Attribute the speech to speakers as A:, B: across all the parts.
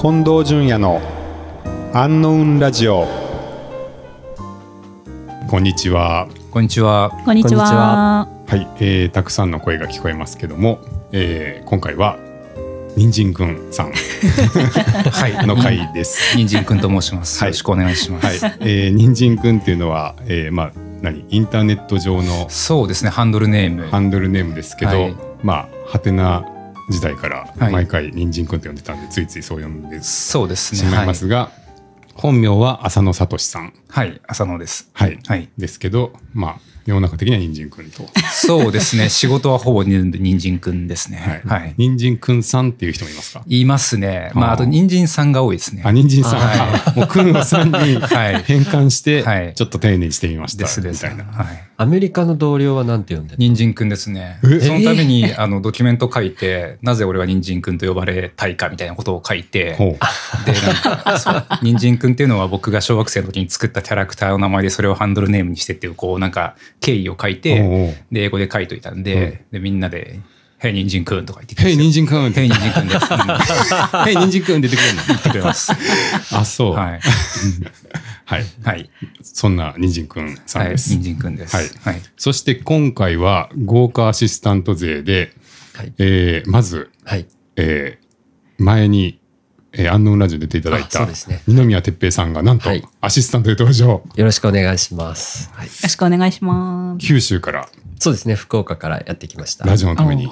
A: 近藤淳也のアンノウンラジオこんにちは
B: こんにちは。
C: こんにちは。
D: こんにちは
A: はい、えー、たくさんの声が聞こえますけども、えー、今回は人参くんさん
B: はい、
A: の回です
B: 人参くんと申します。
A: はい
B: よろしくお願いします。
A: はい、えー、人参くんっていうのは、えー、まあ何インターネット上の
B: そうですね、ハンドルネーム。
A: ハンドルネームですけど、
B: はい
A: まあハテナ時代から
B: はい
A: 毎回人参くんって呼んでたんで、ついついそう呼んでし
B: そうですね。
A: まいますが、本名は浅野聡さん、
B: はい、はい、浅野です。
A: はい、
B: はい。
A: ですけど、まあ世の中的には人参くんと、
B: そうで すね、仕事はほぼ人参くんですね。
A: はい、
B: はい。
A: 人参くんさんっていう人もいますか？
B: いますね。まあ、
A: あー
B: あと人参さんが多いですね
A: あ、。人参さん、
B: は
A: もうくんをさんに
B: はい
A: 変換して、
B: はい
A: ちょっと丁寧にしてみました
B: ですで
A: み
B: す。
A: た
B: はい
A: いな。。
D: アメリカの同僚はなんて呼んでる
B: 人参くんですね。そ
A: え
B: のために、あの、ドキュメント書いて、なぜ俺は人参くんと呼ばれたいかみたいなことを書いて、
A: ほう
B: で、なんか、そう、人参くんっていうのは僕が小学生の時に作ったキャラクターの名前でそれをハンドルネームにしてっていう、こう、なんか、経緯を書い
A: おうおう
B: て、で、英語で書いといたんで、で、みんなで、へい、人参くんとか言ってき
A: へい人参くん、
B: へい、人参くんです。うん
A: へい人参くん出てくるの。
B: 言ってくれ ます。
A: あ、そう。は
B: はい。
A: い。
B: はい。
A: そんな人参くんさ
B: は
A: ん
B: い。
A: です。
B: 人参くんです。
A: はい
B: はい。
A: そして今回は豪華アシスタント勢で、
D: はい
A: えーまず、
D: はい。
A: えー前に、えー、アンノウンラジオに出ていただい
D: あそ
A: た、
D: うですね
A: 二宮哲平さんがなんと
D: はい
A: アシスタントで登場。
D: よろしくお願いします。はい。
C: よろしくお願いします。
A: 九州から
D: そうですね。福岡からやってきました。
A: ラジオのために。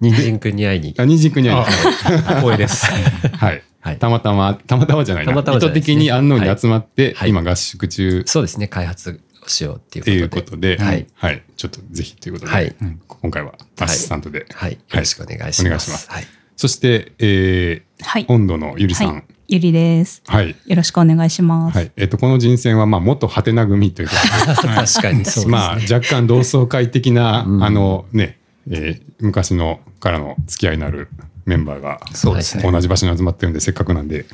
D: 人参くんに会いに。
A: あ人参くんに会いに行き
B: 光栄です。
A: たはい。
D: はい
A: たまたま、たまたまじゃないな。
D: たまたまじゃない
A: 意
D: です
A: 図的
D: ね
A: に安納に集まって、
D: はい
A: 今合宿中
D: そうですね。開発をしようって
A: ってい
D: いううこ
A: ことと
D: で。
A: で、
D: はい
A: はい。ちょっとぜひということで、
D: はい
A: うん今回はアシスタントで。
D: はい。よろしくお願いします。
A: お願いします
D: はい。
A: そして、えー
C: はい。
A: 本土のゆりさん。
C: はい。ゆりです。
A: はい。
C: よろしくお願いします。
A: はい。えっと、この人選は、まあ、元ハテナ組ということ
D: 確かにそうです
A: で、
D: ね。
A: まあ、若干同窓会的な、
D: うん
A: あの、ね、えー昔のからの付き合いのあるメンバーが、
B: そうですね。
A: 同じ場所に集まってるんで、せっかくなんで、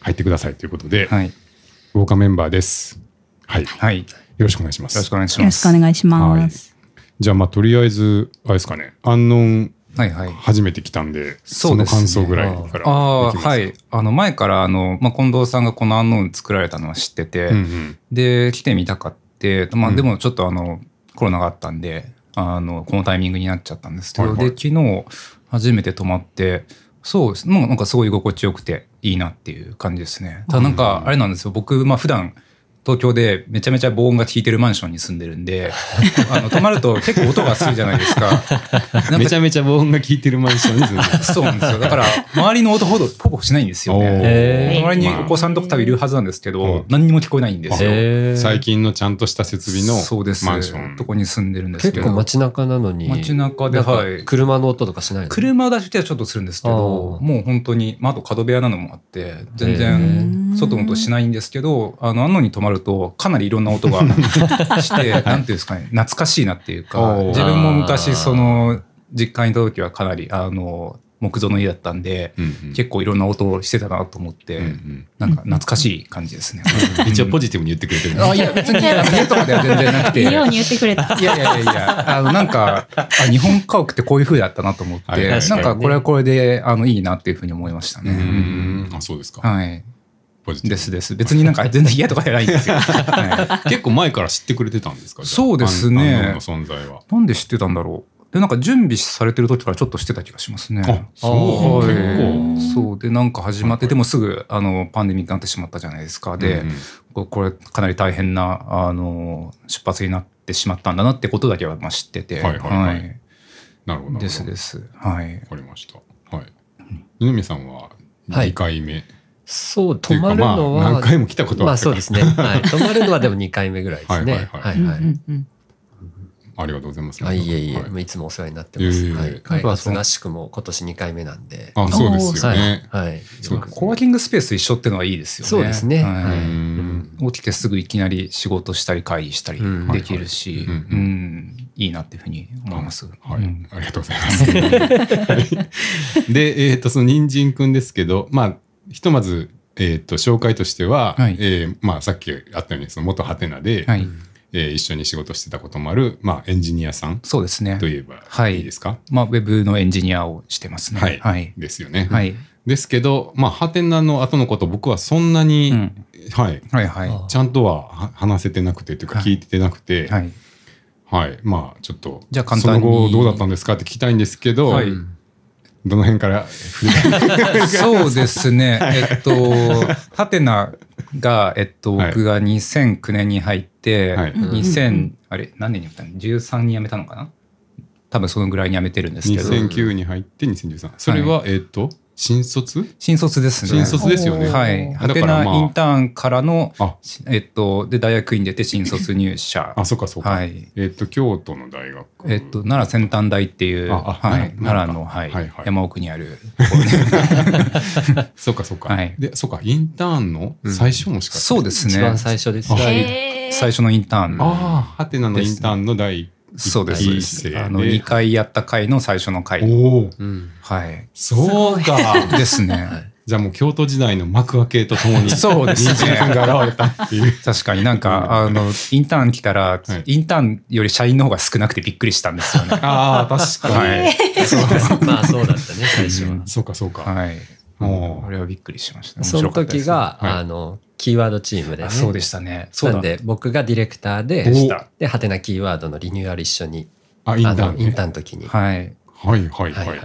A: 入ってくださいということで、
B: はい。
A: 豪華メンバーです。はい。よ
B: はい。よ
A: ろしくお願いしま
B: ろし
A: す
B: くお。願いし
C: よ
B: ま
C: ろし
B: す。
C: くお願いします。
A: じゃあ、まあ、とりあえず、あれですかね、アンノン
B: はいはい。
A: 初めて来たんで、
B: そう
A: の
B: ですね
A: 感想ぐらいから。
B: ああ
A: きます
B: はいあの前からあの、まあ、近藤さんがこの「アンノーン」作られたのは知ってて、
A: うんうん。
B: で来てみたかって、ま
A: う
B: あ、
A: ん
B: でもちょっとあのコロナがあったんであのこのタイミングになっちゃったんですけど、
A: はいはい
B: で昨日初めて泊まってそうですもうなんかすごい居心地よくていいなっていう感じですね。ただなんかあれなんですよ僕、まあ普段東京でめちゃめちゃ防音が効いてるマンションに住んでる んであの泊まると結構音がするじゃないですか。なん
A: め
B: か
A: ちゃめちゃ防音が効いてるマンションに住んでる
B: そうなんですよ。だから、周りの音ほどポコしないんですよ
A: おー
B: ね。
D: へ
B: 周りに
A: まあ
B: お子さんとか多分いるはずなんですけ
A: うん
B: ど、何にも聞こえないんですよ。
D: え
A: 最近のちゃんとした設備の
B: そうです。
A: マンション
B: とこに住んでるんですけ
D: 結
B: ど。
D: 構街中なのに。
B: 街中で
D: なんか
B: はい
D: 車の音とかしないの
B: 車出しはちょっとするんですけど
D: あー
B: もう本当にまああと角部屋なのもあって全
C: へ
B: 然
C: ー
B: 外の音しないんですけどあのあんのに泊まるとかなりいろんな 音がしてなんていうんですかね懐かしいなっていうか
A: おー
B: 自分も
D: あー
B: 昔その実家にいた時はかなりあの木造の家だったんで
A: うんうん
B: 結構いろんな音をしてたなと思って、
A: うんうん
B: なんか懐かしい感じですね。
A: 一応ポジティブに言ってくれてるね
B: あいや別にあの家とかでは全然なくて。い
C: いいよう
B: や
C: に言ってくれた。
B: いやいやいや、あの、なんか、あ日本家屋ってこういう風だったなと思って、
A: はい
B: なん
D: 確かにね
B: かこれはこれで、あの、いいなっていう風に思いました
A: う
B: ね。
A: んあそうですか
B: はい。
A: ポジティブ
B: ですです。別にな んか全然嫌とかじゃないんですよ。は
A: 結構前から知ってくれてたんですかじゃあ
B: そうですね
A: アンアンノンの存在はい
B: なんで知ってたんだろう。で、なんか準備されてる時からちょっとしてた気がしますね。
A: あそう
D: ー
B: はい
A: 結構
B: そうでなんか始まってでもすぐあのパンデミックになってしまったじゃないですかで、
A: うんうん
B: ここれかなり大変なあの出発になってしまったんだなってことだけはまあ知ってて
A: はいはいはいなるほどなるほど
B: ですですはい
A: わかりましたはい二宮さんは2回目
D: そう、
A: とい
D: 泊
A: う
D: ま
A: か
D: る
A: まあ
D: のは。
A: 何回も来たこと
D: ま
A: はあ
D: あ
A: るか
D: そう
A: ら
D: ですね。はい。泊まるのはでも2回目ぐらいですね。
A: はいは
D: はいい
C: うんう
D: はい。
C: んうん
A: ありがとうございます
D: あいえいえ、、
A: はい
D: つもお世話になってます。
A: いえいえ
D: はい。開
B: なんか
D: 発
B: その
D: 合宿も今年2回目なんで。
A: あそうですよね
D: はい。はい。
A: そうですね
B: コワーキングスペース一緒ってのはいいですよね
D: そうです
B: は
D: ね
B: い
D: は
A: う
D: い
A: ん
B: 起きてすぐいきなり仕事したり会議したり
D: うん
B: できるし、
A: はいはいうんう
B: うんいいなっていうふうに思います。
A: は
B: う
A: い
B: ん、
A: ありがとうござい ます。はいで、えっ、と、その人参くんですけど、まあ、ひとまず、えっ、と、紹介としては、
B: はい
A: えーまあ、さっきあったように、その元ハテナで、
B: はい
A: えー一緒に仕事してたこともある、まあ、エンジニアさん
B: そうですね
A: と。いえば
B: はい
A: いいですか、
B: まあ、ウェブのエンジニアをしてますね。
A: はい
B: はい。
A: ですよね。
B: はい。
A: ですけど、まあ、ハテナの後のこと僕はそんなに、
B: うん
A: はい、
B: はいはい。
D: あ
A: ちゃんとはは話せてなくてというか
B: はい
A: 聞いてなくて、はい
B: はい。
A: まあちょっと
B: じゃあ簡単に
A: その後どうだったんですかって聞きたいんですけど、
B: はい
A: どの辺 から振り返る
B: そうで すね。えっと、ハテナが、えっと、
A: はい
B: 僕が2009年に入って、
A: はい
C: うんうんうん
B: 2000、あれ、何年に辞めたの ?13 に辞めたのかな多分そのぐらいに辞めてるんですけど、
A: 2009に入って2013それは、えっ、と新卒
B: 新卒ですね。
A: 新卒ですよね。
C: おー
B: はい。
A: だから
B: ハテナ
A: まあ
B: インターンからの、
A: あ
B: しえっと、で、大学院出て新卒入社。
A: あそうかそうか。
B: はい。
A: えっ、と京都の大学。
B: えっと、奈良先端大っていう、
A: ああ
B: は
A: 奈
B: い、
A: 良
B: 奈良
A: 奈良
B: の、はい
A: はいはい
B: 山奥にある、
A: そうかそうか。
B: はい
A: でそうかインターンの最初もしかして
B: そうですね
D: 一番最初ですよ
A: は
C: へ
D: ね。
C: ー
B: 最初のインターンの
A: ああハテナのインターンの第
B: そうですそうです
A: 一世で
B: あの2回やった回の最初の回
A: おお
D: うん
B: はい
A: そうか。
B: です
D: は
B: ね
D: い
A: じゃあもう京都時代の幕開けとともに
B: そうですね
A: 新人さんが現れたっていう。
B: 確かになんかあのインターン来たら
A: はい
B: インターンより社員の方が少なくてびっくりしたんですよね
A: ああ確かに。
B: はい
D: まあそうだったね、最初は。
A: そうかそうか。
B: はいもうあれはびっくりしました
D: その時
A: は
D: が、
A: い
D: あの、キーワードチームでね。
B: 面白かったですあそうでしたねそう
D: なん
B: だ
D: で、僕がディレクター
A: お
D: で、
A: ー
D: で、ハテナキーワードのリニューアル一緒に、
A: あインタ
D: あ
A: ー
D: の、
A: ン
D: イ
A: ね
D: ン。ターンの時に。
B: はい
A: はいはい
D: は
A: はいい。
D: はい。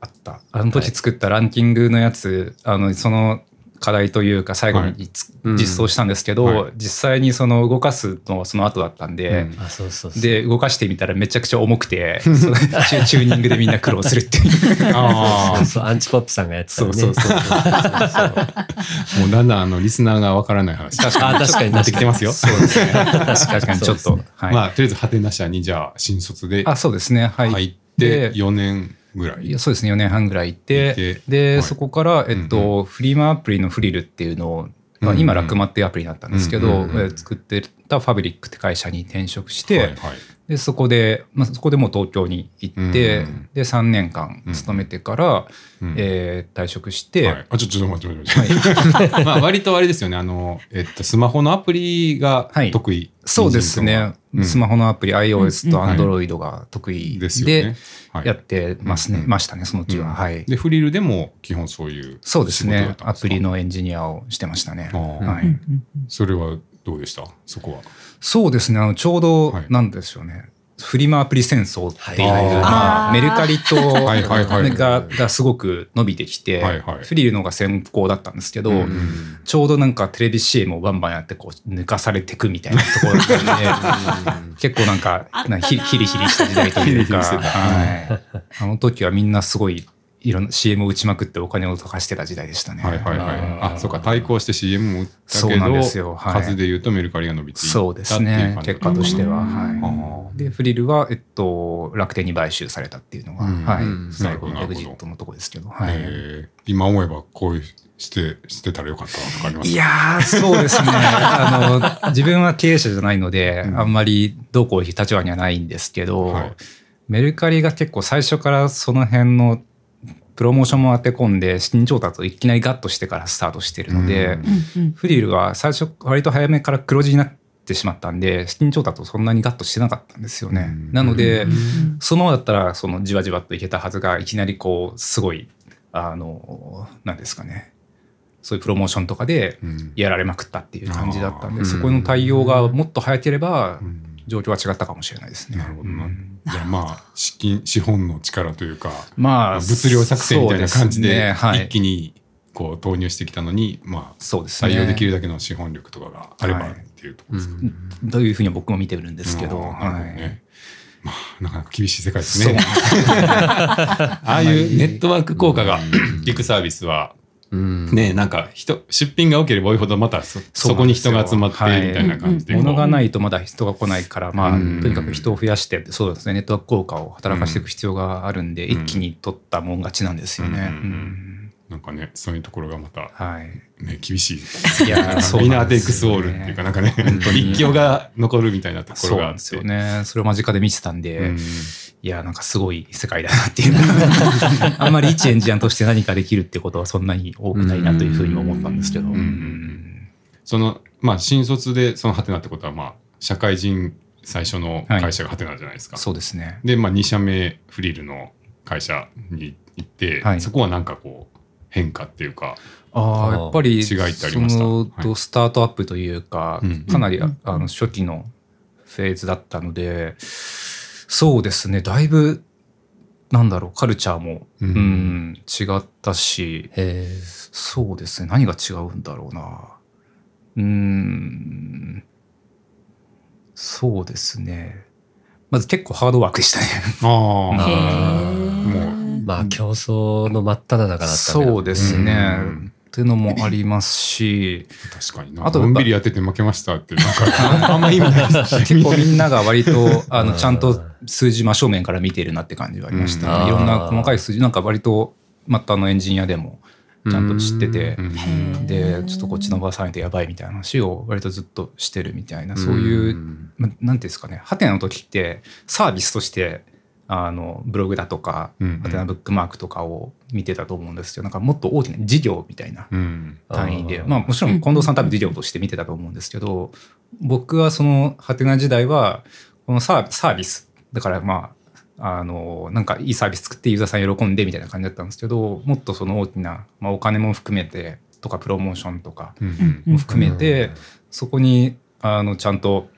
B: あったあの時作ったランキングのやつあのその課題というか最後につ
D: うん
B: 実装したんですけ
A: は
B: ど実際にその動かすのはその後だったんで
A: うん
D: あ、そうそうそう。
B: で動かしてみたらめちゃくちゃ重くて そのチュチューニングでみんな苦労するっていう
A: あ
D: そうそうアンチポップさんがやってた
B: そ
D: ね。
B: うそうそう
A: あもうだんだんあのリスナーがわからない話。
D: 確かに。あ確かに。
A: なってきてますよ。
B: そうですね
D: 確かに。
B: 確かにちょっと、はい、
A: まあとりあえずハテナ社にじゃあ新卒で
B: あそうですねはい、
A: 入って
B: で
A: 4年ぐらい。
B: いやそうですね4年半ぐらいい
A: いて
B: てで、
A: はい
B: そこから、えっとフリマアプリのフリルっていうのを、
A: うんう
B: まあ
A: ん
B: 今ラクマっていうアプリになったんですけど、
A: うんうんうん
B: えー作ってたファブリックって会社に転職して、
A: はいはい
B: でそこで、まあ、そこでもう東京に行って、
A: うんうん
B: で3年間勤めてから、
A: うん
B: えー退職して、
A: はいあちょちょっと待って待って待って。 まあ割とあれですよね。あのえっとスマホのアプリが
B: はい
A: 得意。
B: そうですね、
A: うん
B: スマホのアプリ iOS と
A: うんうん
B: Android が得意
A: ですよ
B: で
A: ね。はい
B: やってます
A: うん
B: ね
A: うん
B: ましたねそのうちは、
A: うん
B: はい
A: でフリルでも基本そういう
B: そうです
A: 仕事だ
B: ね
A: ったん
B: ア
A: ですか
B: プリのエンジニアをしてましたね
A: あー
B: は
C: う
B: い
C: んうん
A: それはどうでしたそこは
B: そうですねあのちょうど
A: はい
B: なんですよねフリマアプリ戦争っていう、
D: はい
B: まあ、
C: あー
B: メルカリと
A: いはいはい
B: ががすごく伸びてきて、
A: はいはい
B: フリルの方が先行だったんですけど、
A: うん
B: ちょうどなんかテレビ CM をバンバンやってこう抜かされてくみたいなところだったんで結構なんか
C: あった
B: な
C: な
B: んかヒリヒリヒリした時代というか
A: ヒリヒリしてた
B: はい、あの時はみんなすごいいろんな CM を打ちまくってお金を溶かしてた時代でしたね。
A: はいはいはいあそうか対抗して CM も打った
B: そ
A: け
B: うなん
A: ど
B: ですよはい
A: 数で言うとメルカリが伸びていった
B: そうですね
A: ってい
B: 結
A: う感
B: 果
A: じ
B: としては、
C: うん
B: は
A: あ
B: い、でフリルは、えっと、楽天に買収されたっていうのが、
A: うん
B: はい
D: うん
B: 最後
A: な
B: の
A: る
B: エ
A: ほど
B: グジットのとこですけど、
A: へ
B: はい、
A: ー今思えばこういうしてしてたらよかったなとかあります
B: いやーそう ですねあの自分は経営者じゃないので、
A: うん
B: あんまりどうこういう立場にはないんですけど、
A: はい
B: メルカリが結構最初からその辺のプロモーションも当て込んで資金調達をいきなりガッとしてからスタートしてるので、
A: うん
C: うんうん
B: フリルは最初割と早めから黒字になってしまったんで資金調達をそんなにガッとしてなかったんですよね。
A: うん
B: なので、
C: うん
B: そのままだったらそのじわじわっといけたはずがいきなりこうすごいあのなんですかねそういうプロモーションとかで
A: うん
B: やられまくったっていう感じだったん
D: あー
B: でそこの対応がもっと早ければ
A: うん
B: 状況は違ったかもしれないですね。
A: なるほどな
B: うん
A: じゃあまあ資金資本の力というか
B: まあ
A: 物量作戦みたいな感じ
B: そうす
A: で
B: ねはい
A: 一気にこう投入してきたのにまあ
B: そうですね
A: 採用できるだけの資本力とかがあれば
B: はい
A: っていうところですかね
B: というふうに僕も見てるんですけど、
A: あーなるほど
B: はい
A: ねまあなかなか厳しい世界です
B: そう
A: ね。 ああいうネットワーク効果が効くサービスは
D: うん
A: ねなんか人出品が多ければ多いほどまたそ
B: そ
A: そう
B: な
A: こ
B: ん
A: に
B: です
A: 人
B: よ
A: が集まって
B: はい
A: みたいな感じで。
B: 物がないとまだ人が来ないから、まあ、と
A: うん
B: にかく人を増やして、そうですね、ネットワーク効果を働かしていく必要があるんで、
A: うん
B: 一気に取ったもん勝ちなんですよね。
A: うん
B: うん
A: なんかねそういうところがまた、
B: はい。
A: ね、厳 しい。
B: いや
A: ウィナーテイクスオールっていうかなんかね一強が残るみたいなとこ
B: そ
A: ろ
B: う
A: が
B: な
A: あ
B: ん
A: っ
B: で
A: て。
B: すよね。それを間近で見てたんで、
A: うん
B: いや、なんかすごい世界だなって いう。あんまり一エンジニアとして何かできるってことはそんなに多くないなというふうにも思ったんですけど。
A: ん
B: うん
A: そのまあ新卒でそのハテナってことはまあ社会人最初の会社がハテナじゃないですか。
B: そうですね。
A: で、まあ、2社目フリルの会社に行って、
B: はい
A: そこはなんかこう変化っていう か、
B: ああ、
D: あー
B: やっぱ
A: 違
B: り、
A: いってありました
B: その
A: はい
B: スタートアップというか、
A: うん
B: かなりあ
C: うん
B: あの初期のフェーズだったので、そうですね、だいぶ、なんだろう、カルチャーも、
A: う
B: うんん、違ったし、
D: へえ
B: そうですね、何が違うんだろうな。うーん、そうですね。まず結構ハードワークでしたね。
A: あ
C: へ
A: あ、
C: ー
A: も
D: まあ競争の真っ只中だったわけだ
B: そうですね
A: うん。
B: っていうのもありますし、
A: 確かにな。
B: あと
A: のんびりやってて負けましたってなん かあんま意味ないですし
B: 結構みんなが割とあ
D: う
B: の
D: ん
B: ちゃんと数字真正面から見ているなって感じはありまし
D: う
B: た、
D: ん
B: いろんな細かい数字なんか割とまたあのエンジニアでもちゃんと知ってて
A: うん
C: へ
B: で
C: ー
B: ちょっとこっち伸ばさないとやばいみたいな話を割とずっとしてるみたいなそういう
A: うん
B: まなんていうんですかねハテナの時ってサービスとしてあのブログだとか
A: うん
B: ハテナブックマークとかを見てたと思うんですけどなんかもっと大きな事業みたいな
A: うん
B: 単位で
D: あー
B: まあもちろん近藤さん多分事業として見てたと思うんですけど僕はそのハテナ時代はこのサーサービスだからまああのなんかいいサービス作ってユーザーさん喜んでみたいな感じだったんですけどもっとその大きな、まあ、お金も含めてとかプロモーションとか
A: うん
C: うん
B: も含めて、そこにあのちゃんと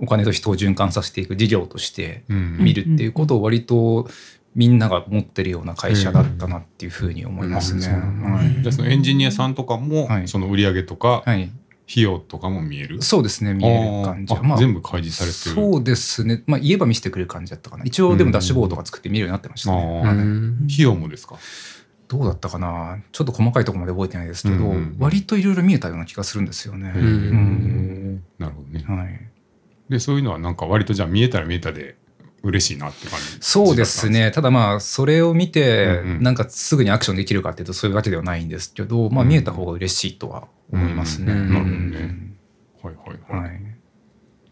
B: お金と人を循環させていく事業として
A: うん
B: 見るっていうことを割とみんなが持ってるような会社だったなっていうふうに思いますね。
A: うん
B: はい
A: じゃあそのエンジニアさんとかも、
B: はい
A: その売り上げとか、
B: はい
A: 費用とかも見える
B: そうですね、見える感じ
A: あーあ全部開示されてる
B: そうですね、まあ、言えば見せてくれる感じだったかな。一応、でもダッシュボードが作って見えるようになってましたね。
A: あー
B: はい
A: 費用もですか
B: どうだったかな、ちょっと細かいところまで覚えてないですけど、
A: うんうん
B: 割といろいろ見えたような気がするんですよね。
A: へ
D: うん
A: ー
B: うん
A: なるほどね
B: はい、
A: でそういうのはなんか割とじゃあ見えたら見えたで嬉しいなって感じ
B: そうですね、ただまあ、それを見て、
A: うんうん
B: なんかすぐにアクションできるかっていうと、そういうわけではないんですけど、まあ、
A: うん
B: 見えた方が嬉しいとは思いますね。
D: うんなる
A: ほどねはいはいはい、
B: はい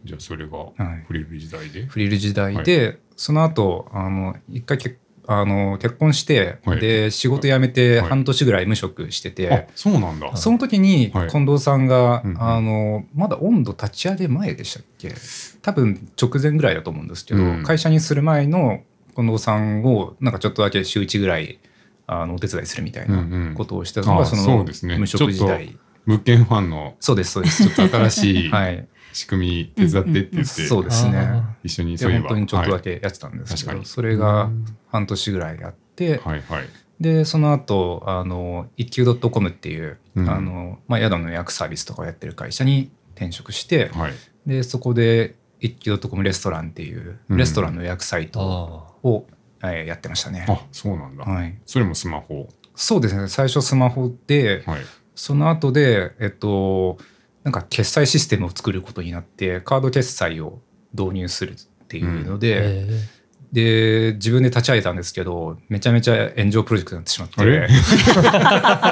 A: じゃあそれが
B: はい
A: フリル時代で
B: フリル時代で、その後あの一回けあの結婚して、
A: はい
B: で仕事辞めて
A: はい
B: 半年ぐらい無職してて、
A: あそうなんだ
B: その時に
A: はい
B: 近藤さんが、
A: うんうん
B: あのまだ温度立ち上げ前でしたっけ多分直前ぐらいだと思うんですけど、
A: うん
B: 会社にする前の近藤さんをなんかちょっとだけ週1ぐらいあのお手伝いするみたい
A: うん
B: な
A: うん
B: ことをしてたのが、
A: あ
B: その
A: そうですね
B: 無職時
A: ち
B: 代
A: 物件ファンの
B: そうですそうです
A: ちょっと新 しい
B: はい
A: 仕組み手伝ってって言って、
B: そうですね
D: あ
A: 一緒に
B: で
A: そういえ
B: 本
A: ば
B: 当にちょっと
A: は
B: だ
A: い
B: けやってたんですけど、
A: はい確かに
B: それが半年ぐらいやって、
A: はいはい
B: でその後あの一級 .com っていう、
A: うん
B: あのまあ、宿の予約サービスとかをやってる会社に転職して
A: はい
B: でそこで一級 .com レストランっていう
A: うん
B: レストランの予約サイト
D: あ
B: を、えーやってましたね、
A: あそうなんだ、
B: はい、
A: それもスマホ
B: そうですね最初スマホで
A: はい
B: その後でえっとなんか決済システムを作ることになってカード決済を導入するっていうので、
D: へえ
B: で自分で立ち上げたんですけどめちゃめちゃ炎上プロジェクトになってしまっ
A: あれ
B: て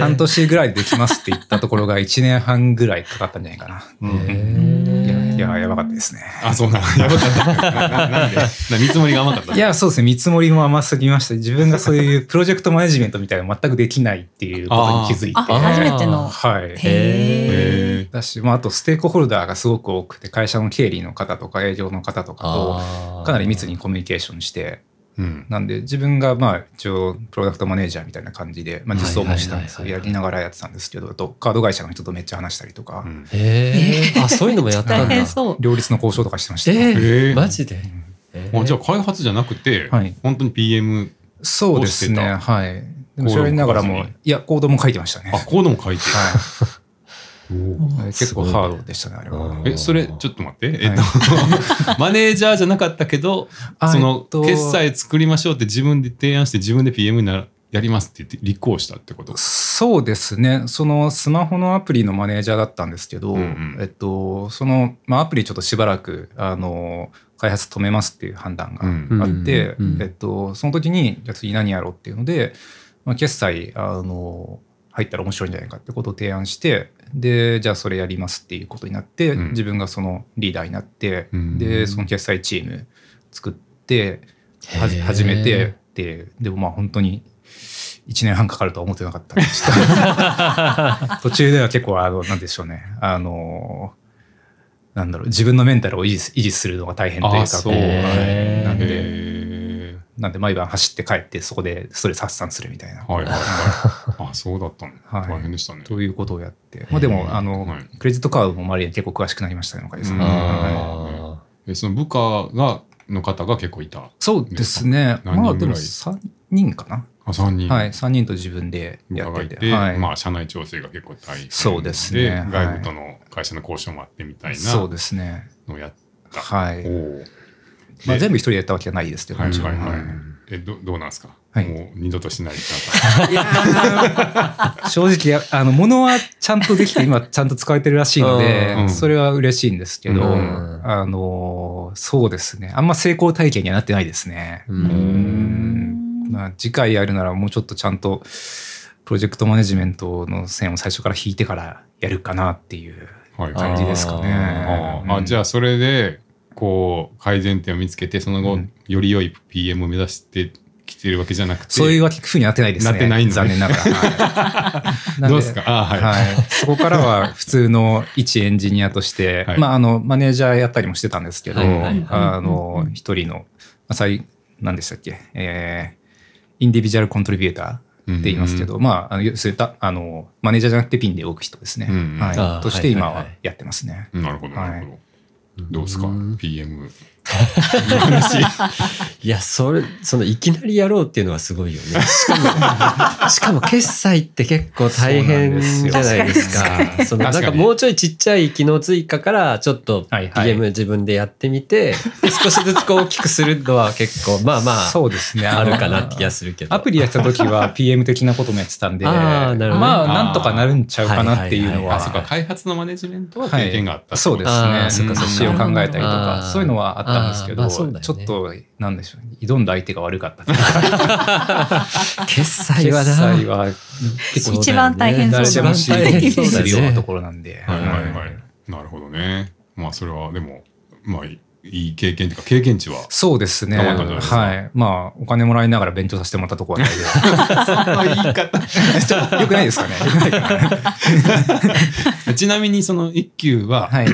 B: 半年ぐらいでできますって言ったところが1年半ぐらいかかったんじゃないかな。いやいややばかったですね。
A: あそうなんだやばかったなななんでな見積もりが甘かった
B: いやそうですね見積もりも甘すぎました自分がそういうプロジェクトマネジメントみたいなの全くできないっていうことに気づいて
C: あ、初めての。
B: はい。
C: へえ。
A: へえ
B: だし、まあ、あとステークホルダーがすごく多くて会社の経理の方とか営業の方とかとかなり密にコミュニケーションして
A: うん
B: なんで自分がまあ一応プロダクトマネージャーみたいな感じで、まあ、実装もしたんです
D: はいは
B: や
D: いはいはい
B: りながらやってたんですけどあとカード会社の人とめっちゃ話したりとか、
A: うん
D: へえあそういうのもやった
C: 大
D: んだ
C: 変そう。
B: 両立の交渉とかしてました、
D: え
A: へえ
D: ーマジで
A: あじゃあ開発じゃなくて、
B: はい
A: 本当に PM
B: そうで
A: ど
B: す
A: う
B: ね
A: して
B: はいでもそれやりながら
A: コードも書か
B: も
A: ず
B: いやコードも書いてましたね
A: あコードも書いて
B: は
A: る、
B: い、結構
D: すごいね
B: ハードでしたねあれは
D: うん
A: えそれちょっと待って、えっと マネージャーじゃなかったけど
B: あ
A: そ
B: え
A: の
B: っと
A: 決済作りましょうって自分で提案して自分で PM になやりますって言って立候補したってこと
B: そうですねそのスマホのアプリのマネージャーだったんですけど、
A: うんうん
B: えっとその、まあ、アプリちょっとしばらくあの開発止めますっていう判断が
A: うん
B: あって、
D: うんうん
B: えっと、その時にじゃあ次何やろうっていうので、まあ、決済あの入ったら面白いんじゃないかってことを提案してでじゃあそれやりますっていうことになって、
A: うん
B: 自分がそのリーダーになって、
A: うん
B: でその決済チーム作って
D: へー
B: はじ始めてででもまあ本当に1年半かかるとは思ってなかったんでした途中では結構あのなんでしょうねあのなんだろう自分のメンタルを維持す維持するのが大変という
A: あ
B: か
A: そう
B: こうはいなんで
A: へ
B: なんで毎晩走って帰ってそこでストレス発散するみたいな
A: ー。はいはい はい。あそうだったの。
B: はい
A: 大変でしたね。
B: ということをやって、まあ、でもあの、
A: はい
B: クレジットカードも周りに結構詳しくなりましたねおかげさまで
A: うん
B: はい
D: あ
A: えその部下がの方が結構いた。
B: そうですね
A: 何人
B: まあで
A: ぐら
B: も
A: い
B: 3人かな、
A: あ三人。
B: はい、3人と自分で
A: 部
B: や
A: 下が
B: っ
A: い
B: て
A: て、
B: て、はい
A: まあ社内調整が結構大変
B: そうですねはい
A: 外部との会社の交渉もあってみたい
B: そう
A: な
B: ですね
A: のをやって。
B: はい
A: おお。
B: まあ、
A: で
B: 全部一人でやったわけじゃないですけど
A: はい
B: も
A: は
B: ち
A: い
B: ろん
A: はい
B: は。
A: えどどうなんですか。
B: はい
A: もう二度と しないか
B: い正直やあの物はちゃんとできて今ちゃんと使われてるらしいので、
A: うん
B: それは嬉しいんですけど、
D: うん
B: あのそうですねあんま成功体験にはなってないですね。
D: ーう
C: うんん
B: まあ、次回やるならもうちょっとちゃんとプロジェクトマネジメントの線を最初から引いてからやるかなっていう
A: はいはい。
B: 感じですかね。
A: あ
B: う
A: ーあ
B: ん
A: じゃあそれでこう改善点を見つけてその後、
B: うん
A: より良い PM を目指してきてるわけじゃなくて
B: そういうわけ風になってないですね。
A: なってないんだ
B: 残
A: ね
B: 念な がら。はいなん
A: どうですかあーはい、
B: はい、そこからは普通の一エンジニアとして、
A: はい
B: まあ、あのマネージャーやったりもしてたんですけど、
D: はいはい
B: あの一人のまあ最何でしたっけ、えーインディビジュアルコントリビューターって言いますけど、まあ、あの要するにたあのマネージャーじゃなくてピンで動く人ですね、
A: うんうん
B: は
D: あ
B: い、
D: ー
B: として
D: はいは
B: 今
D: いはい
B: はやってますね。
A: なるほど
B: はい
A: なるほど、どうですか
D: うん
A: PM
D: いや、それ、その、いきなりやろうっていうのはすごいよね。しか も、しかも決済って結構大変じゃないです
B: そうなんです
D: か。
B: よ
D: その、なん
A: 確か
D: か
A: に
D: もうちょいちっちゃい機能追加から、ちょっと
B: はいはい
D: PM 自分でやってみて、で少しずつこう大きくするのは結 構、まあまあ、
B: そうですね
D: あるかなってて気がするけど。
B: アプリやってた時は PM 的なこともやってたんで、
D: あーなるほどね
B: まあなんとかなるんちゃうかなっていうのは
A: あそうか開発のマネジメントは
B: はい
A: 経験があった、
B: そうです
D: あ
B: ね
D: ーそっかそっか
B: 冊子を考えたりと
D: あ
B: か
D: ー
B: そういうのはあったんですけど、
D: あーまあそうだよね
B: ちょっとなんでしょうね挑んだ相手が悪かった とか
D: 決済
B: 決
D: はな。
B: 済は
D: 結構
C: 一番大変そう
B: 誰
C: だ
B: で
C: ね
B: も
D: 一
B: 知
D: 番大
B: りす
D: 変そ
B: る
D: う
B: よ
D: だ
B: うな
D: ね
B: ところなんで、
A: はいはいはい、なるほどねまあそれはでもまあいい経験というか経験値は
B: そうですね
A: 頑張ったんじゃないですか
B: はいまあお金もらいながら勉強させてもらったところはないで
A: 言い 方
B: よくないですかね
A: ちなみにその一級は
B: はい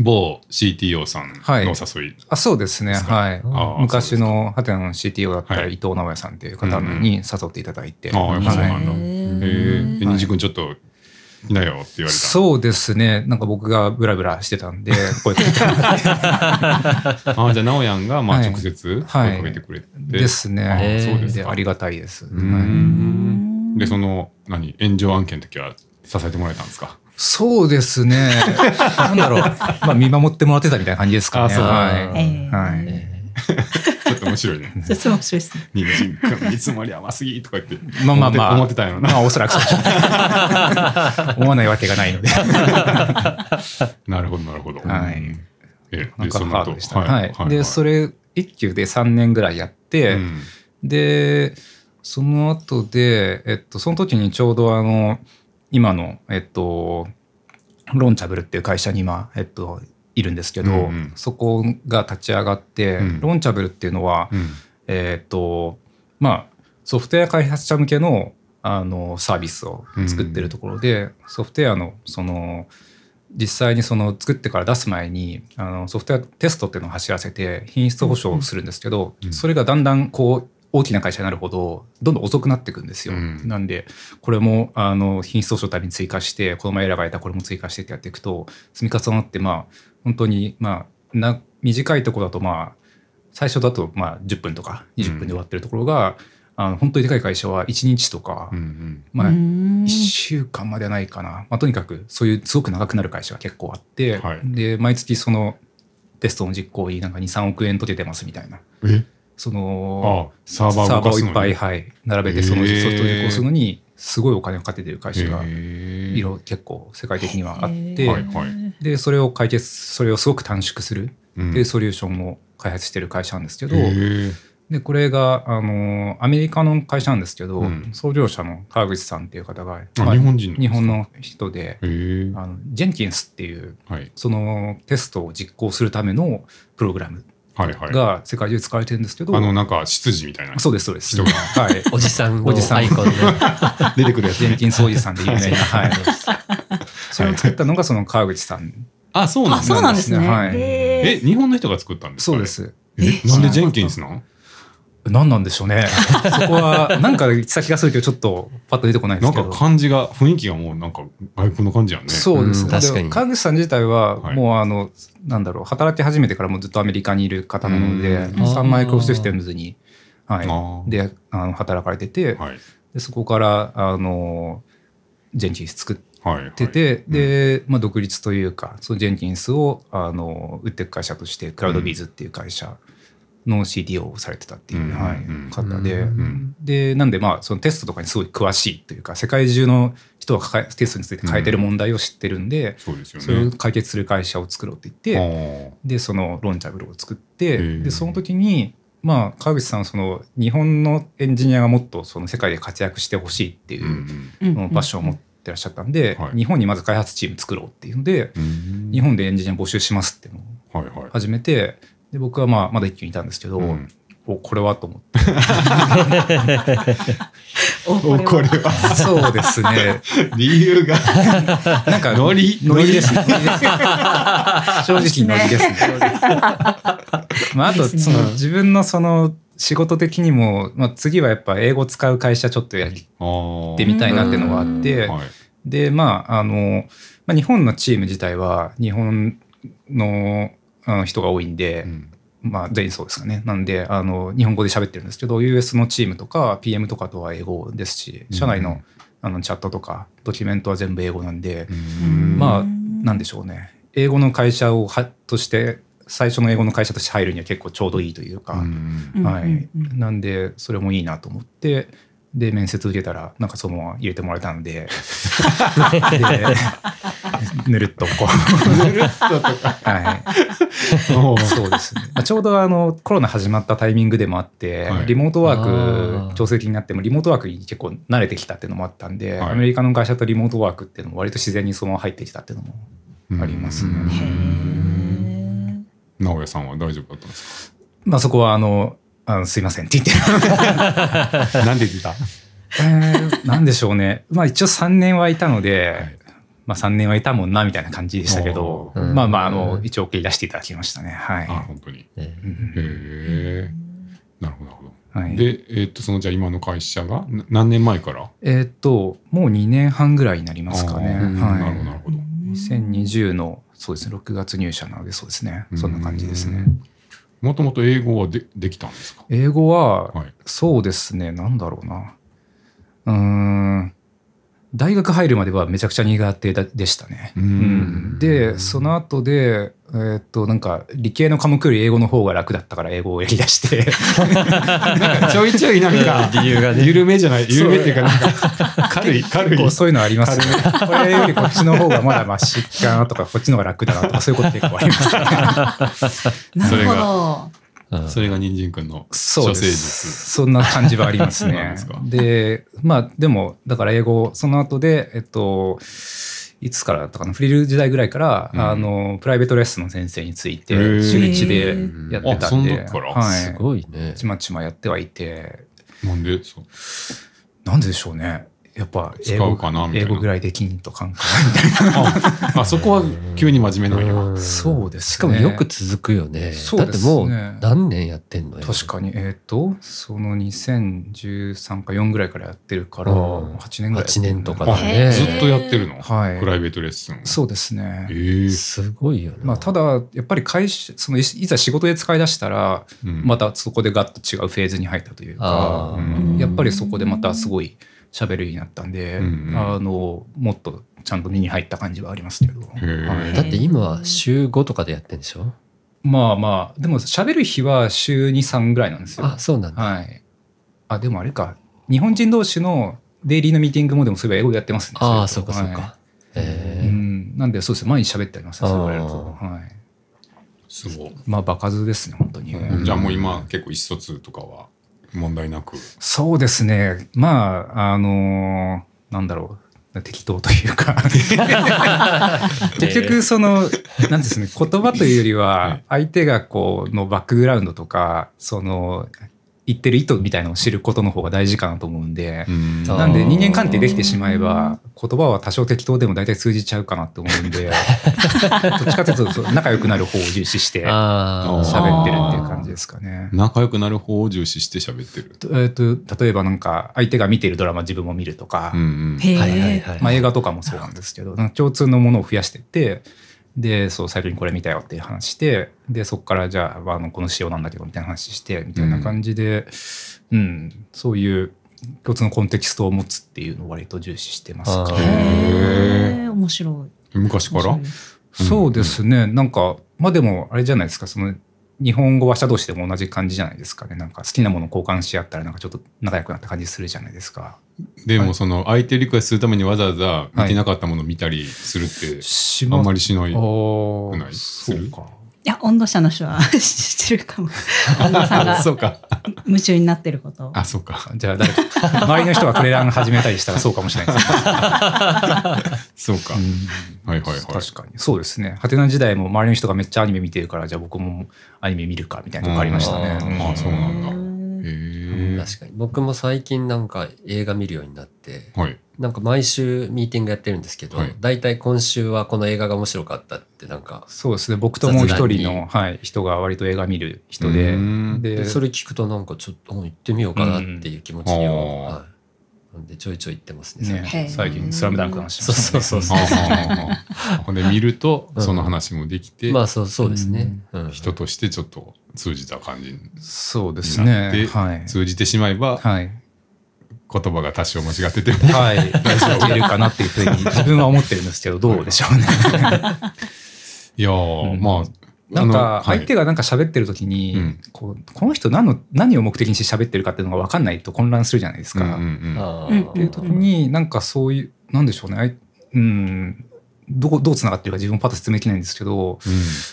A: 某 CTO さん
B: はい
A: のお誘い、
B: あそうですね
A: ですか
B: はい
A: あー
B: 昔
A: そう
B: のハテナの CTO だった
A: は
B: ら
A: い
B: 伊藤直哉さんっていう方に誘っていただいて、
A: うんうんあーやっぱそうなんだですへえ
C: へ
A: え西君ちょっといなよって言われた
B: そうですね。なんか僕がブラブラしてたん で、声かけてもらって
A: ああ、じゃあ、なおやんが、まあ、
B: はい
A: 直接
B: はい
A: 声かけてくれて。
B: です
A: あ
B: ね。
A: ーそうです
B: で、
A: か
B: ありがたいです。
A: うー
B: はい
A: んで、その、何、炎上案件の時は、支えてもらえたんですか
B: そうですね。 なんだろう。まあ、見守ってもらってたみたいな感じですか
A: あ
B: ね。
A: そう
B: は
C: え
B: い。は。
C: はい。
A: ちょっと面白いね
C: い。それ面白いですね。
A: 人参君、 見積もり甘すぎとか言って。
B: まあまあまあ。
A: 思ってたんやろな
B: まあ、おそらくそうでしょ う思わないわけがないので。
A: なるほど、なるほど。
B: はい
A: うん。え、
B: な
A: で、
B: んか
A: そ
B: ハ
A: の
B: ード
A: 後
B: でしたね。はい。で、そ
A: れ
B: れ、一級で3年ぐらいやって、でその後でえっとその時にちょうどあの今のえっとロンチャブルっていう会社に今えっといるんですけど、
A: うんうん
B: そこが立ち上がって、
A: うん
B: ロンチャブルっていうのは、えっとまあソフトウェア開発者向けのあのサービスを作ってるところで、ソフトウェアのその実際にその作ってから出す前にあのソフトウェアテストっていうのを走らせて品質保証をするんですけど、
A: うん
B: それがだんだんこう大きな会社になるほどどんどん遅くなっていくんですよ。
A: うん
B: なんでこれもあの品質保証のために追加してこの前エラーがいたこれも追加してってやっていくと積み重なってまあ本当にまあな短いところだとまあ最初だとまあ10分とか20分で終わってるところが、あの本当にでかい会社は1日とか、まあ
C: 1
B: 1週間まではないかな、まあ、とにかくそういうすごく長くなる会社が結構あって、
A: はい
B: で毎月そのテストの実行になんか23億円と出てますみたいな
A: え、
B: その
A: あサーバー
B: サ
A: 動
B: ーバ
A: か
B: ーを
A: すのに
B: いっぱい、はい、並べてその
A: へー
B: ソフトを実行するのにすごいお金をかけてる会社が
A: い
B: 色々結構世界的にはあっ
A: へ
B: て、
A: ーはいはい
B: でそれを解決それをすごく短縮するっていうソリューションを開発してる会社なんですけど、でこれがあのアメリカの会社なんですけど、
A: うん
B: 創業者の川口さんっていう方が、
A: あ
B: まあ
A: 日本人なんですか
B: 日本の人で、
A: え。
B: あのジェンキンスっていう
A: はい。
B: そのテストを実行するためのプログラム
A: はいはい。
B: が世界中で使われてるんですけど、
A: あの、なんか、執事みたいな。
B: そうですそうです
A: 人が
B: はい、
D: おじさんの
B: おじさん
D: アイコンで。
A: 出てくるやつ
B: ジェン
A: ね。
B: キンスおじさんで有名な、はい、それを作ったのがその川口さん
A: あ、そうなん
C: あ、
A: だ
C: そうなんですね。
B: はい
A: え、
C: え
A: 日本の人が作ったんですか
B: そうで。す。
A: あれえ、なんでジェンキンスなの
B: 何なんでしょうね。そこは、なんか先がするけど、ちょっとパッと出てこないで
A: な
B: す
A: ん
B: けど。
A: か感じが、雰囲気がもうなんか外国の感じやね。
B: そうです、
D: うん
B: だって
D: 確かに
B: 川口さん自体は
A: はい
B: もうあの、なんだろう働き始めてからもうずっとアメリカにいる方なので
A: うん
B: サンマイクロシステムズに、
A: あ
B: は
A: ー
B: い、であの働かれてて、
A: はい。
B: でそこからあのジェンキンス作っ
A: はい。
B: てて、
A: うん
B: で、まあ、独立というかそのジェンキンスをあの売っていく会社としてクラウドビーズっていう会社の CTO をされてたっていう、
A: うん
B: はい
A: うん
B: 方で。
D: うん
B: でなんでまあそのテストとかにすごい詳しいというか世界中の人が抱えテストについて変えてる問題を知ってるんで、
A: そうですよ
B: それを
A: ね。
B: 解決する会社を作ろうって
A: あ
B: 言って、
A: ー
B: でそのロンチャブルを作っ
A: へ
B: て
A: ー
B: でその時にまあ川口さんはその日本のエンジニアがもっとその世界で活躍してほしいって
A: う
B: いうん
C: うん
B: の場所を持ってらっしゃったんで、
A: はい
B: 日本にまず開発チーム作ろうっていうので、
A: うん
B: 日本でエンジニア募集しますっていうのを
A: はいはい。
B: 始めてで僕はまあまだ一級にいたんですけど、
A: うん
B: おこれはと思って
C: お
A: おこ
C: こ
A: れ
C: れは
A: は
B: そうですね。
A: 理由が
B: なんか、
A: ノリ
B: ノリですね。ノリですね正直ノリですね。まあ、あと、その、自分のその、仕事的にも、まあ、次はやっぱ英語使う会社ちょっとやっ
A: あ
B: て
A: て
B: みたいなっていうのがあっ
C: う
B: て、
A: はい
B: で、まあ、あの、まあ、日本のチーム自体は、日本のあの人が多いんで、
A: うん
B: まあ、全員そうですかね。なんで、あの、日本語で喋ってるんですけど、US のチームとか、PM とかとは英語ですし、社内の,、あのチャットとか、ドキュメントは全部英語なんで、
A: うん
B: まあ
C: うん
B: なんでしょうね。英語の会社をはとして、最初の英語の会社として入るには結構ちょうどいいというか、
A: うん
C: うん
B: は
C: う
B: い
C: んうん。
B: なんで、それもいいなと思って、で、面接受けたら、なんかそのまま入れてもらえたんで、でぬるっとこう。はい。
A: おー
B: そうですね。まあちょうどあの、コロナ始まったタイミングでもあって
A: はい、
B: リモートワ
D: あ
B: ー
D: ー
B: ク、調整になっても、リモートワークに結構慣れてきたっていうのもあったんで、
A: はい
B: アメリカの会社とリモートワークっていうのも割と自然にそのまま入ってきたっていうのもありますね
A: うん
C: へー
A: 直哉さんは大丈夫だったんです
B: まあそこはあの、あのすいませんって言って、
A: かなんで出た
B: えーなんでしょう ね。まあ一応3年はいたので、まあ3年はいたもんなみたいな感じでしたけど、
D: おー
B: まあまああの
D: う、ん
B: 一応送り出していただきましたね。はい。
A: あ本当に
D: ね
B: うん
A: へえなるほどなるほ
B: はい
A: どでえーっとそのじゃあ今の会社がな何年前から
B: えーっと、もう2年半ぐらいになりますかね。
A: あーなるほどな
B: は
A: るほど
B: い。2020の、そうですね、6月入社なので、そうですね。そんな感じですね
A: う。んもともと英語はでできたんですか
B: 英語は、
A: はい
B: そうですね、なんだろうな。うーん。大学入るまではめちゃくちゃ苦手だでしたね。
A: う
B: うん
A: ん
B: で、その後で、えーっと、なんか、理系の科目より英語の方が楽だったから英語をやりだして、
A: なんかちょいちょいなんか
D: 理由がね
A: 緩めじゃない緩めっていうかなん か軽い軽
B: 結
A: い
B: 構そういうのありますよね。これよりこっちの方がまだマシかなとか、こっちの方が楽だなとか、そういうこと結構あ りますね。
C: な
A: それ
C: る
A: が
C: ほど。
D: うん
A: それが人参くんの
B: そう
A: 処
B: で
A: 世術
B: す。そんな感じはあります
A: そうなん
B: ね
A: ですか。
B: で、まあ、でも、だから英語、その後で、えっと、いつからだったかな、フリル時代ぐらいから、
A: うん
B: あの、プライベートレッスンの先生について、
A: へー
B: 週1でやってたんで、
A: あその時から
B: はい
D: すごいね
B: ちまちまやってはいて、
A: なんでそう
B: なんででしょうね。やっぱ英
A: 使
B: 語
A: うかなみたい
B: 英
A: な
B: 語ぐらいできんとかんかなみたいな。
A: ああそこは急に真面目なんや
D: うん
B: そうですね
D: しかもよく続くよね
B: そう
D: だっ
B: で
D: て
B: す
D: もう
B: ね
D: 何年やってんのよ
B: 確かに、えっ、と、その2013か4ぐらいからやってるから、
D: うん
B: 8年ぐらい。
D: 8年とか
A: あ
D: だね
A: ずっとやってるの、
B: はい
A: プライベートレッスン
B: そうですね。
A: ええ
D: すごいよね
B: まあ、ただやっぱり会社そのいいざ仕事で使い出したら
A: うん
B: またそこでガッと違うフェーズに入ったというか
D: あ
A: ー
B: やっぱりそこでまたすごい喋るようになったんで、
A: うんうん
B: あのもっとちゃんと身に入った感じはありますけど、
A: ー
B: はい
D: だって今は週5とかでやってんでしょ
B: まあまあでも喋る日は週23ぐらいなんですよ。
D: あそうなんだ
B: はい、あでもあれか日本人同士のデイリーのミーティングもでもそういえば英語でやってますね。
D: ああ
B: れと
D: そうかそう
B: は
D: か
B: い
D: え
B: う
D: え
B: ん、なんでそうですね毎日喋ってありますねそう言われると、
D: あ
B: はい、
A: すごい、
B: まあ場数ですね本当に。
A: じゃあもう今結構一卒とかは問題なく
B: そうですね。まあ、あのなんだろう。適当という か結局そのなんですね言葉というよりは相手がこうのバックグラウンドとかその行ってる意図みたいなのを知ることの方が大事かなと思うんで、
A: うん
D: あー
B: なんで人間関係できてしまえば言葉は多少適当でも大体通じちゃうかなと思うんでどっちかというと仲良くなる方を重視して喋
D: あー
C: あー
B: ってるっていう感じですかね。
A: 仲良くなる方を重視して喋ってる。
B: えーと例えばなんか相手が見てるドラマ自分も見るとか、
A: うんうん
C: へ
D: はいはい
C: え。
D: はい。
B: まあ、映画とかもそうなんですけどなんか共通のものを増やしてってでそう最初にこれ見たよっていう話してでそこからじゃあ,、あのこの仕様なんだけどみたいな話してみたいな感じで、うんそういう共通のコンテキストを持つっていうのを割と重視してますか
D: あー
B: ね。
C: へえ。面白い。
A: 昔から
C: 面白い
B: そうですね、なんかまあでもあれじゃないですかその日本語話者同士でも同じ感じじゃないですかねなんか好きなものを交換し合ったらなんかちょっと仲良くなった感じするじゃないですか。
A: でもその相手理解するためにわざわざ見てなかったものを見たりするって
B: し
A: あんま
B: り
A: りしない。
B: く
A: ない
B: そうか。
C: いや、温度差の人は してるかも。温度さんが
A: そうか。
C: 夢中になってること。
A: あ、そう か。
B: じゃあ誰か周りの人がクレラン始めたりしたらそうかもしれないですね。
A: そうか。はいはいはい。
B: 確かに。そうですね。ハテナ時代も周りの人がめっちゃアニメ見てるから、じゃあ僕もアニメ見るかみたいなとこありましたね。
A: うんあーそう
C: へ
A: なんだ。
C: ー
A: へえ。
D: 確かに。僕も最近なんか映画見るようになって、
A: はい。
D: なんか毎週ミーティングやってるんですけど
A: はい、
D: 大体今週はこの映画が面白かったってなんか、
B: そうですね。僕ともう一人
D: 雑談に
B: の、はい、人が割と映画見る人で
A: うーん、
B: で、
D: それ聞くとなんかちょっとうん行ってみようかなっていう気持ちには、
A: うん
D: はい、なんでちょいちょい行ってますね。
B: ね
D: 最近
C: へー
B: 最近、スラムダンクの話し
D: そ
B: ま
D: う
B: した
D: そう
B: ね
D: そう
A: あ
D: そ
A: ー
D: う。
A: あーあーほんで見ると
D: うん
A: その話もできて、
D: まあそうそうですね。うん
A: 人としてちょっと通じた感じに
B: そうです
A: なって
B: ね。はい。
A: 通じてしまえば
B: はい。
A: 言葉が多少間違ってても
B: はい。大丈夫いけるかなっていうふうに自分は思ってるんですけど、どうでしょうね。
A: いやー、
B: うん
A: まあ
B: なんか相手
A: が
B: がなんか喋ってる時に、
A: うん
B: こうこの人何の何を目的にして喋ってるかっていうのが分かんないと混乱するじゃないですか。
D: あ
C: うん
D: ー
C: うん
B: 時になんかそういうなんでしょうねあいうんどこどうつながってるか自分もパッと説明できないんですけど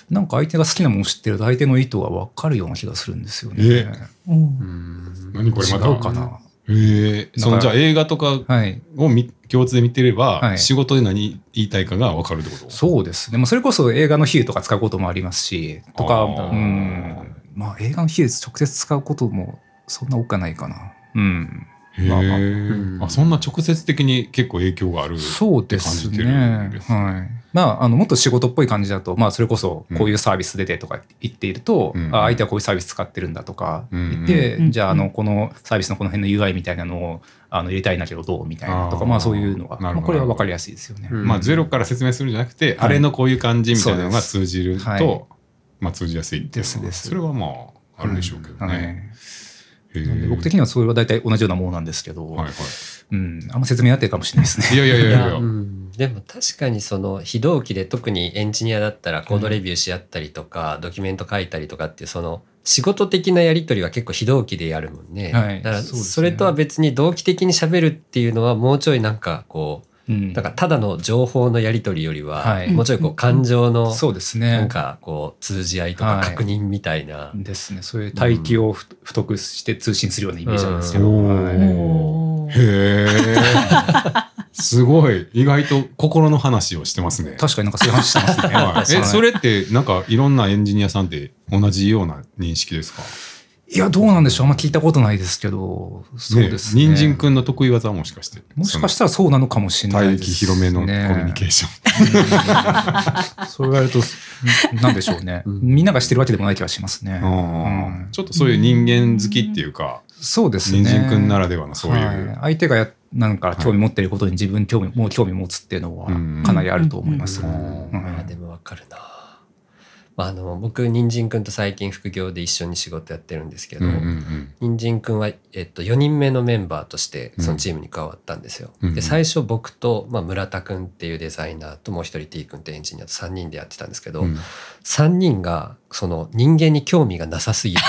B: なんか相手が好きなものを知ってると相手の意図が分かるような気がするんですよね。
A: え
C: うん
D: うん
A: 何これまた
B: 違うかな。
A: ええその
B: だ
A: じ
B: か
A: ゃあ
B: ら
A: 映画とか
B: はい
A: をみ共通で見てれば、
B: はい
A: 仕事で何言いたいかが分かるってこと
B: そうですね、まあ、それこそ映画の比喩とか使うこともありますしとか
A: あ
B: う
A: ー
B: んまあ映画の比喩直接使うこともそんな多くはないかな。うん
A: へえ、
B: まあまあ
D: ん
A: あそんな直接的に結構影響がある
B: そうです
A: って感じてる
B: ね
A: ん。ですね
B: はい。まあ、あの、もっと仕事っぽい感じだと、まあ、それこそ、こういうサービス出てとか言っていると、
A: うん
B: あ相手はこういうサービス使ってるんだとか言って、
C: うんうん
B: じゃあ、あの、このサービスのこの辺の UI みたいなのを、あの、入れたいんだけどどうみたいなとか、
A: あー
B: まあ、そういうのが、
A: な
B: ま
A: るほど
B: あ、これは分かりやすいですよね。
D: うん
A: まあ、ゼロから説明するんじゃなくて、あれのこういう感じみたいなのが通じると、
B: そうですはい
A: まあ、通じやすいっていうのは
B: ですです
A: それはまああるでしょうけど
B: はい
A: ね。へえ
B: なんで僕的にはそれは大体同じようなものなんですけど、
A: はいは
B: うん、あんま説明になってるかもしれないですね。
A: い。いやいやいやい
D: い
A: や
D: やうんでも確かにその非同期で特にエンジニアだったらコードレビューし合ったりとか、ドキュメント書いたりとかっていうその仕事的なやり取りは結構非同期でやるもんね、
B: はい
D: だから
B: そうですね
D: それとは別に同期的に喋るっていうのはもうちょいなんかこ
B: うん
D: うなんかただの情報のやり取りよりは
B: はい
D: もうちょいこう感情の
B: そうですね。
D: なんかこう通じ合いとか
B: はい
D: 確認みたいな、
B: ですね。そういう帯域をふ不得して通信するようなイメージなんですけど。
A: うん
B: はい
C: おー
A: へえ。 すごい。意外と心の話をしてますね。
B: 確かになんかそういう話してます ね。
A: はいえ、
B: はい
A: それって、なんかいろんなエンジニアさんって同じような認識ですか
B: いや、どうなんでしょう。あんま聞いたことないですけど、そうですね。
A: 人参くんの得意技はもしかして。
B: もしかしたらそうなのかもしれ
A: そ
B: な
A: の
B: い
A: 帯
B: です、
A: 域
B: ね。
A: 広めのコミュニケーション。
B: そう言われ ると、なんでしょうね。
D: うん
B: みんながしてるわけでもない気がしますね。
A: うん
B: うん
A: ちょっとそういう人間好きっていうか、
B: そうですね。
A: 人参くんならではのそういう
B: はい相手がやなんか興味持ってることに自分興味、もう興味持つっていうのは
A: うん
B: かなりあると思います。
A: う
B: うんん
D: あーでもわかるな、まあ、あの僕人参くんと最近副業で一緒に仕事やってるんですけど、
A: うんうんうん
D: 人参くんは、えっと、4人目のメンバーとして
A: うん
D: そのチームに加わったんですよ。
A: うんうん
D: で最初僕と、まあ、村田くんっていうデザイナーともう一人 T くんってエンジニアと3人でやってたんですけど、
A: うん
D: 3人がその人間に興味がなさすぎて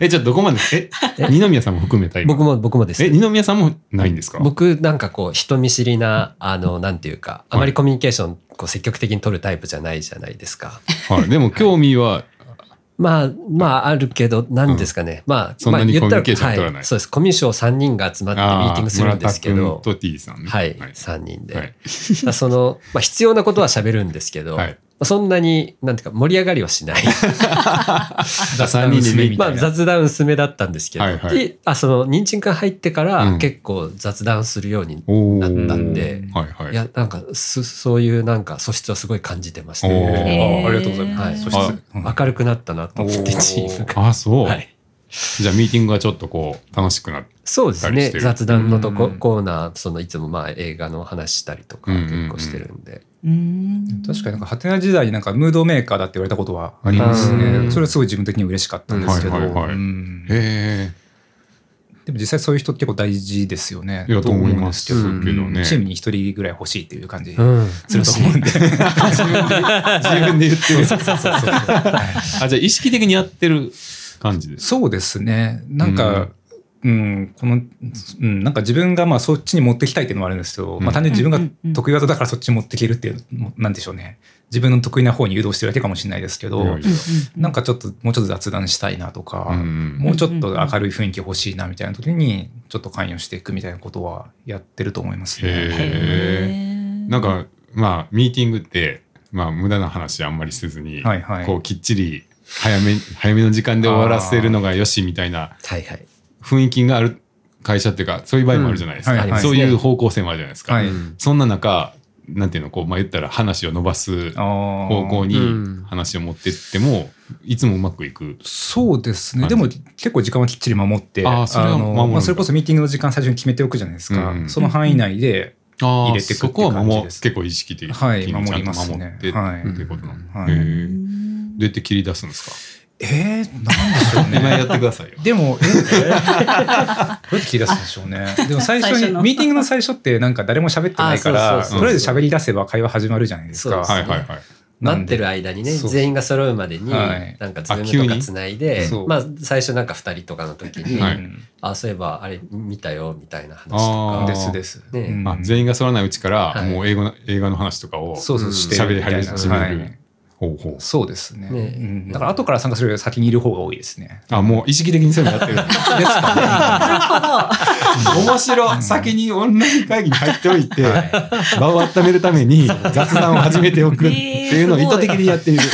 A: え、じゃあどこまで え、
D: え
A: 二宮さんも含めた今
D: 僕も僕もです
A: え、。二宮さんもないんですか
D: 僕なんかこう人見知りなあのなんていうかあまりコミュニケーションこう積極的に取るタイプじゃないじゃないですか。
A: はい。でも興味は、
D: まあまああるけど何ですかね、まあ
A: そんなに
D: まあ言ったら
A: コミュニケーション取らない
D: はそうですコミュ障3人が集まってミーティングするんですけ
A: あー村
D: ど
A: 田君と T さんね。
D: はい、3人で、
A: はい
D: だからその、まあ、必要なことは喋るんですけど、
A: はい
D: あそんなに、なんていうか、盛り上がりはしない。
A: 三人で見
B: み
D: ま
B: たい
D: あ、
B: な。
D: 雑談薄めだったんですけど、
A: はいはい
D: であその認知科入ってか
A: う
D: ら
A: ん
D: 結構雑談するように、
A: お
D: だったん
B: で
A: はいはい
D: いやなんかすそういうなんか素質はすごい感じてました、
A: おー
D: ね、
B: えーあありがとうございます。
D: はい
B: 素質
A: あ
B: うん
D: 明るくなったなと思って
B: おー
D: チームが、
A: あそう、
D: はい、
A: じゃあミーティングがちょっとこう楽しくなって
D: そうです
A: し
D: ね
A: てる
D: 雑談のとこ
B: うん
D: コーナーそのいつもまあ映画の話したりとか
A: うんうんうん
D: 結構してるんで、
C: うん
B: 確かになんかハテナ時代になんかムードメーカーだって言われたことはあります
D: う
B: ね。
D: ん
B: それはすごい自分的に嬉しかったんですけど、
A: はいはいはい
B: うん
A: へ
B: でも実際そういう人って結構大事ですよね。
A: いやと思います
B: と思うんですけど
A: けどね
B: チームに一人ぐらい欲しいっていう感じ
D: うん
B: すると 思うん
A: え
B: で。
A: 自分で言ってる
B: はい
A: あじゃあ意識的にやってる感じです
B: そうですね。なんか、うん、この、うん、なんか自分がまあそっちに持ってきたいっていうのもあるんですけど、
A: うん
B: まあ単純に自
C: うんう
B: 分
C: んうん
B: が得意技だからそっちに持っていけるっていう、もなんでしょうね。自分の得意な方に誘導してるだけかもしれないですけど、
A: いやいや
B: なんかちょっともうちょっと雑談したいなとか、
A: うん
B: もうちょっと明るい雰囲気欲しいなみたいな時にちょっと関与していくみたいなことはやってると思います
A: へ
B: ね。
A: えなんかまあミーティングってまあ無駄な話あんまりせずに、
B: はいはい
A: こうきっちり早め早めの時間で終わらせるのがよしみたいな
D: はいはい、
A: 雰囲気がある会社っていうかそういう場合もあるじゃないですか、
B: うんはい
D: はい
A: そういう方向性もあるじゃないですか、
B: はい
D: うん
A: そんな中なんていうのこう、まあ、言ったら話を伸ばす
B: あー
A: 方向に
D: うん
A: 話を持ってってもいつもうまくいく。
B: そうですね。
A: 感
B: で
A: じ
B: も結構時間はきっちり守って、
A: あーそれは守るんだ
B: のまあ、それこそミーティングの時間最初に決めておくじゃないですか。
A: うんうん
B: その範囲内で、
A: 入
B: 入れてくって
A: そこは
B: 感じ
A: 守
B: です
A: 結構意識的にち
B: は
A: ゃ
B: い
A: んと守
B: 守りますね
A: ってって
B: はい
A: ことなんだ
B: はい
A: へーどうやって切り出すんです
B: えー、なんでしょう
A: か今
B: ね。
A: やってくださいよ。
B: でも、え ーどうやって切り出すんでしょうね。でも最初
C: 最初
B: に、
C: の
B: ミーティングの最初ってなんか誰も喋ってないから、
D: あそうそうそうそう
B: とりあえず喋り出せば会話始まるじゃないですか。
D: そう
A: は
D: で
A: いはいはい。
B: なん
D: 待ってる間にね
B: そう
D: 全員が揃うまでに、
B: はい
D: なんかズ
A: あ
D: ー
A: 急
D: ム
A: に
D: とかつないで
B: そう
D: まあ最初なんか2人とかの時に、
A: はい
D: あそういえばあれ見たよみたいな話と
A: あー
D: か
B: ですです。
D: ね
B: うん
A: あ全員が揃わないうちから
D: はい
A: もう英語の映画の話とかを
B: そうそう、
D: うん
B: して
A: 喋り
B: みたいな
A: 始める
B: はい
A: ほうほう
B: そうですね。
D: ね
B: うんだから後から参加するより先にいる方が多いで すね。
A: あもう意識的にそういうのやってる。
B: ですかね。
A: 面白い先にオンライン会議に入っておいて
B: は
A: 場を温めるために雑談を始めておくっていうのを意図的にやっている。
B: い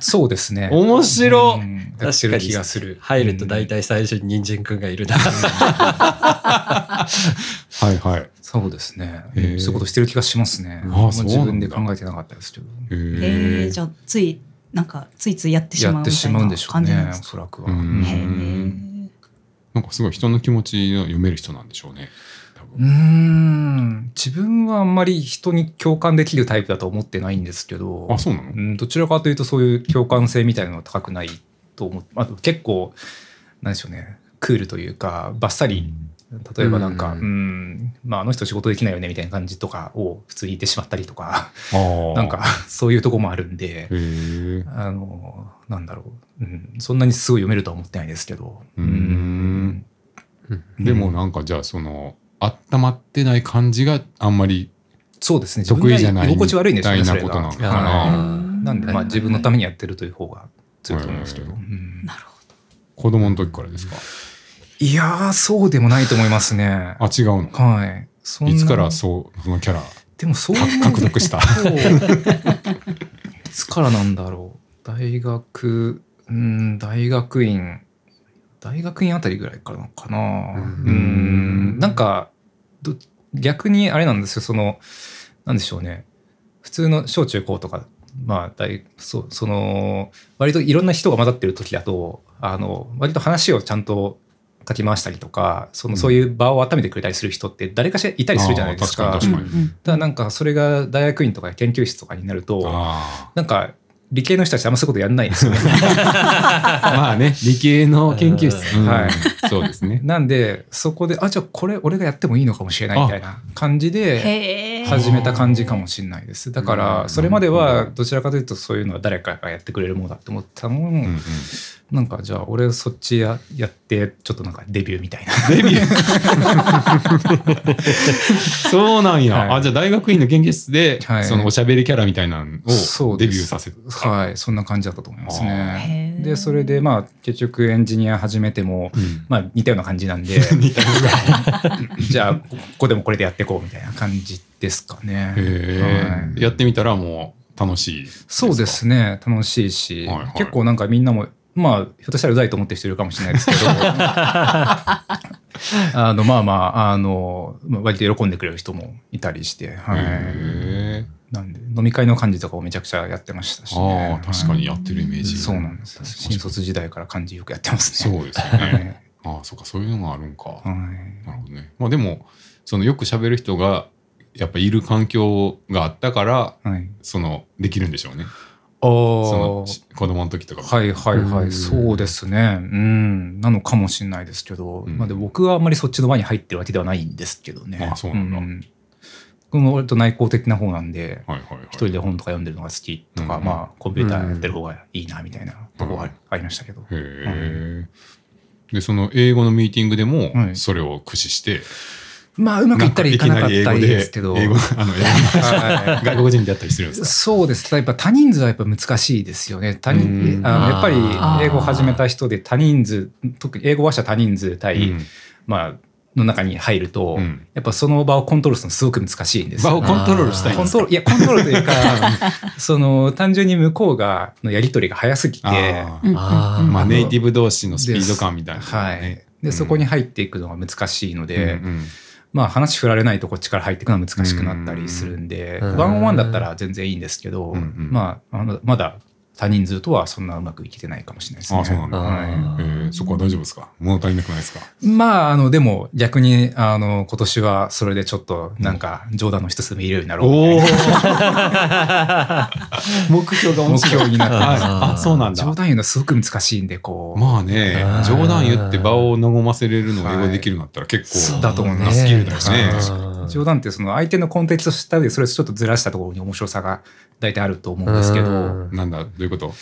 B: そうですね。
A: 面白
B: うんやってる気がする。
D: 入ると大体最初に人参くんがいるな、
A: はいはい。
B: そうですね。
A: へー
B: そういうことしてる気がしますね。
A: あー
B: まあ
A: そうなんだ
B: 自分で考えてなかったですけど。
A: へ
C: え
A: ー
C: じゃあついなんかついついやってし
B: や
C: まう
B: っ
C: み
B: て
C: た
B: し
C: い
B: まうんで
C: な
B: しょう
C: 感じな
B: ね
C: んで、す
B: おそらく
A: う
B: は。
C: か。
A: ん
C: へ
A: うん
C: ー
A: なんかすごい人の気持ちを読める人なんでしょうね。多分
B: うーん自分はあんまり人に共感できるタイプだと思ってないんですけど
A: あ、そうなの
B: うんどちらかというとそういう共感性みたいなのは高くないと思ってあと結構なんでしょうねクールというかバッサリ例えばなんか、
D: う
B: うんんまあ、あの人仕事できないよねみたいな感じとかを普通に言ってしまったりとか
A: ああ。
B: なんかそういうとこもあるんで
A: へえ。
B: あのなんだろう、うん、そんなにすごい読めるとは思ってないですけど。
A: うーんでもなんかじゃあその、温まってない感じがあんまり
B: そうですね自分
A: 得意じゃない
B: が居
A: み
B: 心地悪いんです
A: た
B: よ
A: い
B: ねそ
A: な
B: れ
A: ことなの
B: が
A: かな。
C: うん
B: なんで、ま
D: はいはいは
B: あ、
D: い
B: 自分のためにやってるという方が強いと思いますけど、
A: へー
B: うん
C: なるほ
A: 子供の時からですか
B: いやーそうでもないと思いますね
A: あ、違うのか。
B: はいそんない
A: つからそう、そのキャラ
B: でもそう
A: 獲得した。
B: いつからなんだろう大学うん大学院大学院あたりぐらいからなのかな
D: う
B: うんんなんかど逆にあれなんですよそのなんでしょうね普通の小中高とかまあ大そうその割といろんな人が混ざってる時だとあの割と話をちゃんと書き回したりとかその、そういう場を温めてくれたりする人って誰かしらいたりするじゃないです
A: あ
B: か
A: ー確かに確かに
C: ど。
A: うん
B: ただなんかそれが大学院とか研究室とかになると
A: あ
B: なんか理系の人たちあんまそういうことやんないんですよね。
A: あまあね、理系の研究室。
B: うん
A: は。
B: はい
A: そうですね。
B: なんでそこであじゃあこれ俺がやってもいいのかもしれないみたいな感じ
C: ど。
B: で
C: へえ。
B: 始めた感じかもしれないです。だか
D: う
B: ら
D: ん
B: それまではどちらかというとそういうのは誰かがやってくれるものだって思ってたも
A: う
B: ん、
A: んうん
B: なんかじゃあ俺そっちややってちょっとなんかデビューみたいな。
A: デビュー。 そうなん
B: はい
A: や。あ、じゃあ大学院の研究室で
B: は、い
A: そのおしゃべりキャラみたいなの
B: そ
A: を
B: う
A: デ
B: です
A: ビューさせた。
B: はい そんな感じだったと思いますね
C: あ。ー
B: でそれでまあ結局エンジニア始めても
A: うん
B: まあ似たような感じなんで
A: 似たような
B: じゃあここでもこれでやっていこうみたいな感じですかね。
A: へえ
B: はい
A: やってみたらもう楽しいですか
B: そうですね楽しいし、
A: はいはい
B: 結構なんかみんなもまあひょっとしたらうざいと思ってる人いるかもしれないです けどあのまあまああのまあ割と喜んでくれる人もいたりして、はい
A: へ
B: なんで飲み会の幹事とかをめちゃくちゃやってましたし、
A: ーあ
B: ね
A: あ、、確かにやってるイメージ。
B: そうなんですよ
A: 確かに
B: 新卒時代から漢字よくやってます
A: そ
B: ね。
A: うですよ
B: はい
A: ね。ああ、そっか、そういうのがあるんか。
B: はい
A: なるほどね。まあでも、そのよく喋る人が、やっぱいる環境があったから、
B: はい、
A: その、できるんでしょうね。
B: あ
A: その、
B: ー
A: し子供の時とか。
B: はいはいは
D: うん
B: いそうですねうんなのかもしれないですけど、
A: うん
B: まあで僕はあんまりそっちの輪に入ってるわけではないんですけどね
A: あそうなんだ
B: ん僕も割と内向的な方なんで
A: はいはいはい。
B: 一人で本とか読んでるのが好きとか、
A: うん
B: まあコンピューターやってる方がいいなみたいなとこはありましたけど、
A: へえ。で、その英語のミーティングで
B: は
A: も、
B: い
A: それを駆使して、
B: まあうまくいったりいかなかったりですけど
A: 英語、あ の、英語
B: はい
A: 外国人であったりするんですか
B: そうです。やっぱ多人数はやっぱ難しいですよね。他人
A: うん
B: あのやっぱ
C: あー
B: り英語を始めた人で多人数、特に英語話者多人数対、
A: うん
B: まあの中に入ると、
A: うん
B: やっぱその場をコントロールするのすごく難しいんです
A: 場
B: よ
A: をコントロールしたいん
B: コ
A: で
B: ン
A: すか
B: トロールいやコントロールというかその単純に向こうがのやり取りが早すぎて、
A: あ
C: うんうん
D: あー
A: ーまあ
B: あの
A: ネイティブ同士のスピード感みたいなの
B: は
A: が
B: い
A: ね。う
B: で
A: ん
B: そこに入っていくのが難しいので、
A: うんうん
B: まあ、話振られないとこっちから入っていくのは難しくなったりするんで、
D: うん
B: ワンオンワンだったら全然いいんですけど、
A: うんうん
B: まあ、あのまだ他人数とはそんなうまくいけてないかもしれないですね。
A: あそうなんだ
B: は
A: えーそこは大丈夫ですか物足りなくないですか
B: いまあ、あの、でも逆に、あの、今年はそれでちょっとなんか冗談の一つ目入れるようになろうみたいな。
A: 目標が
B: 面白い目標になってます
A: あそうなんだ
B: 冗談言うのはすごく難しいんで、こう、
A: まあね
D: あー
A: 冗談言って場を和ませれるのが英語できるんだったら結
D: そう
A: 構
B: だと思います
A: なスキルだよね
D: うん
A: 確
B: 冗談ってその相手のコンテンツとした上でそれをちょっとずらしたところに面白さが大体あると思うんですけど、
D: うん
A: なんだどういうこと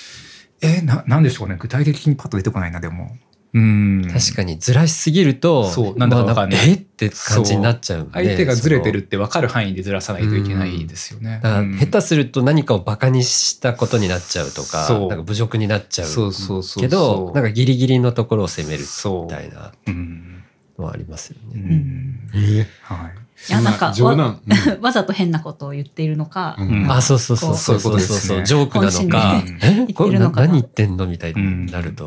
B: えな、なんでしょうね。具体的にパッと出てこないな、でも。うん。
D: 確かにずらしすぎると、
B: そうなんだか
D: ま
B: わ
D: あ
B: かんない
D: えって感じになっちゃうんで。
B: 相手がずれてるって分かる範囲でずらさないといけないですよね。
D: その。だか
B: う
D: ら
B: ん
D: 下手すると何かをバカにしたことになっちゃうとか、
B: そう
D: なんか侮辱になっちゃう
B: そうそうそうそう
D: けど、なんかギリギリのところを攻めるみたいな
B: うん
D: のはありますよ
B: う
D: ね。
B: ん
A: え
B: はい
C: いやなんか
A: 冗談
C: うんわざ と変なことを言っているのか、
A: うんうん
D: あ、そうそうそうそう
B: こ
D: そう
B: そういうこと
D: う
B: です
D: そう、
B: ね
D: ジョークなのか
B: 本、
D: え
C: に
D: こ
C: 言って
D: れ
C: る
D: な
C: のかな
D: 何言ってんのみたいになると。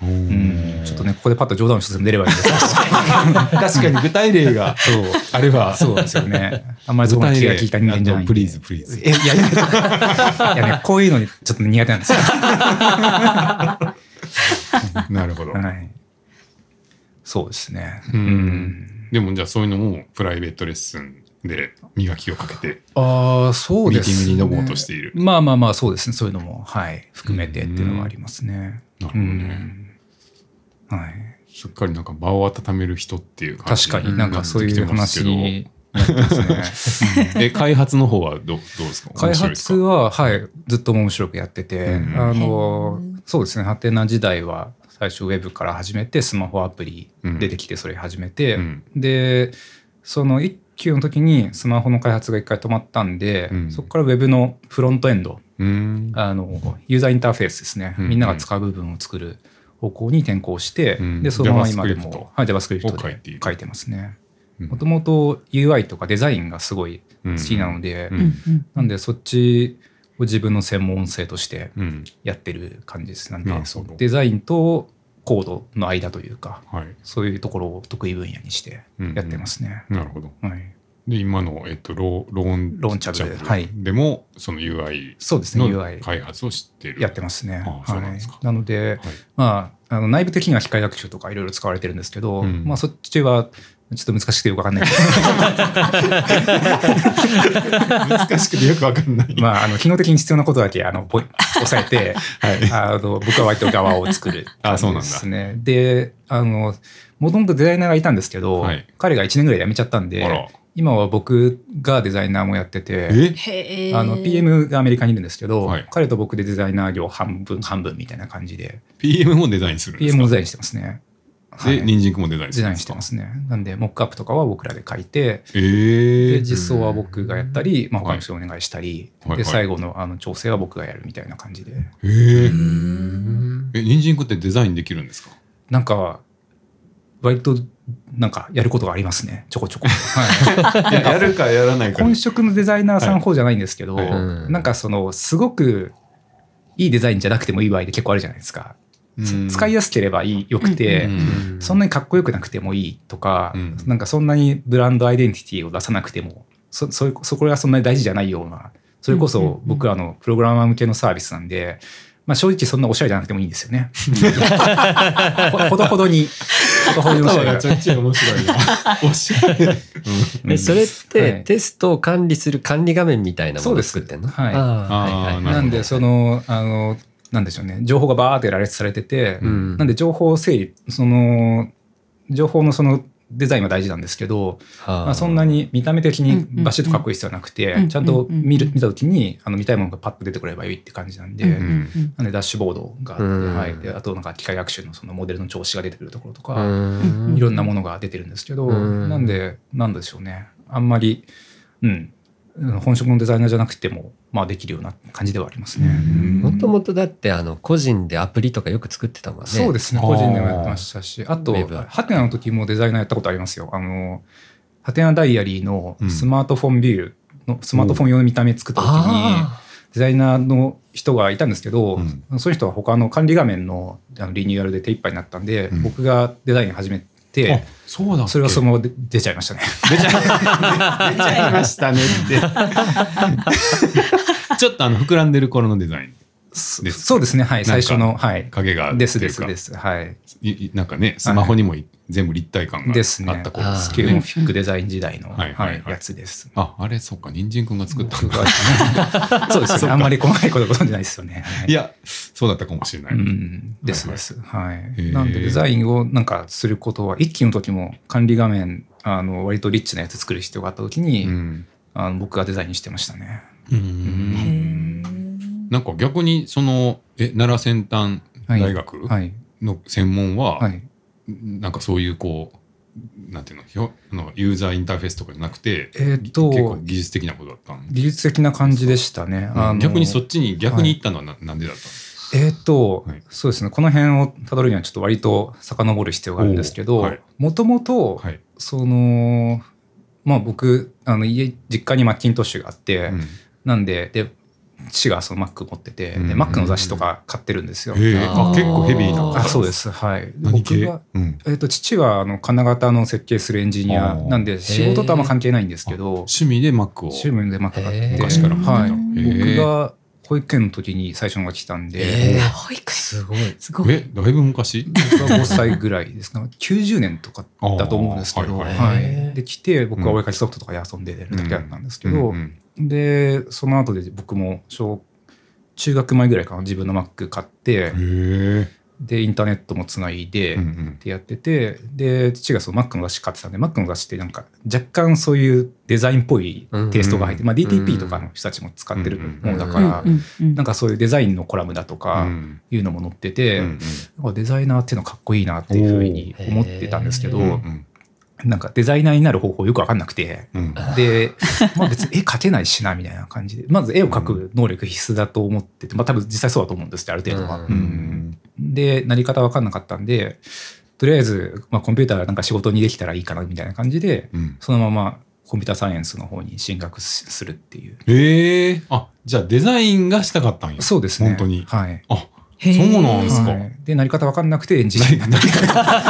A: お
B: う
A: ー
B: んちょっとねここでパッと冗談を一つ出れば いいんですけど
A: 確かに具体例があれば
B: そうですよねあんまりそこまで気が利いた人間じゃないんで
A: プリーズプリーズ
B: えいやいやいやねこういうのにちょっと苦手なんですよ、
A: なるほど
B: はい、そうですね
A: うんでもじゃあそういうのもプライベートレッスンで磨きをかけて
B: ああそうですね
A: ミーティングに臨もうとしている
B: まあまあまあそうですねそういうのもはい含めてっていうのはありますね
A: なるほどね
B: うんはい
A: しっかりなんか場を温める人っていう感じ
B: 確かになんかそういう話
A: に
B: になってますね。うん
A: え開発の方はどどうですか
B: 開発は、はい、ずっと面白くやってて、
A: うん
B: あの
C: へー、
B: そうですね、ハテナ時代は最初ウェブから始めて、スマホアプリ出てきて、それ始めて、
A: うん
B: で、その一級の時にスマホの開発が一回止まったんで、
A: うん
B: そこからウェブのフロントエンド、
A: 面白いですか
B: あの、ユーザーインターフェースですね、
A: うん
B: みんなが使う部分を作る方向に転向して、
A: うん
B: で、そのまま今でも、はい、
A: を
B: JavaScript
A: 書いている
B: で書いてますね。
A: うん
B: もともと UI とかデザインがすごい好きなので、
A: うん
C: うんうん
B: なんでそっちを自分の専門性として
A: うんうん
B: やってる感じです。なん
A: なる
B: で
A: ほど
B: そうデザインとコードの間というか
A: はい
B: そういうところを得意分野にしてやってますね。
A: なるほど
B: はい、
A: で今の、えっと、ローローン
B: ローンチャブルはい
A: でもその UI
B: そうですね
A: の
B: UI
A: 開発を知ってる
B: やってますね。
A: あそうなんですか
B: はい、なので、
A: はい
B: まあ、あの内部的には機械学習とかいろいろ使われてるんですけど、
A: うん
B: まあ、そっちはちょっと難しくてよくわかんないけ
A: 難しくてよくわかん ない
B: ど、まあ、あの機能的に必要なことだけあのぼ押さえて
A: はい
B: あの僕は割と側を作る
A: あ
B: 感
A: そうな
B: じ
A: ん
B: で
A: だ
B: すね。であのもともとデザイナーがいたんですけど、
A: はい
B: 彼が1年ぐらい辞めちゃった
A: あ
B: ん
A: ら
B: で今は僕がデザイナーもやってて。
A: え
C: へえ
B: あの PM がアメリカにいるんですけど、
A: はい
B: 彼と僕でデザイナー業半分半分みたいな感じで
A: PM もデザインするんです
B: PM
A: か
B: をデザインしてますね。は
A: で
B: い、
A: ニンジンクもデザインする
B: デザ
A: ん
B: イン
A: で
B: し
A: す
B: て
A: か
B: ますね。なんでモックアップとかは僕らで書いて
A: え
B: で
A: え
B: 実装は僕がやったり、まあ、他の人にお願いしたり、
A: はいはい
B: で最後のあの調整は僕がやるみたいな感じで。
A: ええ えニンジンクってデザインできるんですか
B: なんか割となんかやることがありますね、ちょこちょこ。はい
A: いややるかやらないかで
B: 本職のデザイナーさんの方じゃないんですけど、
A: はい
D: はい
B: なんかそのすごくいいデザインじゃなくてもいい場合で結構あるじゃないですか、
A: うん
B: 使いやすければいいよくて、
A: うん
B: そんなにかっこよくなくてもいいとか、
A: うん
B: なんかそんなにブランドアイデンティティを出さなくてもそそれそこらはそんなに大事じゃないようなそれこ
C: うんうんう
B: そ
C: ん
B: 僕らのプログラマー向けのサービスなんで、まあ、正直そんなおしゃれじゃなくてもいいんですよね。ほほどほどにほどほどにおしゃ
A: 頭
B: れ
A: が
B: が
A: ちょっちゃい面白いなおしゃ れ、
B: う
D: え
B: ん
D: それっ
B: は
D: て
B: い
D: テストを管理する管理画面みたいなも
B: そう
D: の
B: で
D: を
B: す
D: 作ってんの
B: はい
D: あー
A: あー
D: はいはい
B: な
D: はい
B: んでそのあのなんでしょうね情報がバーって羅列されてて、
D: うん
B: なんで情報整理その情報のそのデザインは大事なんですけど、
D: はあ
B: まあ、そんなに見た目的
C: うん
B: に
C: うんうん
B: バシッとかっこいい必要はなくて、
C: うん
B: ちゃんと見る
C: うんうんうん
B: 見た時にあの見たいものがパッと出てくればいいって感じなんで、
C: うん
A: ん
B: なんでダッシュボードがあって、
D: うん
B: はい、であとなんか機械学習のそのモデルの調子が出てくるところと
D: う
B: か、
D: ん
B: いろんなものが出てるんですけど、
D: うん
B: なんでなんでしょうねあんまり、うん、本職のデザイナーじゃなくても、まあ、できるような感じではありますね。
A: うん
D: もともとだってあの個人でアプリとかよく作ってたもんね。
B: そうですね
A: あー
B: 個人でもやってましたしあと
D: ウェブ
B: ハテナの時もデザイナーやったことありますよあのハテナダイアリーの
A: うん
B: スマートフォンビューのスマートフォン用の見た目作った時に
D: あ
B: デザイナーの人がいたんですけど、
A: うん
B: その人は他の管理画面のあのリニューアルで手一杯になったんで、
A: うん
B: 僕がデザイン始め
A: あ
B: て
A: そうだっけ
B: それはそのままで出ちゃいましたね。
A: 出ちゃいましたねってちょっとあの膨らんでる頃のデザイン
B: そそうですねは
A: な
B: い
A: んか
B: 最初のはい
A: 影が
B: ですですですすはい
A: なんかねスマホにもい全部立体感があ
B: ですね
A: った頃です
B: ス
A: け
B: キ
A: ど
B: ル
A: ね
B: モフィックデザイン時代の、
A: ん
B: はい
A: はいはいはい
B: やつです。
A: ああれ そうか人参くんが作った
B: 僕がそうですねあんまり細かいことご存じないですよね。はい
A: やそうだったかもしれない、
B: うん、です
A: はいはい
B: です。はい
A: へえ
B: なんでデザインをなんかすることは一期の時も管理画面あの割とリッチなやつ作る必要があった時に、
A: うん
B: あの僕がデザインしてましたね。
A: うん
C: へ
A: なんか逆にそのえ奈良先端大学
B: はい
A: の専門は、
B: はい。
A: なんかそういうこうなんていうのひょあのユーザーインターフェースとかじゃなくて
B: えーっと
A: 結構技術的なことだったの
B: 技術的な感じでしたね。あの
A: 逆にそっちに逆に行ったのはな,、なんでだった
B: えーっと、
A: はい
B: そうですねこの辺をたどるにはちょっと割と遡る必要があるんですけ
A: おー
B: ど
A: はい
B: もともと、
A: のはい、
B: そのまあ僕あの家実家にマッキントッシュがあって、
A: うん
B: なんで、で、父がその Mac 持ってて、
A: うん
B: で、Mac の雑誌とか買ってるんですよ。
A: へえあ
D: あー
A: 結構ヘビーな
B: あ、そうですす。はい。で
A: 何
B: 僕
A: 系
B: が、
A: うん、
B: えっ、と、父は、あの、金型の設計するエンジニアなんで、仕事とあんま関係ないんですけど、
A: 趣味で Mac を
B: 趣味で Mac 買って、
D: へー
A: 昔から
B: はい。
A: へー
B: 僕が保育園の時に最初のが来たんで、
D: え
C: え
D: ー
C: 保育園
D: すごい。
C: すごい。
A: えだいぶ昔
B: 僕は5歳ぐらいですか、90年とかだと思うんですけど、
A: あーはい
B: は
D: はい
B: い。で、来て、僕はお絵かきソフトとかで遊んでるだけだったんですけど、
A: うんうん
B: でその後で僕も小中学前ぐらいかな自分の Mac 買って
A: へえ
B: でインターネットもつないで、
A: うんう
B: っ
A: ん
B: てやっててで父がその Mac の雑誌買ってたんで Mac の雑誌ってなんか若干そういうデザインっぽいテイストが入って、まあ、DTP とかの人たちも使ってるものだから、
C: うんうん
B: なんかそういうデザインのコラムだと
A: う
B: か
A: ん
B: いうのも載ってて、
A: うん
B: なんかデザイナーっていうのかっこいいなっていうふうに思ってたんですけど、
A: うん
D: お
A: うん
B: なんかデザイナーになる方法よく分かんなくて。
A: うん
B: で、 まあ別に絵描けないしな、みたいな感じで。まず絵を描く能力必須だと思ってて、まあ多分実際そうだと思うんですって、ある程度は。
D: うん
A: うん
B: で、なり方わかんなかったんで、とりあえず、まあコンピューターなんか仕事にできたらいいかな、みたいな感じで、
A: うん
B: そのままコンピューターサイエンスの方に進学しするっていう。
A: へえあじゃあデザインがしたかったんや
B: そうですね。
A: 本当に
B: はい。
A: あ
C: へー
A: そうなんですか
B: はいで、なり方わかんなくてエンジニアになった。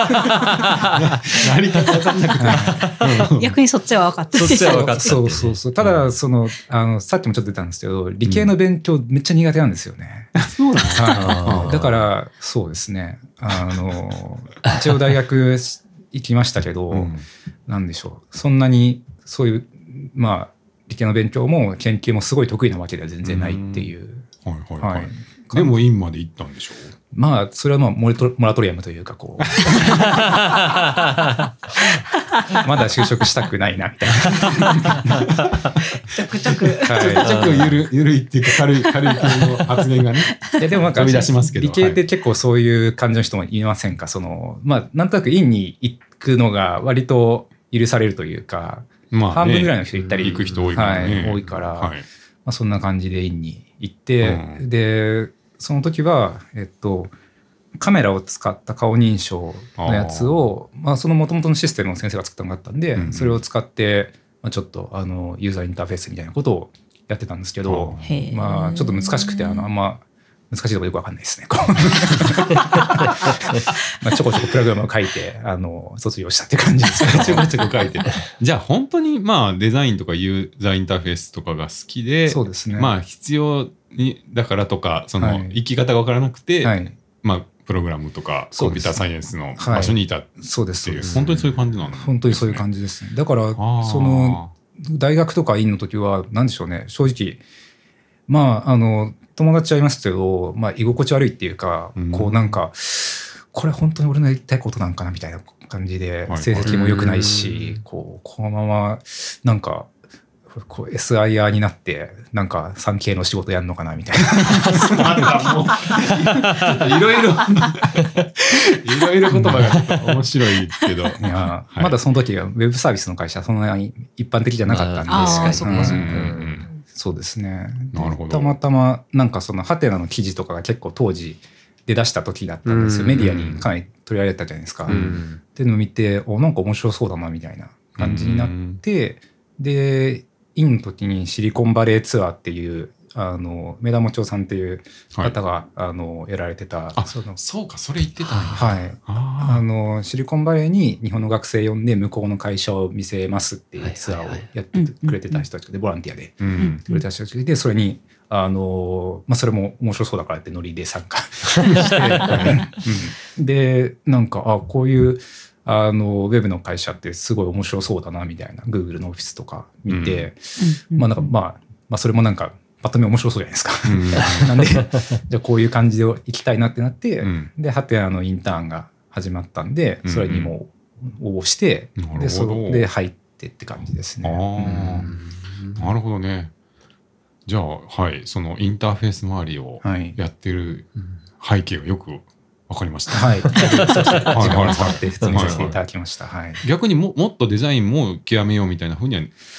A: 成り立たなかった
C: 逆にそっちは分かった。
D: そっちは分かった
B: そうそうそう。ただ、その、あの、さっきもちょっと出たんですけど、理系の勉強めっちゃ苦手なんですよね。
A: そうな
B: は
D: あー
B: い、だからそうですねあの一応大学行きましたけど、
A: の
B: なんでしょうそんなにそういうまあ理系の勉強も研究もすごい得意なわけでは全然ないっていう、
A: はいはい
B: は
A: はいい、でも院まで行ったんでしょ
B: まあそれはまあモレトモラトリアムというかこうまだ就職したくないなみたい
C: ちょくちょく。
B: な、
A: ちょっとゆるゆるいっていうか軽い軽い系の発言が ね。
B: いやでもなんか
A: 飛び出しますけど
B: 理系って結構そういう感じの人もいませんか、そのまあなんとなく院に行くのが割と許されるというか、
A: ま
B: 半分ぐらい
A: の
B: の人行ったり、
A: 行く人多いからね。
B: はい多いから
A: はい
B: まあ、そんな感じで院に行って、
A: うん
B: でその時はえっとカメラを使った顔認証のやつをまあ、その元々のシステムを先生が作ったのがあったんで、
A: うんうん
B: それを使って、まあ、ちょっとあのユーザーインターフェースみたいなことをやってたんですけど、
A: あ
C: へー
B: まあちょっと難しくてあのあんま難しいとこよくわかんないですね。こう まあちょこちょこプログラムを書いてあの卒業したって感じ ですけど
A: ちょこちょこ書 いてじゃあ本当にまあデザインとかユーザーインターフェースとかが好きで
B: そうですね。
A: まあ必要にだからとかそ
B: は
A: の
B: い
A: 生き方が分からなくて、
B: はい、
A: まあプログラムとか
B: そ
A: コ
B: う
A: ンピ
B: で
A: ュー
B: す
A: ターサイエンスの場所にいたって
B: そうですそう
A: いう、
B: です。
A: 本当にそういう感じなの
B: 本当にそういう感じですね。だから
A: あー
B: その大学とか院の時は何でしょうね正直まああの友達はいますけど、まあ、居心地悪いっていうか、
A: うん
B: こうなんかこれ本当に俺のやりたいことなんかなみたいな感じで、
A: はい
B: 成績も良くないし、
D: うん
B: こうこのままなんかこう SIR になってなんか産経の仕事やんのかなみたいな
A: いろいろいろいろ言葉がちょっと面白いけど
B: いや、
A: はい
B: まだその時はウェブサービスの会社そんなに一般的じゃなかったんで、
C: まあ
D: 確かに
C: そっかそ
A: か
C: っ
D: うん
B: そうですね。で
A: なるほど
B: たまたまなんかそのハテナの記事とかが結構当時出だした時だったんですよ。
D: うん
B: メディアにかなり取り上げられたじゃないですか。
A: う
D: う
B: っ
D: ん
B: ていうのを見て、おなんか面白そうだなみたいな感じになって、で、インの時にシリコンバレーツアーっていう、あの、目玉町さんっていう
A: はい
B: 方が、あの、やられてた、
A: あ
B: その、
A: そうかそれ言ってたんや
B: はい。あ
A: あ
B: のシリコンバレーに日本の学生呼んで向こうの会社を見せますっていうツアーをやってくれてた人たちでボランティアで
A: ーうん
B: くれた人たちでそれにあの、まあ、それも面白そうだからってノリで参 加して、うんでなんかあこういうあのウェブの会社ってすごい面白そうだなみたいな Google のオフィスとか見て、まあなんか、まあ、まあそれもなんかぱっと見面白そうじゃないですか。 なんでじゃあこういう感じで行きたいなってなって、
A: うん
B: でハテナのインターンが始まったんで
A: うん
B: それにもう応募して、
A: なるほど
B: でそこで入ってって感じですね。
A: あーなるほどねじゃあはいそのインターフェース周りを
B: うんはい
A: やってる背景がよく分かりました、
B: はい、そうそう
A: い
B: 時
A: はい
B: 間を使って説明させていただきました。はい
A: 逆にももっとデザインも極めようみたいなふうには思わなかった
B: ま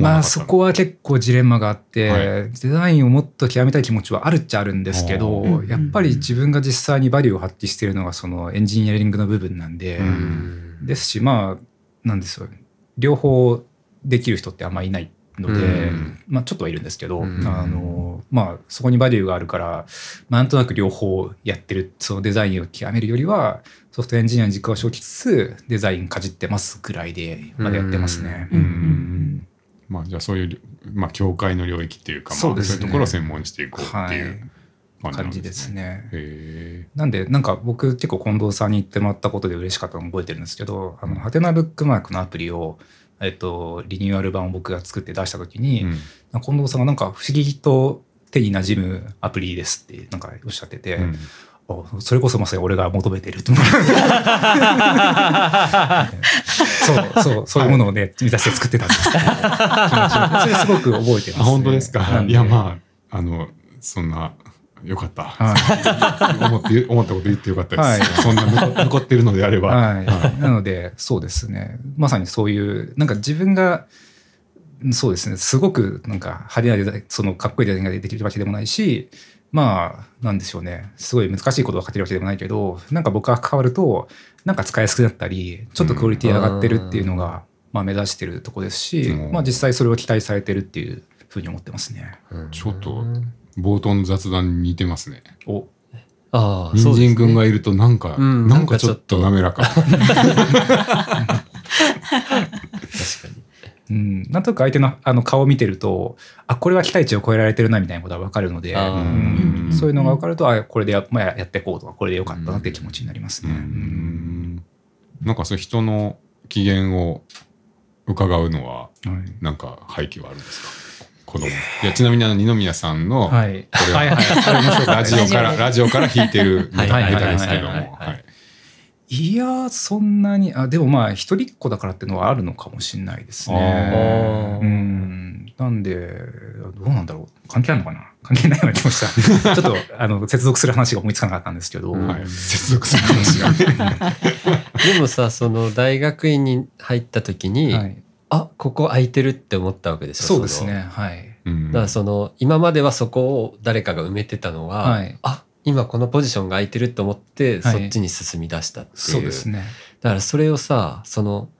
A: の
B: あそこは結構ジレンマがあって、
A: はい
B: デザインをもっと極めたい気持ちはあるっちゃあるんですけ
A: お
B: ど
C: ー
B: やっぱり自分が実際にバリューを発揮しているのがそのエンジニアリングの部分なんで、
A: うん
B: ですしまあなんですよ両方できる人ってあんまいないので、
A: うん
B: まあ、ちょっとはいるんですけど、
D: うん
B: あのまあ、そこにバリューがあるから、まあ、なんとなく両方やってるそのデザインを極めるよりはソフトエンジニアに軸足を置きつつデザインかじってますぐらいでまだやってますね。
A: うんまあじゃあそういう、まあ、教会の領域っていうか、まあ、そ
B: そううですね
A: いうところを専門にしていこうっ
B: は
A: て
B: い
A: いう感じ,、
B: 感じです。ね。
A: へ
B: なんでなんか僕結構近藤さんに言ってもらったことで嬉しかったの覚えてるんですけどあのハテナブックマークのアプリを、えっと、リニューアル版を僕が作って出した時に、
A: え、うん
B: 近藤さんがなんか不思議と手に馴染むアプリですってなんかおっしゃってて、
A: うん
B: あそれこそまさに俺が求めてる と思うそうそうそういうものをね、目指して作ってたんですけ どそれすごく覚えてます、ね、
A: あ本当ですか、
B: なん
A: いやまああのそんなよかった、
B: はい、
A: 思って思ったこと言ってよかったです、
B: はい
A: そんな残残ってるのであれば、
B: はい、なのでそうですねまさにそういうなんか自分がそうですねすごくなんか派手なデザインそのかっこいいデザインができるわけでもないしまあなんでしょうねすごい難しいことが分かってるわけでもないけどなんか僕が関わるとなんか使いやすくなったりちょっとクオリティ上がってるっていうのが、まあ、目指してるとこですし、
A: うん
B: まあ、実際それを期待されてるっていうふうに思ってますね。
D: うん
A: ちょっと冒頭の雑談に似てますね
B: お
D: ああ
A: 人参くんが
D: い
A: いるとなんか、
D: うん
A: なんかちょっと滑らか
D: 確かに
B: うん、なんとなく相手のあの顔を見てるとあこれは期待値を超えられてるなみたいなことは分かるので、
D: あー
B: うん
A: うん
B: そういうのが分かるとあこれでや,、まあ、やっていこうとかこれでよかったなっていう気持ちになります
A: う
B: ね。
A: んなんかそういう人の機嫌を伺うのは
B: はい
A: なんか背景はあるんですか子供いやちなみにあの二宮さんの、
B: はい
A: これは
B: はいは い
A: ラジオからラ
C: ラ
A: ジオから弾いてるみたい
B: はい
A: なですけども、
D: はいはいはいはい
A: はい
B: いやーそんなにあでもまあ一人っ子だからっていうのはあるのかもしれないですね
D: あ。ー
B: うんなんでどうなんだろう関係あるのかな関係ないような気も したちょっとあの接続する話が思いつかなかったんですけど、
D: うん
A: はい接続する話がね。
D: でもさその大学院に入った時に、
B: はい、
D: あここ空いてるって思ったわけでしょ
B: そうです
D: の
B: ねはい。
A: うん
D: だからその今まではそこを誰かが埋めてたのは、
B: はい
D: あ今このポジションが空いてるって思っ
B: は
D: て、
B: い
D: そっちに進み出したっていう。
B: そうですね。
D: だからそれをさ、その、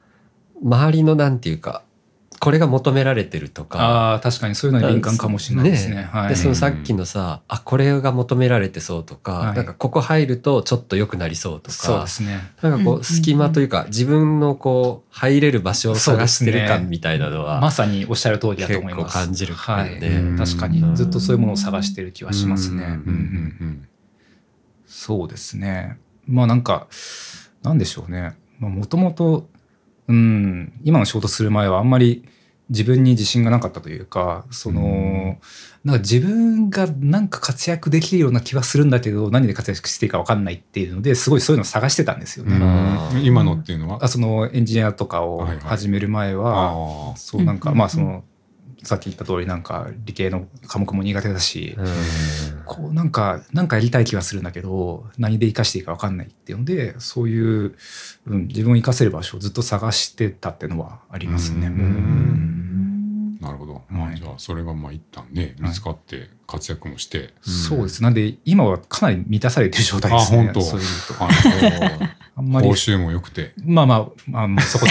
D: 周りのなんていうか、これが求められてるとか、
B: ああー、確かにそういうのは敏感かもしれないですね。
D: ね
B: はい
D: で、。そのさっきのさ、あ、これが求められてそうとか、
B: はい
D: なんかここ入るとちょっと良くなりそうと
B: そう
D: か
B: で、すね。
D: なんかこ
C: うん
D: う隙間というか、自分のこう入れる場所を探してる
B: そうですね
D: 感みたいなのは、
B: まさにおっしゃる通りだと思います。
D: 結構感じる
B: は
D: から
B: い。
D: ね
A: うん
B: 確かにずっとそういうものを探してる気はしますね。
D: う
A: うん
D: ん
A: うん
B: そうですね。まあなんか、なんでしょうね。もともと、うん、今の仕事する前はあんまり自分に自信がなかったというか、その、なんか自分がなんか活躍できるような気はするんだけど、何で活躍していいか分かんないっていうので、すごいそういうのを探してたんですよ
A: う
B: ね。
A: んうん今のっていうのは
B: あそのエンジニアとかを
A: はいはい
B: 始める前は、
A: あー
B: そうなんか、
C: うんうん
B: まあその、さっき言った通りなんか理系の科目も苦手だし、
D: うん
B: こうなんか、なんかやりたい気はするんだけど、何で活かしていいか分かんないっていうので、そういう、うん、自分を活かせる場所をずっと探してたっていうのはありますね。
A: うん
B: うん
A: なるほど、ま
B: は
A: あ、
B: い
A: じゃあそれがまあ一旦ね見つかって活躍もして、
B: そうですす。なんで、今はかなり満たされてる状態ですね。
A: あ本当
B: そういうと。
A: あ
B: あんま
A: の
B: り
A: 報、酬も良く て
B: まあまあ、まあまあ、そこ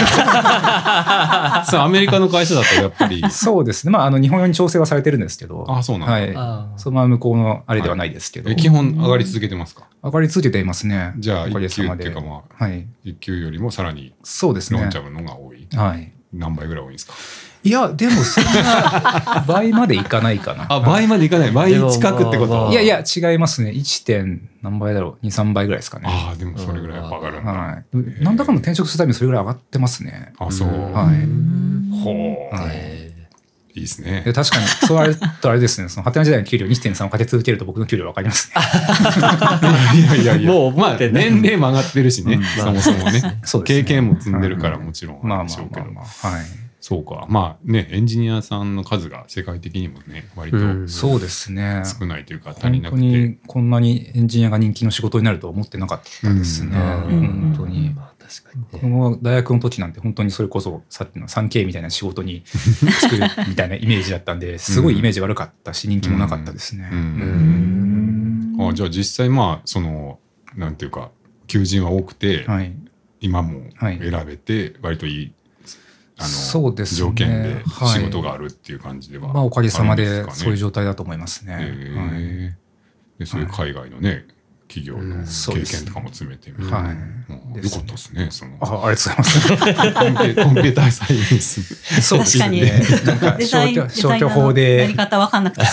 B: で。
A: そうアメリカの会社だとやっぱり
B: そうですね。まあ、あの、日本用に調整はされてるんですけど、
A: あそうなんだ、
B: はい。
D: あー
B: そのまま向こうのあれではないですけ ど、
A: え基本上がり続けてますか
B: 上がり続けていますね。
A: じゃあ
B: おかげ
A: 1
B: さ
A: 級
B: ま
A: ってい
B: で
A: うか。まあ
B: はい。
A: 1級よりもさらに
B: そうです
A: 飲
B: ね
A: んじ。ゃうのが多い、
B: はい。
A: 何倍ぐらい多いんですか
B: いや、でもそんな倍までいかない かな。
A: 倍までいかない倍
D: でもまあ
B: いやいや、違いますね。1. 点何倍だろう ?2、3倍ぐらいですかね。
A: ああでもそれぐらいやっぱ上がるんだ、
B: はい。なんだかの転職するたびにそれぐらい上がってますね。
A: あそう、
D: うん
B: はい
A: ほう、
B: はい
D: え
A: い、いですね
B: で確かに、そうあれとあれですね、その、ハテナ時代の給料2.3をかけ続けると僕の給料分かりますね。
A: いやいやいや
D: もう
A: ま
D: 覚
A: あ
D: えてない
A: 年齢も上がってるしね、
B: うん
A: そもそもね
B: そうですね
A: 経験も積んでるから
B: はい
A: もちろん
B: ま
A: あ
B: あ
A: るで
B: ま
A: し
B: あ
A: ょうけ
B: ま
A: ど、
B: あまあ。はい。
A: そうかまあねエンジニアさんの数が世界的にもね割と
D: うん
B: そうですね。
A: 少ないというか足り
B: 本
A: な
B: 当
A: くて、
B: にこんなにエンジニアが人気の仕事になるとは思ってなかったですね。
A: うん
B: 本当に。
D: まあ確かに
B: こ
D: ね。
B: の大学の時なんて本当にそれこそさっきの 3K みたいな仕事に作るみたいなイメージだったんですごいイメージ悪かったし人気もなかったですね。
A: うんあじゃあ実際まあそのなんていうか求人は多くて、
B: はい、
A: 今も
B: はい
A: 選べて割といい、
B: そうですね
A: 条件で
B: はい
A: 仕事があるっていう感じでは、
B: まあおかげさまでそういう
A: 状
B: 状態だと思いますね。
A: 態、
B: はい
A: へえでそういう海外のね、企業の経験とかも詰めてみて、
B: そうですね
A: うん
B: はい
A: よかったですねその
B: あありがとうございます。
A: コンピュコンピューターサイエンス。
B: そうですね
C: 確
B: なんか
C: デザイ
B: 消
C: ン、
B: 去
C: デザ
B: 消
C: イナ
B: 去
C: ーの
B: 法
C: や
B: で
C: り方わかんなくて。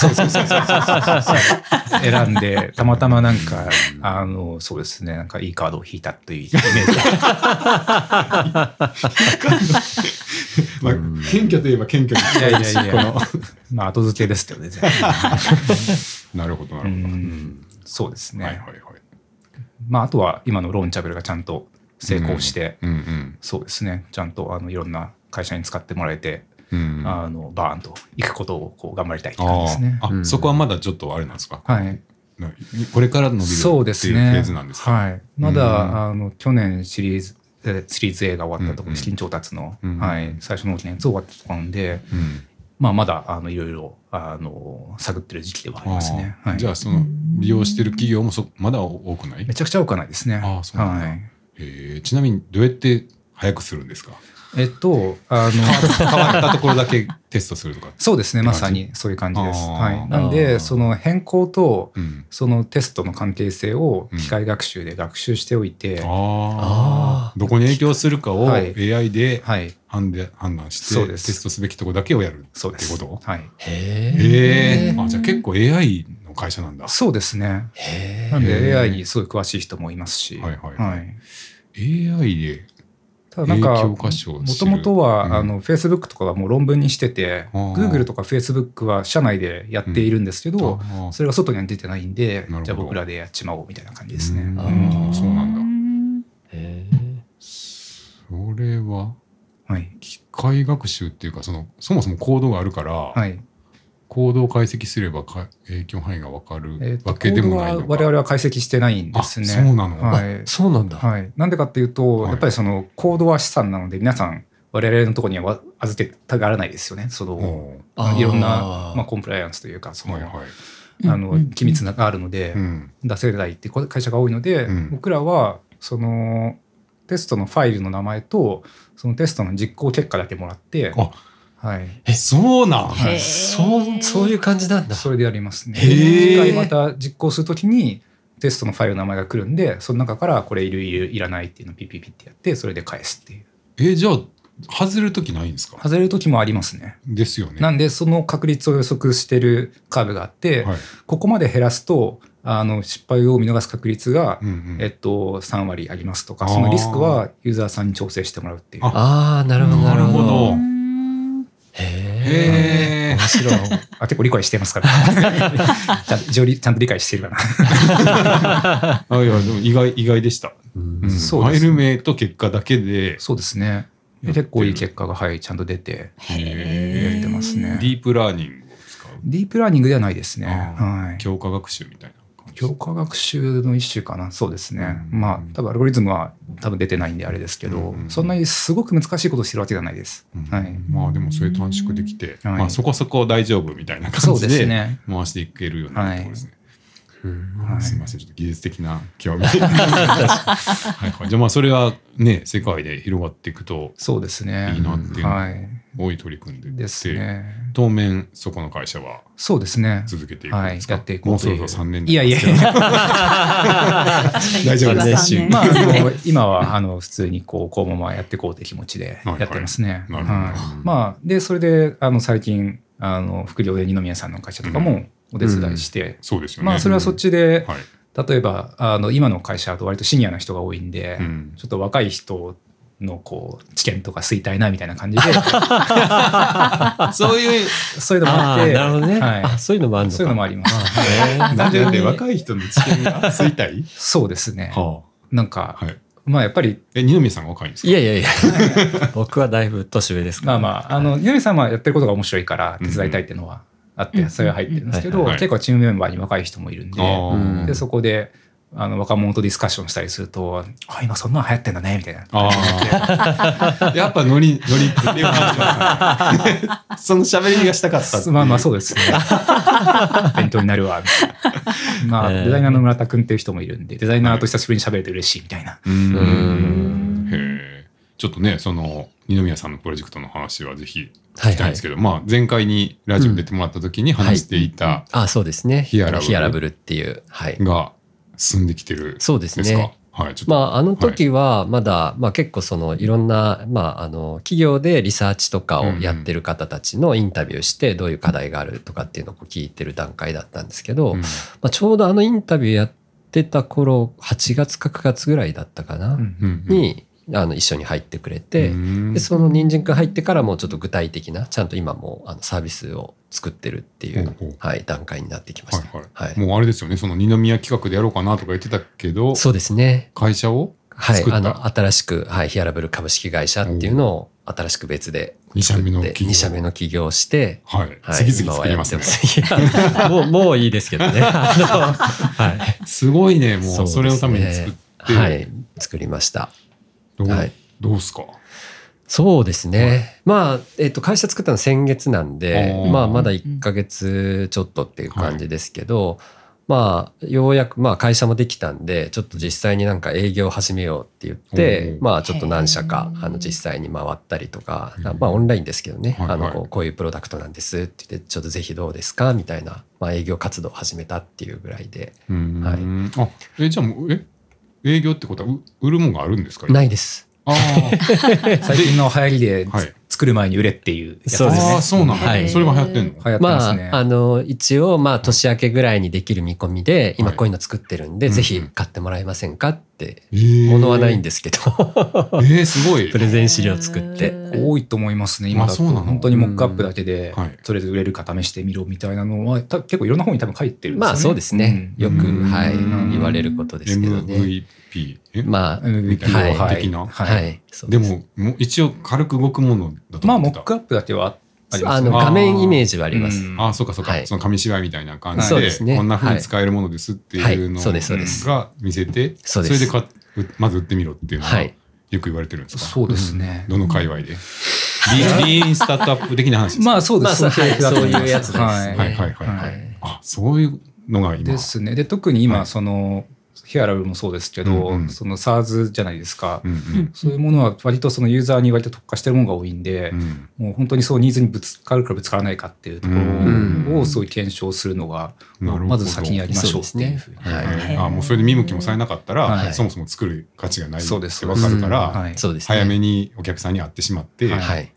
B: 選んでたまたまなんかあのそうですねなんかいいカードを引いたというイメージ。
A: まあ、謙虚といえば謙虚
B: いやいやいやまあ後付けですけどね。全然
A: なるほど、な
B: う
A: るほど。
B: んそうですね。
A: はいはいはい。
B: まあ、あとは今のローンチャブルがちゃんと成功して、
A: うんうん
B: そうですねちゃんとあのいろんな会社に使ってもらえて、
A: うん。あ
B: あのバーンと行くことをこう頑張りたいって感じで
A: あ
B: すね。
A: あ、そこはまだちょっとあれなんですか、
B: はい、
A: なこれから伸びるっていうフ
B: そう
A: ェ
B: ですね。
A: ーズなんですか
B: はい、ま
A: うん
B: だあの去年シリーズえシリーズ A が終わったとこ
A: うんうん
B: ろ資金調達の、
A: うん
B: はい、最初の大きなやつ終わったところなんで、
A: うん
B: まあ、まだあのいろいろあの探ってる時期ではありますね。
A: あー
B: はい、
A: じゃあその利用してる企業もそまだ多くない
B: めちゃくちゃ多くはないですね。
A: あーそうなんだ
B: はい
A: えーちなみにどうやって早くするんですか
B: えっと、 あの、
A: 変わったところだけテストするとか。
B: そうですね、
A: って
B: ま
A: 感じ
B: さにそういう感じです。
A: あー
B: はい、なん
D: あー
B: で、その変更と、
A: うん、
B: そのテストの関係性を
A: うん
B: 機械学習で学習しておいて、
A: ああ。どこに影響するかを
B: はい
A: AI で
B: はい、
A: 判で判断して
B: そう
A: テ
B: です
A: ストすべきところだけをやるって
B: そうです。
A: こと
B: はい、
D: あー。へ
A: ええ
D: え。
A: あじゃあ結構 AI の会社なんだ。
B: そうですね。
D: へ
B: なん
A: へ
B: で
A: ー
B: AI にすごい詳しい人もいますし、
A: はいはいはい AI で。
B: ただなんか、
A: 影響
B: も
A: 箇所を知
B: と
A: る
B: もとは、
A: うん
B: あの Facebook とかはもう論文にしてて、
A: あー
B: Google とか Facebook は社内でやっているんですけど、
A: あー
B: それが外には出てないんで
A: なるほど、
B: じゃあ僕らでやっちまおうみたいな感じです ね。
A: うん
B: は。
D: あー
A: あそうなんだ。
D: え。
A: それはい機械学習っていうかそのそもそもコードがあるから、
B: はい。
A: 行動を解析すればか影響範囲がわかる
B: えーと
A: わけでもないのか
B: コードは我々は解析してないんで
A: あ
B: すね。
A: そうなの、
B: はい
D: そうなんだ。
B: はい、なんでかっていうと、
A: はい
B: やっぱりその行動は資産なので皆さん我々のところにはわ預けたがらないですよねその
A: お
B: いろんな
D: あー
B: まあ、コンプライアンスというかそ
A: ー
B: の、
A: はいはい
B: あ
C: うんうんう
B: の
C: ん
B: 機密があるので
A: うん
B: 出せないってこ会社が多いので、
A: うん
B: 僕らはそのテストのファイルの名前とそのテストの実行結果だけもらって
A: あ、
B: はい、
A: えそうなん
B: は
C: へ
B: い
C: ー
D: そう、そういう感じなんだ。
B: それでやりますね。
A: へー
B: 次回また実行するときにテストのファイルの名前が来るんでその中からこれいるいるいらないっていうのをピッピッピッってやってそれで返すっていう
A: えじゃあ外れる時ないんですか
B: 外れる時もありますね。
A: ですよね
B: なんでその確率を予測してるカーブがあって、
A: はい
B: ここまで減らすとあの失敗を見逃す確率が、
A: うんうん
B: えっと、3割ありますとか
A: あー
B: そのリスクはユーザーさんに調整してもらうっていう。
A: あ
D: ああ、なるほど、なるほ
A: なるほ
D: ど
A: ど。
D: へえ。
A: へえ
D: 面白い。
B: あ結構理解してます からちゃんと一応りちゃんと理解してるかな。
A: あいやでも意外意外でした、
D: うん
A: うん、
B: そうです
A: ファイル名と結果だけで
B: そうですね
A: やってる
B: 結構いい結果が、はい、ちゃんと出て
C: へー
B: やってますね
A: ディープラーニングを使う
B: ディープラーニングではないですね。
A: あー
B: はい。
A: 強化学習みたいな感じ
B: 強化学習の一種かな。そうですね。
A: うん
B: まあ、多分アルゴリズムは多分出てないんであれですけど、
A: うん
B: そんなにすごく難しいことをしてるわけではないです。
A: うん
B: はい。
A: まあでもそれ短縮できて、
B: はい
A: まあ、そこそこ大丈夫みたいな
B: そ
A: 感
B: う
A: じ
B: です
A: で
B: ね。
A: 回していけるようなところですね。うん
B: はい
A: すみませんちょっと技術的な極 みはい、はい、じゃあまあそれはね世界で広がっていくと
B: そうですね。
A: いいなっていう
B: はい。
A: 多い取り組んでって
B: ですね。
A: 当面そこの会社は
B: そうですね。
A: 続けていくんですか、
B: はいやっていこう
A: もうそろそ
B: とい
A: ろ
B: う
A: 3年
B: いやいやいや。
A: 大丈夫です
C: 一番残念
B: まあ、あの今はあの普通にこうこうままやっていこうという気持ちでやってますね。
A: はいはいなるほど
B: はいまあでそれであの最近あの副業で二宮さんの会社とかもお手伝いして、
A: そうですよね
B: まあそれはそっ
A: ち、
B: ちで
A: はい
B: 例えばあの今の会社だと割とシニアな人が多いんで、
A: うん
B: ちょっと若い人のこう知見とか衰退なみたいな感じで
A: そういう
B: そういうのもあ
D: あ
B: っ
D: あ、
B: て
D: なるほどね。
B: はい
D: あそういうのもあるのか。
B: そういうのもあります。
A: なんでなんで若い人の知見がついた い
B: そうですね。
A: は
B: なん
A: あ
B: か、
A: はい
B: まあやっぱり
A: え二宮さんが若いんですか
D: いやいやいや、僕はだいぶ年上ですか
B: ま
D: ら。
B: あまあ、あの、二宮さんはやってることが面白いから手伝いたいっていうのはあっ
C: うん
B: て、
C: うん
B: それは入ってるんですけ
D: は
B: ど
A: い、はい
B: 結構チームメンバーに若い人もいるんで、
A: ああ
B: で、そこで、あの、若者とディスカッションしたりすると、あ、今そんなの流行ってんだね、みたいな。
A: あ あ。やっぱノリ、ノリっていう感じ ですねその喋りがしたかったっていう
B: まあまあ、そうですね。勉強になるわ、みたいな。まあ、
D: えー
B: デザイナーの村田君っていう人もいるんで、デザイナーと久しぶりに喋れて嬉しい、みたいな。
A: うーん。
C: うん
A: へえ。ちょっとね、その、二宮さんのプロジェクトの話はぜひ
D: は
A: 聞
D: い
A: きた
D: は
A: ん
D: いい
A: です。けど、まあ前回にラジオに出てもらった時に話していた
D: あそうですね。
A: ヒアラブル
D: ヒアラブルっていう。はい。
A: が進んできてるんです
D: そうです
A: か
D: ね。
A: はい。ちょっと。
D: まあ、あの時はまだ、まあ、結構そのいろんな、まあ、あの企業でリサーチとかをやってる方たちのインタビューしてどういう課題があるとかっていうのをこう聞いてる段階だったんですけど、
A: うん
D: まあ、ちょうどあのインタビューやってた頃8月か9月ぐらいだったかな、
B: うん
A: うん
D: にあの一緒に入ってくれて、
A: うん
D: でその人参くん入ってからもうちょっと具体的なちゃんと今もうあのサービスを作ってるっていう、
A: ほうほう
D: はい、段階になってきまし
A: は
D: た。
A: い
D: は
A: はいい。もうあれですよね、その二宮企画でやろうかなとか言ってたけど、
D: そうですね
A: 会社を
D: はい
A: 作、った
D: あの新しく、はい、ヒアラブル株式会社っていうのを新しく別で
A: 二社目の
D: 作って
A: 企業
D: 二社目の起業をして、
A: はい。
D: はい、
A: 次々作りますね。
D: 今はやってますいやもうもういいですけどね。あのはい、
A: すごいね、もう
D: うですね
A: それのために作って、
D: はい、作りました。
A: どう、
D: はい
A: どうすか
D: そうですね。まあ、えっと、会社作ったの先月なんで
A: お、ー
D: まあ、まだ1ヶ月ちょっとっていう感じですけど、まあ、ようやく、まあ、会社もできたんで、ちょっと実際になんか営業を始めようって言って
A: お、ー
D: まあ、ちょっと何社か、
C: へー
D: あの、実際に回ったりとか
A: う、ん
D: まあ、オンラインですけどね、
A: はいはい
D: あのこう、こういうプロダクトなんですって言って、ちょっとぜひどうですかみたいな、まあ、営業活動を始めたっていうぐらいで、
A: うーん、あえじゃあもうえ営業ってことはう売るもんがあるんですか
D: ないいです。
A: あー
B: 最近の流行りで
A: はい
B: 作る前に売れっていうやつ
D: そう
B: で
D: ですす
A: あー。そ
B: ね
A: うなんだ、
D: はい
A: それが流行ってんの
B: 流行ってますね。
D: まあ、あの、一応、まあ、年明けぐらいにできる見込みで、今
A: はい
D: こういうの作ってるんで、
A: うんうん
D: ぜひ買ってもらえませんかって、
A: えー
D: ものはないんですけど、
A: えー、すごい
D: プレゼン資料作って。
B: 多いと思いますね今だ
A: あ
B: と
A: そうなの
B: 本当にモックアップだけで、
A: うんはい
B: とりあえず売れるか試してみろみたいなのはた結構いろんな本に多分書いてるんですよね。
D: まあ、そうですね。
B: うん
D: よく、
A: うん
D: はい、
A: うん
D: 言われることですけどね。
A: MVP え、
D: まあ、
B: MVP
D: はい
B: をはい
A: 的な
D: は
B: はい
D: い。そう
A: ですももう一応軽く動くものだと
B: まあ
A: 思
B: モ
A: って
B: ッ
A: た、
B: クアップだけはあります
D: あ
B: ね
D: の、
A: あー
D: 画面イメージはあります。
B: うん
A: ああそうかそうか、
D: はい
A: その紙芝居みたいな感じ
B: そう
A: で
D: ですね
A: こんなふうに使えるものですっていうのを
D: はいそうです
B: そうです
A: が見せて
D: そうです
A: れでかうまず売ってみろっていうの
D: は
A: が
D: い
A: よく言われてるんですか、
B: そうですね。
A: どの界隈で、リーンスタートアップ的な話ですか
B: まあそうです。
D: まあそう
B: いう系譜だと思ま
D: そういうやつですね
B: はい
A: はいはいはい、
B: は
A: はいい、あそういうのが今
B: ですね。で、特に今、
A: はい
B: その、ヒアラルもそうですけど、
A: うんうん
B: その SARS じゃないですか。
A: うんうん
B: そういうものは割とそのユーザーに割と特化してるものが多いんで、
A: うん
B: もう本当にそうニーズにぶつかるかぶつからないかっていうとこ
A: うん
B: ろをそういう検証するのが、
A: なるほど
B: まず先にやりましょうっていうふうに。
D: そうですねはい
A: はい、あもうそれで見向きもされなかったら、
B: はい
A: そもそも作る価値がないって
B: そう
A: 分
B: です
A: かるから、
B: うんはい
D: そうですね。
A: 早めにお客さんに会ってしまって、
B: は
D: はい。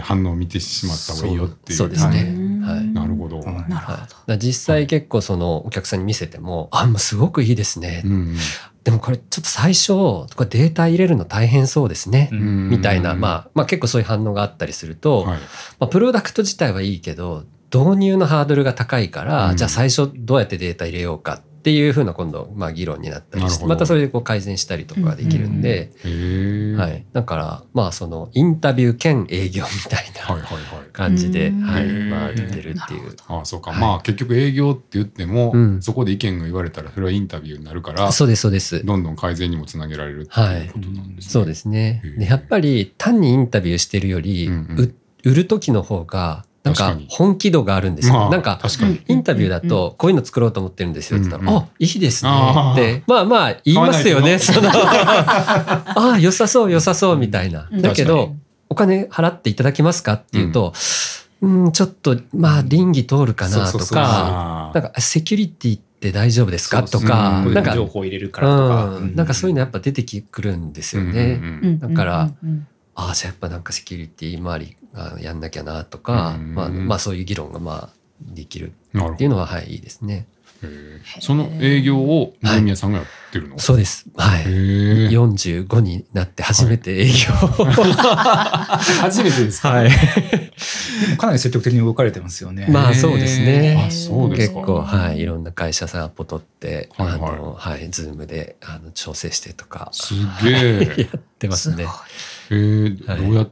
A: 反応を見てしまった方がいいよっていう
D: そうです
A: は
D: ね
A: い
D: はい
C: うん
A: なるほど、
B: はい
C: なる
D: はい、
C: ほ
D: だ
C: ど
D: か。ら実際結構そのお客さんに見せても「あもうすごくいいですね」
A: うん
D: でもこれちょっと最初これデータ入れるの大変そうですね」
B: うん
A: うん
D: みたいな、まあ、まあ結構そういう反応があったりすると、
A: はい
D: まあ、プロダクト自体はいいけど導入のハードルが高いから、
A: うん
D: じゃあ最初どうやってデータ入れようかっていうふうな今度、まあ、議論になったり
A: なる
D: し
A: ほ
D: て
A: ど
D: またそれでこう改善したりとかができるんで、
A: へー
D: はい、だからまあそのインタビュー兼営業みたい
A: はいはい
D: な
A: はい
D: 感じで、
C: うん
D: はい
A: うん
D: まあ、言ってるってい
C: なるほ
D: う。
A: ああそうか、
D: はい
A: まあ結局営業って言っても、
D: うん
A: そこで意見が言われたらそれはインタビューになるから
D: そうですそうです。
A: どんどん改善にもつなげられるって
D: はい
A: いうことなんですね。
D: そうですね
A: へ。え
D: でやっぱり単にインタビューしてるより、
A: うんうん
D: う売る時の方がなん
A: 確
D: か
A: かに
D: 本気度があるんですよ。
A: まあ
D: なんか
A: 確かに
D: インタビューだとこういうの作ろうと思ってるんですよって言ったら「
A: うんうん
D: あいいですね」
A: あー
D: ってまあまあ言いますよね。そ
A: 買
D: の ああ良さそう良さそうみたいな。
C: うん
D: だけ
C: 確か
D: ど
C: に
D: お金払っていただけますかっていうと、うん、ちょっとまあ倫理通るかな
B: そ
D: と
B: うそうそう
A: あ
D: かなんかセキュリティって大丈夫ですかとか
A: そうそうこうい
D: なん
A: う
D: か
B: 情報を入れるからとか、
D: うん、なんかそういう
B: の
D: のやっぱ出てくるんです
A: う
D: よ
A: んうん
D: ね。
A: うん
D: だから
C: うんうん
D: ああじゃあやっぱなんかセキュリティ周りがやんなきゃなとか、
A: うん
D: まあ、まあそういう議論がまあできる
A: なるほ
D: ってい
A: ど
D: うのははいいいですね。
A: へーその営業を二宮さんがやってるの、
D: そうです。は
A: へ
D: い。
A: ー
D: 45になって初めて営業、
B: 初めてですか、
D: はい、
B: かなり積極的に動かれてますよね。
D: まあ
A: へー
D: そうですね
A: あそうです
D: 結
A: か
D: 構はいいろんな会社さんアポ取って、
A: はいはい
D: あのはいズームであの調整してとか
A: すげえ
D: やってます
C: すご
D: ね
C: い。
A: えー
D: はい
A: どうやっ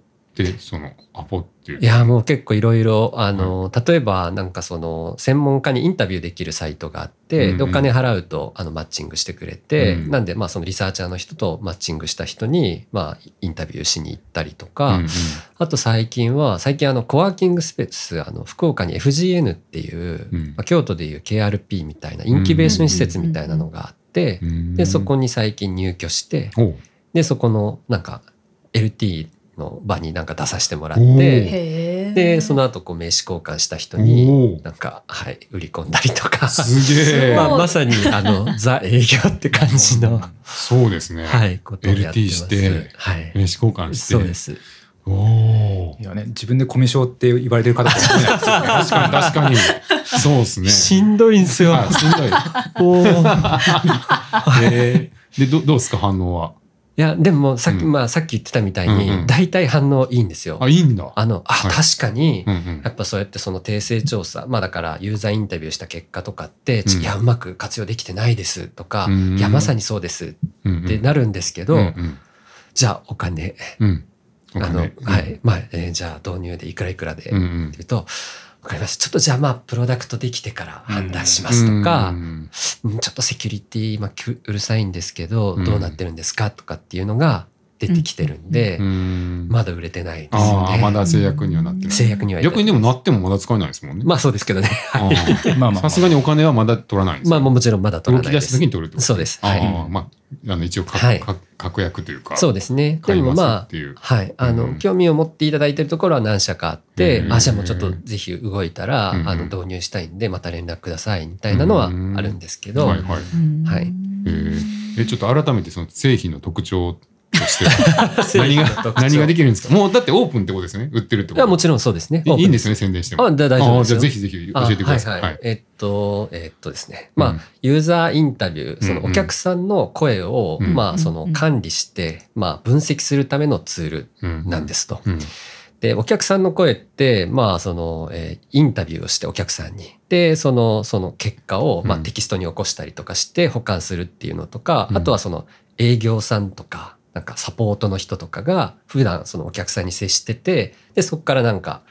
A: てそのアポっていう
D: いやもう結構いろいろあの、例えばなんかその専門家にインタビューできるサイトがあって、
A: うんうん
D: でお金払うとあのマッチングしてくれて、
A: うん
D: なんでまあそのリサーチャーの人とマッチングした人にまあインタビューしに行ったりと
A: うん
D: か、
A: うん
D: あと最近は最近あのコワーキングスペースあの福岡に FGN っていう、
A: うん
D: まあ、京都でいう KRP みたいなインキュベーション施設みたいなのがあって、
A: うん
D: でそこに最近入居して、
A: おう
D: でそこのなんか LT の場になんか出させてもらっ
A: お
D: て
A: ー。
C: へえ。
D: でその後こう名刺交換した人
A: お
D: に
A: ー
D: なんか、はい、売り込んだりとか、
A: すげえ
D: まあ、まさにあのザ営業って感じの、
A: そうですね、
D: はい、ことをやって
A: LT
D: ま
A: し
D: す。
A: て
D: はい
A: 名刺交換して
D: そうです。
A: おお
B: いやね、自分でコミュ障って言われてる方も少ないですよね。
A: 確かに確 かにそうですね
D: しんどいんですよ。
A: あしんどい
D: お ー
A: えーでどどうですか反応はい
D: やでもさっき、
A: うん
D: まあさっき言ってたみたいに、
A: うんうん
D: 大体反応いいんですよ。
A: あいいんだ
D: あのあ、
A: はい
D: 確かに、
A: うんうん
D: やっぱそうやってその訂正調査まあだからユーザーインタビューした結果とかって、
A: うん
D: いやうまく活用できてないですとか、
A: うん
D: いやまさにそうです
A: うんうん
D: ってなるんですけど、
A: うんうん
D: じゃあお金
A: うんお
D: あの、
A: 金うん
D: はい。まあ、えーじゃあ導入でいくらいくらで、
A: う
D: っ
A: ん
D: て
A: うん
D: 言うと、わかりました。ちょっとじゃあまあ、プロダクトできてから判断しますとか、
A: うん
D: うんちょっとセキュリティ、今きゅうるさいんですけど、
A: うん
D: どうなってるんですかとかっていうのが出てきてるんで、
A: うん
D: まだ売れてないですよ
A: ああま
D: ね。
A: だ制約にはなってない
D: 制約にはい
A: 逆にでもなってもまだ使えないですもんね
D: まあそうですけどね。
A: あー
B: まあまあ、
A: さすがにお金はまだ取らないんです
D: まあ
A: ね
D: もうもちろんまだ取
A: 動
D: らな
A: き
D: い
A: 出
D: で
A: した
D: す
A: 時。に取るってこと
D: そうですはい
A: ああまああの一応か
D: はい
A: か確約というか
D: そうですね。で
A: 買い
D: も
A: ます
D: まあ
A: っ、ていう
D: はい、あの、
A: うん
D: 興味を持っていただいてるところは何社かあって、
A: うん
D: あじゃあもうちょっとぜひ動いたら、
A: うん
D: あの導入したいんでまた連絡くださいみたいなのはあるんですけど、
A: はいはい
C: うん
D: はい
A: えーえちょっと改めてその製品の特徴として
D: 製
A: 何
D: 品の
A: が
D: 特徴
A: 何ができるんですかもうだってオープンってことですよね売ってるって
D: い
A: こ
D: や
A: と
D: もちろんそうですね。
A: いいいんです
D: ね。
A: ね宣伝しても
D: あじゃあ大丈夫です
A: あじ
D: よ
A: ゃあぜひぜひ教えてください、
D: あはいはい
A: はい
D: えっとえっとですね、まあ、
A: うん
D: ユーザーインタビューそ
A: うん
D: の
A: うん
D: お客さんの声を、
A: うん
D: まあそ
C: うん
D: の
C: うん
D: 管理して、まあ、分析するためのツール
A: うん
D: なんですと。
A: うん
D: でお客さんの声ってまあその、えーインタビューをしてお客さんにでそのその結果を、まあ、
A: うん
D: テキストに起こしたりとかして保管するっていうのとか、
A: うん
D: あとはその営業さんとかなんかサポートの人とかが普段そのお客さんに接しててでそこからなんか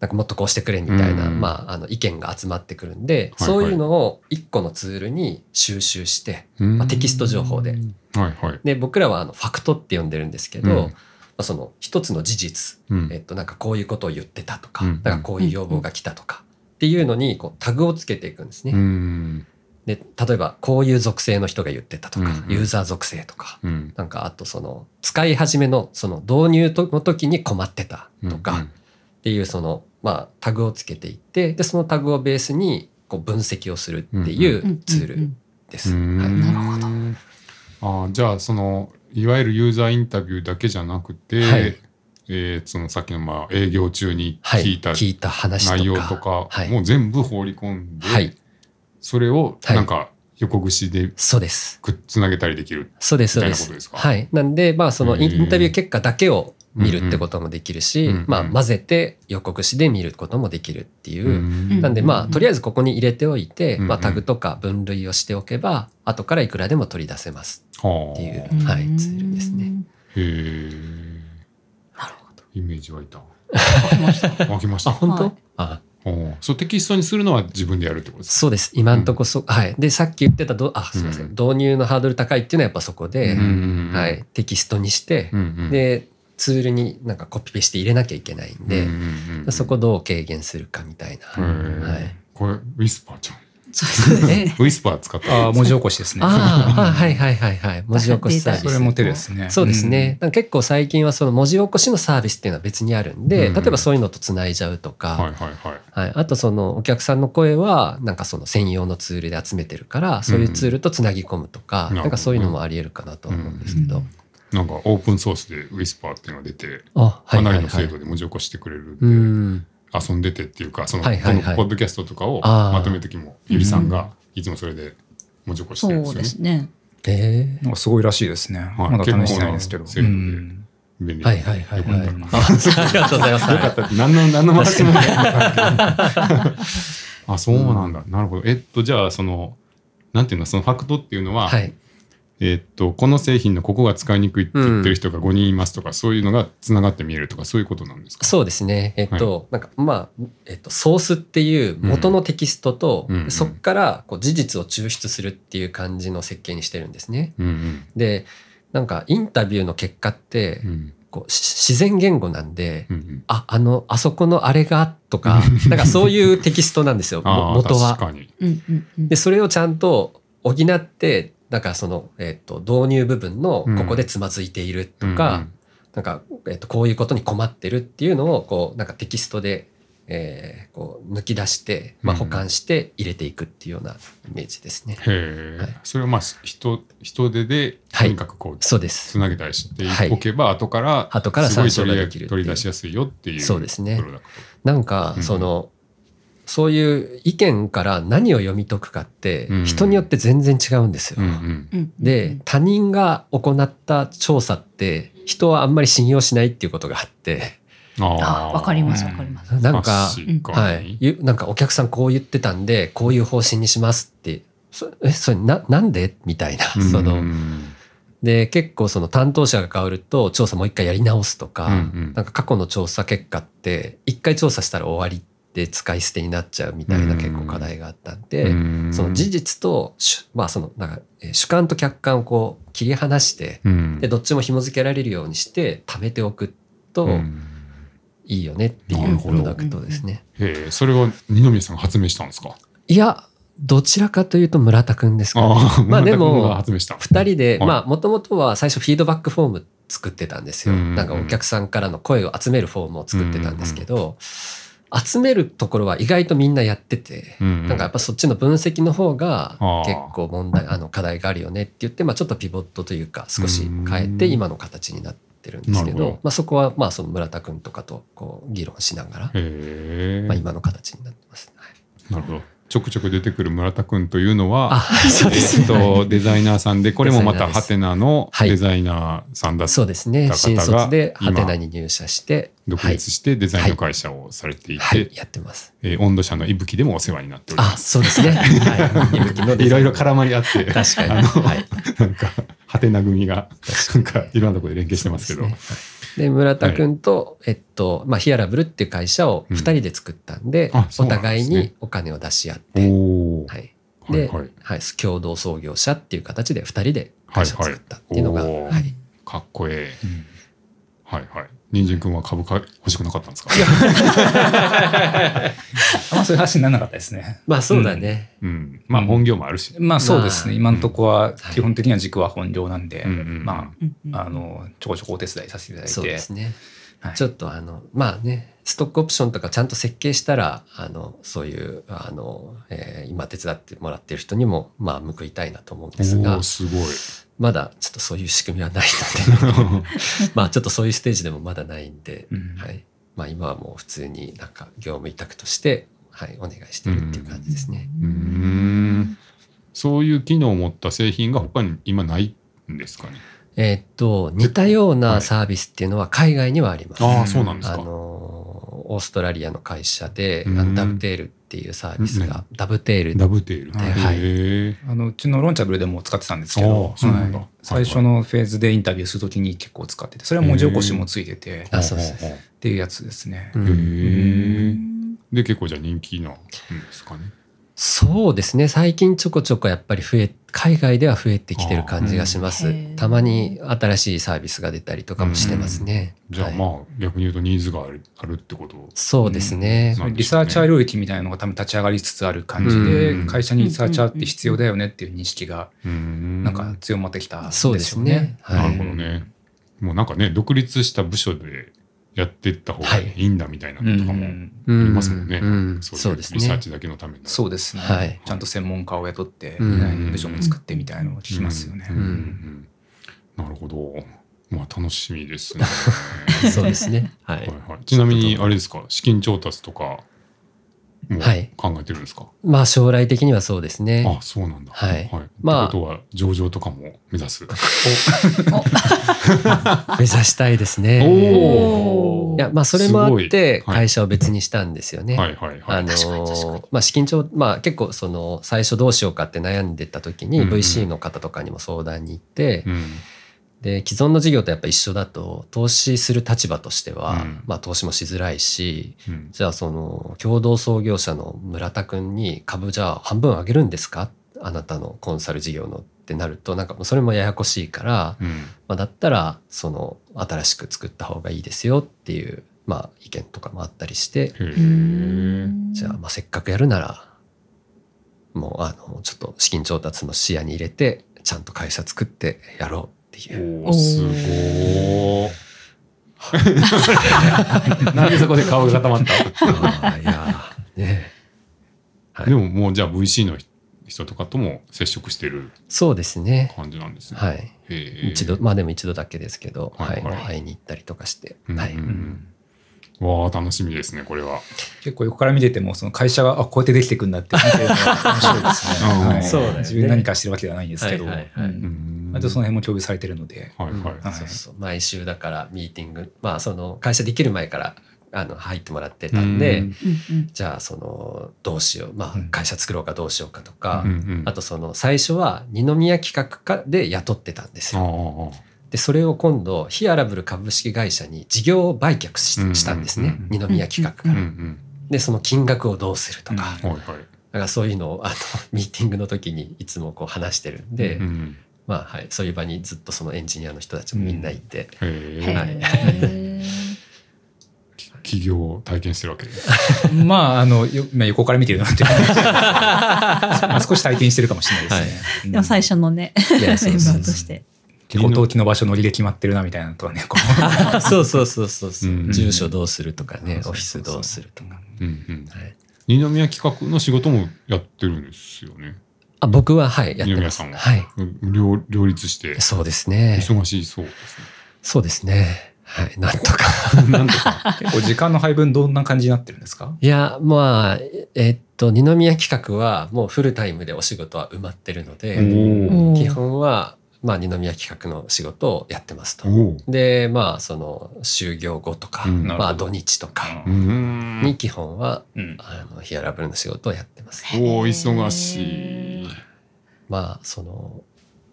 D: なんかもっとこうしてくれみたいな、
A: うん
D: まあ、あの意見が集まってくるんで、
A: はい
D: そういうのを一個のツールに収集して、
A: うん
D: まあ、テキスト情報で
A: はいはい
D: で僕らはあのファクトって呼んでるんですけど、
A: うん
D: あ、その一つの事実、
A: うん
D: えっと、なんかこういうことを言ってたとか、
A: うん
D: なんかこういう要望が来たとか、っていうのにこうタグをつけていくんですね。
A: うん
D: で例えばこういう属性の人が言ってたとか、
A: うんうん
D: ユーザー属性とか
A: うん
D: なんかあとその使い始めのその導入との時に困ってたとかっていうその、まあ、タグをつけていってでそのタグをベースにこう分析をするってい
C: うんうんう
D: うんツールです。
A: うん
D: はい
C: なるほど
A: あーじゃあそのいわゆるユーザーインタビューだけじゃなくて、
D: はい
A: えーそのさっきのまあ営業中に
D: はい、
A: 聞いた
D: 聞いた話とか
A: 内容とか
D: はい
A: もう全部放り込んで、
D: はい、
A: それを
D: はい
A: なんか横串で
D: そうです
A: くっつなげたりできる。
D: そうですそうで
A: みたいなこと
D: す
A: ですか
D: はいなんでまあそのイン
A: へー
D: インタビュー結果だけを見るってこともできるし、
A: うんうん
D: まあ、混ぜて予告しで見ることもできるっていう、
A: うん
D: なんで
C: うん
D: ま
C: う
D: あ
C: ん
D: とりあえずここに入れておいて、
A: うん
D: まあ、タグとか分類をしておけば後からいくらでも取り出せます
A: はあ
D: っていう
C: うん
D: はいツールですね
A: へー
C: なるほど
A: イメージ湧いた。
C: わかりました
A: 湧きま した。
C: 本当はい
D: あ
A: おーそうテキストにするのは自分でやるってことですか。
D: そうです今んとこそ、はいでさっき言ってたどあすいません、
A: うん
D: 導入のハードル高いっていうのはやっぱそこで、
A: うんうんうん
D: はい、テキストにして
A: う、んうん
D: でツールになんかコピペして入れなきゃいけないんで、
A: うんうんうん
D: そこどう軽減するかみたい
A: へ
D: な。
A: ー
D: はい
A: これウィスパーちゃん。
C: そうですね
A: ウィスパー使った
B: ああ、文字起こしですね。
D: あーあはいはいはいはい文字起こしサービ
B: そ
D: ス
B: れも手ですね。
D: そうですね、なんか結構最近はその文字起こしのサービスっていうのは別にあるんで、
A: うん
D: 例えばそういうのとつないじゃうとか、
A: はいはいはい。
D: はい、あとそのお客さんの声はなんかその専用のツールで集めてるからそういうツールとつなぎ込むとか、
A: うん
D: なんかそういうのもありえるかなとは思うんですけど、
C: うん
A: なんかオープンソースでウィスパーっていうのが出て、
D: あは
A: か
D: い
A: な
D: は
A: り
D: い
A: の
D: は
A: 精
D: い
A: 度で文字起こしてくれるんで、
D: うん
A: 遊んでてっていうか、その、
D: はいはいはい
A: このポッドキャストとかを
D: あー
A: まとめるときも、ゆりさんがいつもそれで文字起こしてるんで
C: そう
A: すよ
C: で
A: ね。
C: すね
D: え
B: なんかすごいらしいですね。
A: い
B: まだ試してないんですけど。
A: 結構な
B: うん
A: 精度便利。
D: ー、はいはいはいはい
B: よかっ
D: ありがとうござい ます
A: よかった。何の、何の話 もない。 あ、そうなんだ。なるほど。えっと、じゃあ、その、なんていうの、そのファクトっていうのは、
D: はい
A: えっと、この製品のここが使いにくいって言ってる人が5人いますとか、そういうのがつながって見えるとか、そういうことなんですか
D: そうですね。えっと、なんか、まあ、えっと、ソースっていう元のテキストと、
A: うん
D: そっからこう事実を抽出するっていう感じの設計にしてるんですね。
A: うん
D: で、なんか、インタビューの結果って
A: うん。う、ん
D: こう、し自然言語なんで、
A: うんうん。
D: あ、あの、あそこのあれが、とか、なんかそういうテキストな んですよ、
A: あ
D: も
A: あ、
D: 元
A: 確
D: は。
A: かに。
C: うんうんうん
D: で、それをちゃんと補って、なんかその、えっと、導入部分のここでつまずいているとか、
A: うんうん
D: なんか、えっと、こういうことに困ってるっていうのを、こう、なんかテキストで、えーこう、抜き出して、まあ、
A: うん
D: 保管して入れていくっていうようなイメージですね。
A: へえ、
D: はい
A: それをまあ人人手で
D: は
A: と
D: い
A: にかくこう
D: そうです
A: つ。なげたりして
D: はい
A: おけば、後から
D: 後から
A: すごい
D: 参照
A: 取
D: が
A: り
D: できるってい
A: 取
D: う
A: り出しやすいよっていう
D: そうですね
A: プロダク
D: なんか
A: う、ん
D: その、そういう意見から何を読み解くかって
A: うん、
D: 人によって全然違うんですよ
A: ト。うんうん
C: うんうんうん
D: で、他人が行った調査って、人はあんまり信用しないっていうことがあって、
C: あわかりますわかります
D: なんか、
A: 確かに
D: はい、ゆなんかお客さんこう言ってたんでこういう方針にしますってそえそれななんでみたいな、
A: うん
D: そ
A: うん
D: ので結構その担当者が変わると調査もう一回やり直すとか、
A: うんうん
D: なんか過去の調査結果って一回調査したら終わりで使い捨てになっちゃうみたいな結構課題があったんで、
A: うん
D: その事実と主,、まあ、そのなんかえー主観と客観をこう切り離して
A: うん
D: でどっちも紐付けられるようにして貯めておくと
A: うん
D: いいよねってい
A: なる
D: う
A: ほ
D: プ
A: ど
D: ロダクトですね。
A: へえそれは二宮さんが発明したんですか
D: いや、どちらかというと村田くんですかね、
A: ああ
D: まあで
A: 村田君が
D: も、
A: 発明した
D: 二人で、
A: はい
D: まあもともとは最初フィードバックフォーム作ってたんですよ。
A: うんうんうん
D: なんかお客さんからの声を集めるフォームを作ってたんですけど、集めるところは意外とみんなやってて、
A: な
D: なんかやっぱそっちの分析の方が
A: あー
D: 結構問題、あの課題があるよねって言って、まあちょっとピボットというか少し変えて
A: うん
D: 今の形になってるんです
A: なる
D: け
A: ほ
D: ど、
A: ど
D: まあそこはまあその村田くんとかとこう議論しながら、
A: へえ
D: まあ今の形になってます。はい
A: なるほどちょくちょく出てくる村田君というのは
D: あ、そうです
A: えっと、デザイナーさんで、これもまた
D: デザイナーで
A: ハ
D: す
A: テナの
D: はい
A: デザイナーさんだと、
D: そうですね。
A: 方が
D: 新卒で
A: 今
D: ハテナに入社して、
A: 独
D: はい
A: 立してデザインの会社をされていて、
D: はい、やってます。
A: えー温度社の息吹でもお世話になっておりま
D: あ、そうですね。はい。息吹の
A: す。
D: デ
A: い
D: ザ
A: ろ
D: イ
A: い
D: ン
A: ろ絡まり合って、
D: 確かに。
A: あの
D: はい。
A: なんか、ハテナ組が、なんか、いろんなところで連携してますけど。
D: そうですねはいで村田君と、えっと、まあ、ヒアラブルっていう会社を
A: うん
D: 2人で作ったんで、
A: あそ
D: お
A: うなんで
D: 互
A: す
D: い
A: ね
D: にお金を出し合って、
A: おお、
D: はい。
A: はい、
D: で、
A: は
D: はいい、共同創業者っていう形で2人で会社を作ったっていうのが、
A: はいはい
D: はい
A: かっこええ。はいはい。人参くんは株価欲しくなかったんですか
B: あんまそういう話にならなかったですね。
D: まあそうだね。
A: うん。まあ本業もあるし。
B: まあそうですね、
D: ま
B: 今
D: あ
B: のとこは
D: い
B: 基本的には軸は本業なんで、
A: うんうん
B: ま
C: うんうん
B: あ、あの、ちょこちょこお手伝いさせていただいて。
D: そうですね。
B: はい
D: ちょっとあの、まあね、ストックオプションとかちゃんと設計したら、あの、そういう、あの、えー今手伝ってもらってる人にも、まあ報いたいなと思う
A: お
D: んですが
A: ー、すごい。
D: まだちょっとそういう仕組みはないので、 まあちょっとそういうステージでもまだないんで、
B: うん
D: はい。まあ今はもう普通になんか業務委託として、はい、お願いしてるっていう感じですね。
A: うーん。そういう機能を持った製品が他に今ないんですかね。
D: えーっと、似たようなサービスっていうのは海外にはあります。
A: ああ、そうなんですか。
D: あのオーストラリアの会社で、
A: うん
D: あのダブテールっていうサービスが、ダブテール
A: ダブテール。
B: はい
D: はい
A: へえ。
B: あのうちのロンチャブルでも使ってたんですけど、
A: あーそうなんだ
B: は
A: はい
B: い最初のフェーズでインタビューするときに結構使っててそれは文字起こしもついてて
D: あそうです
A: ほほ
B: っていうやつですね。
D: う
A: ほ
D: ん
A: へえ。
C: ん
A: で、結構じゃあ人気なんですかね。
D: そうですね最近ちょこちょこやっぱり増え海外では増えてきてる感じがしま
C: あー
D: す、
C: うんへー
D: たまに新しいサービスが出たりとかもしてますね、
A: じゃあ
D: はい
A: まあ逆に言うとニーズがあるあるってこと。
D: そうですね、
A: うん
B: リサーチャー領域みたいなのが多分立ち上がりつつある感じで、
A: うん
B: 会社にリサーチャーって必要だよねっていう認識が
A: うーん
B: なんか強まってきたんでし
D: そ
B: ょ
D: う
B: う
D: ですね
B: ね。
A: な
D: は
A: る
D: い
A: ほどね。もうなんかね独立した部署でやってった方がいいんだみたいなのとか
B: う
A: も
B: ん
D: うん
A: ありますもんね
D: うん
A: そ
D: そうう
A: い
D: で
A: う
D: す
A: リサー
D: ね
A: チだけのために。
B: そうですね、
D: はい
B: ちゃんと専門家を雇って、
D: うん
B: はい部署も作ってみたいなのを聞きますよね。
A: うんうんうんなるほど。まあ楽しみですね。
D: そうですねは
A: はい
D: い
A: はい、ちなみにあれですか資金調達とかも
D: はい
A: 考えてるんですか、
D: まあ将来的にはそうですね
A: あそうなんだ。
D: はい
A: ま
D: ま
A: あ、
D: あ
A: ってことは上場とかも目指す。
D: 目指したいですね
C: おー
D: いやまあそれもあっ
A: す
D: て
A: ごいはい
D: 会社を別にしたんですよね、
A: はいはいは
D: あ
A: い。
D: の
C: 確かに確かに
D: まあ、資金調、まあ、結構その最初どうしようかって悩んでた時に
A: うんうん
D: VC の方とかにも相談に行って、
A: うん
D: で既存の事業とやっぱ一緒だと投資する立場としては、
A: うん
D: まあ、投資もしづらいし
A: うん
D: じゃあその共同創業者の村田君に株じゃあ半分上げるんですかあなたのコンサル事業のってなるとなんかもうそれもややこしいから、
A: うん
D: まあ、だったらその新しく作った方がいいですよっていう、まあ、意見とかもあったりして
A: へ
C: う
A: え。
C: ん
D: じゃあ、まあ、せっかくやるなら、もう、あの、ちょっと資金調達も視野に入れて、ちゃんと会社作ってやろうっていう。
A: おーすごー。
B: なんでそこで顔が固まった
D: ああいやー、ねはい
A: でももうじゃあ VC の人とかとも接触してる
D: そうですね。
A: 感じなんですね。
D: はい。
A: へえ。
D: 一度、まあでも一度だけですけど、
A: は
D: はいい。
A: はい
D: 会いに行ったりとかして、
A: うんうん
D: はい。
A: わあ楽しみですねこれは。。
B: 結構横から見ててもその会社があこうやってできていくんだって見てるのが面白い ですね
A: うん
B: はい
D: そうだよね
B: 自分で何かしてるわけではないんですけど、
D: はいはいはい
B: うん
A: ん
B: あとその辺も共有されてるので、
A: はいはい。
B: はい
D: そうそう毎週だからミーティング、まあその会社できる前から、あの、入ってもらってたんで、
A: うん
C: うんうん
D: じゃあその、どうしよう、
B: う
D: まあ
B: ん
D: 会社作ろうかどうしようかとか、
A: うんうん
D: あとその最初は二宮企画課で雇ってたんです
A: ああ
D: よ。
A: ああ
D: でそれを今度非アラブル株式会社に事業を売却し
A: うん
D: したんですね、
A: うん
D: 二宮企画か
A: う
D: ら。
A: ん
D: でその金額をどうするとか,、
A: うんはいはい。
D: だからそういうのをあのミーティングの時にいつもこう話してるんで、
A: うん
D: まあはい、そういう場にずっとそのエンジニアの人たちもみんないて、
A: へ
C: へ
A: え。
C: ー
A: 企業を体験してるわけで。
B: まああのよまあ横から見てるなって いうまあ少し体験してるかもしれないですね。うん
C: でも最初のね、
D: いやそ
C: メン
D: う
C: バ
D: そう
C: ーとして。
B: 結構登記の場所乗りで決まってるなみたいなのとかねこう
D: そうそうそうそうそう、
A: うん
D: 住所どうするとかね、
B: そ
D: オ
B: う
D: フィ
B: そうそ
D: ス
B: うそう
D: どうするとか、
A: うんうん
D: はい、
A: 二宮企画の仕事もやってるんですよね。
D: あ僕ははいやっ
A: 二
D: て
A: 宮
D: ま
A: さ
D: す
A: んは。
D: はい
A: うん両両立して
D: そうですね
A: 忙しいそうです
D: そうですねはいなんとか
A: ね。なんとか。
B: 結構時間の配分どんな感じになってるんですか？
D: いや、まあ、ええっと、二宮企画はもうフルタイムでお仕事は埋まってるの
A: お
D: で、
A: お。
C: おー
D: 基本は、まあ、二宮企画の仕事をやってますと。
A: おお。
D: で、まあ、その、就業後とか、
A: うん
D: まあ、土日とか
A: うーん。
D: に基本は、
B: うん
D: あの、ヒアラブルの仕事をやってます。
A: おお忙しい。
D: まあ、その、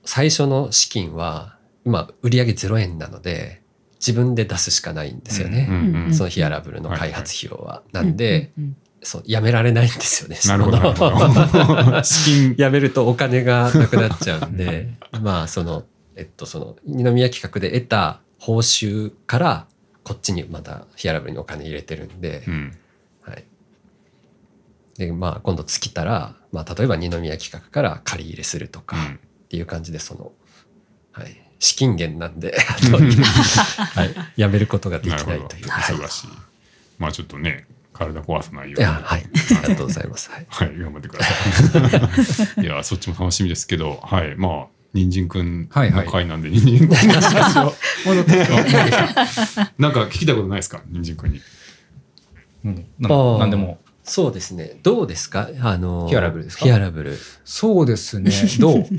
D: 最初の資金は、今、売上0円なので、自分で出すしかないんですよ
A: う
D: ね。
A: んうん
C: ん
D: そのヒアラブルの開発費用は。なんで、
C: うんうん
D: そう、やめられないんですよね。
A: なるほどなるほ ど。資金。
D: やめるとお 金がなくなっちゃうんでまあそのえっとその二宮企画で得た報酬からこっちにまたヒアラブルにお金入れてるんで、
A: うん
D: はい、でまあ今度尽きたら、まあ、例えば二宮企画から借り入れするとか
A: うん
D: っていう感じでその、はい、資金源なんで あのはい、やめることができ
A: なるほ
D: な
A: ど
D: いという。はい
A: 忙しいまあちょっとね体壊さないよ
D: いうや
A: に
D: はい、ありがとうございます。はい、
A: はい、頑張ってください。いや、そっちも楽しみですけど、はい、まあ、人参くん
B: はいは
A: の
B: い
A: 回なんで、人参くんの話を戻ってきたなんか聞きたいことないですか、人参くんに。
B: うん、
D: あー
B: なんでも
D: そうですね。どうですかあの
B: ヒアラブルですか
D: ヒアラブル。
B: そうですね。どう う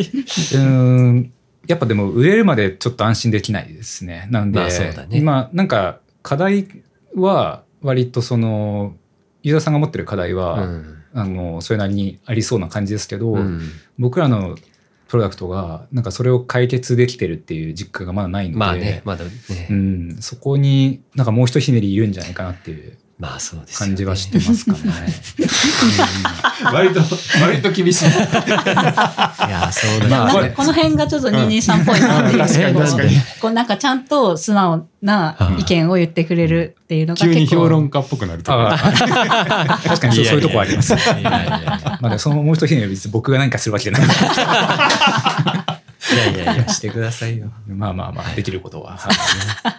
B: ーん。やっぱでも売れるまでちょっと安心できないですね。なんで、
D: まあそうだね
B: 今なんか課題は割とそのユーザーさんが持ってる課題は、
D: うん
B: あのそれなりにありそうな感じですけど、
D: うん
B: 僕らのプロダクトがなんかそれを解決できてるっていう実感がまだないので、
D: まあね、まだね、
B: うん、そこになんかもうひとひねり言うんじゃないかなっていう
D: まあそうですよ
B: 感
D: ね
B: じはしてますかね。
A: 割と、割と厳しい。
D: いや、そうだね。
B: まあ
C: なん
B: こ
C: か
B: れ
C: この辺がちょっと二人さんっぽいなっていう
A: 確
D: かに
C: こう
D: 確かに
C: こうなんかちゃんと素直な意見を言ってくれるっていうのが
A: 急に
C: 結
A: 評
C: 構
A: 論家っぽくなると
B: あ
A: か。
B: ー 確かにそうそういうとこあります。
D: いやいやいや
B: まあでもそのもう一人には別に僕が何かするわけじゃない。
D: いやいやいや、してくださいよ。
B: まあまあまあ、できることは。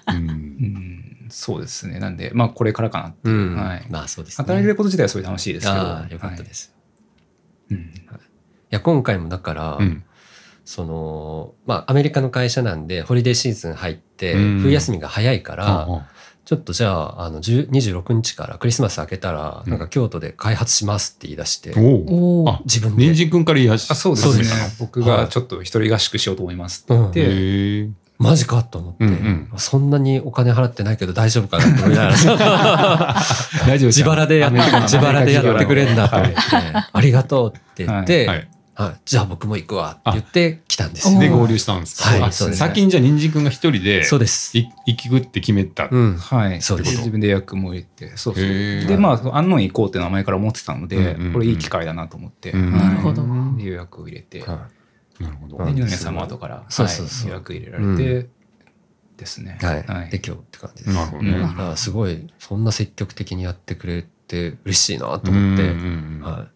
A: うん
B: うん、そうですね。なんで、まあこれからかな。
D: うん。
B: はい
D: まあそうですね。
B: 働いてること自体はそれ楽しいですけど。。
D: ああ、よかったですす。
B: うん
D: い、や、今回もだから、
A: うん
D: その、まあアメリカの会社なんで、ホリデーシーズン入って、
A: うん
D: 冬休みが早いから、
A: あ
D: ちょっとじゃあ、あの、10 26日からクリスマス明けたら、
A: うん
D: なんか京都で開発しますって言い出して、
A: あおお。
C: おー
A: あ
D: 自分で。
A: 人参くんから言いやし。
B: あそうで
D: そう
B: す
D: で
B: ね
D: す。
B: 僕がちょっと一人合宿しようと思いますって言って、
A: へえ。
D: マジかと思って、
A: うんうん
D: そんなにお金払ってないけど大丈夫かなって思いながら
A: 大丈夫
D: 自腹でやっ
B: ア
D: て
B: メリカの
D: 自腹でやってくれんだと思って、ありがとうって言って、
A: はい。
D: あじゃあ僕も行くわって言って来たんですよ。
A: で、
C: お
A: 合流したんですか。
D: はい
A: あ
D: そうです
A: 先にじゃあ、人参くんが一人で、
D: そうです。
A: い行きくって決めた。
D: うん。
B: はい。
D: そうです
B: 自分で予約も入れて、そうそう。
A: へえ
B: で、まあ、安納院行こうって名前から思ってたので、
A: うんうんうん
B: これいい機会だなと思って、
A: うん
C: なるほど
A: うん
B: で予約を入れて、で
D: は
A: なるほど。
D: うん
B: 二宮さんも後から、
D: そう
B: はい
D: そうそう
B: 予約入れられて、ですね。
D: い。はい
B: はい
D: で、今日って感じです。
A: なるほどね。
B: うん
D: あすごい、そんな積極的にやってくれて嬉しいなと
A: うん
D: 思っ
A: う
D: て。
A: んうん
D: は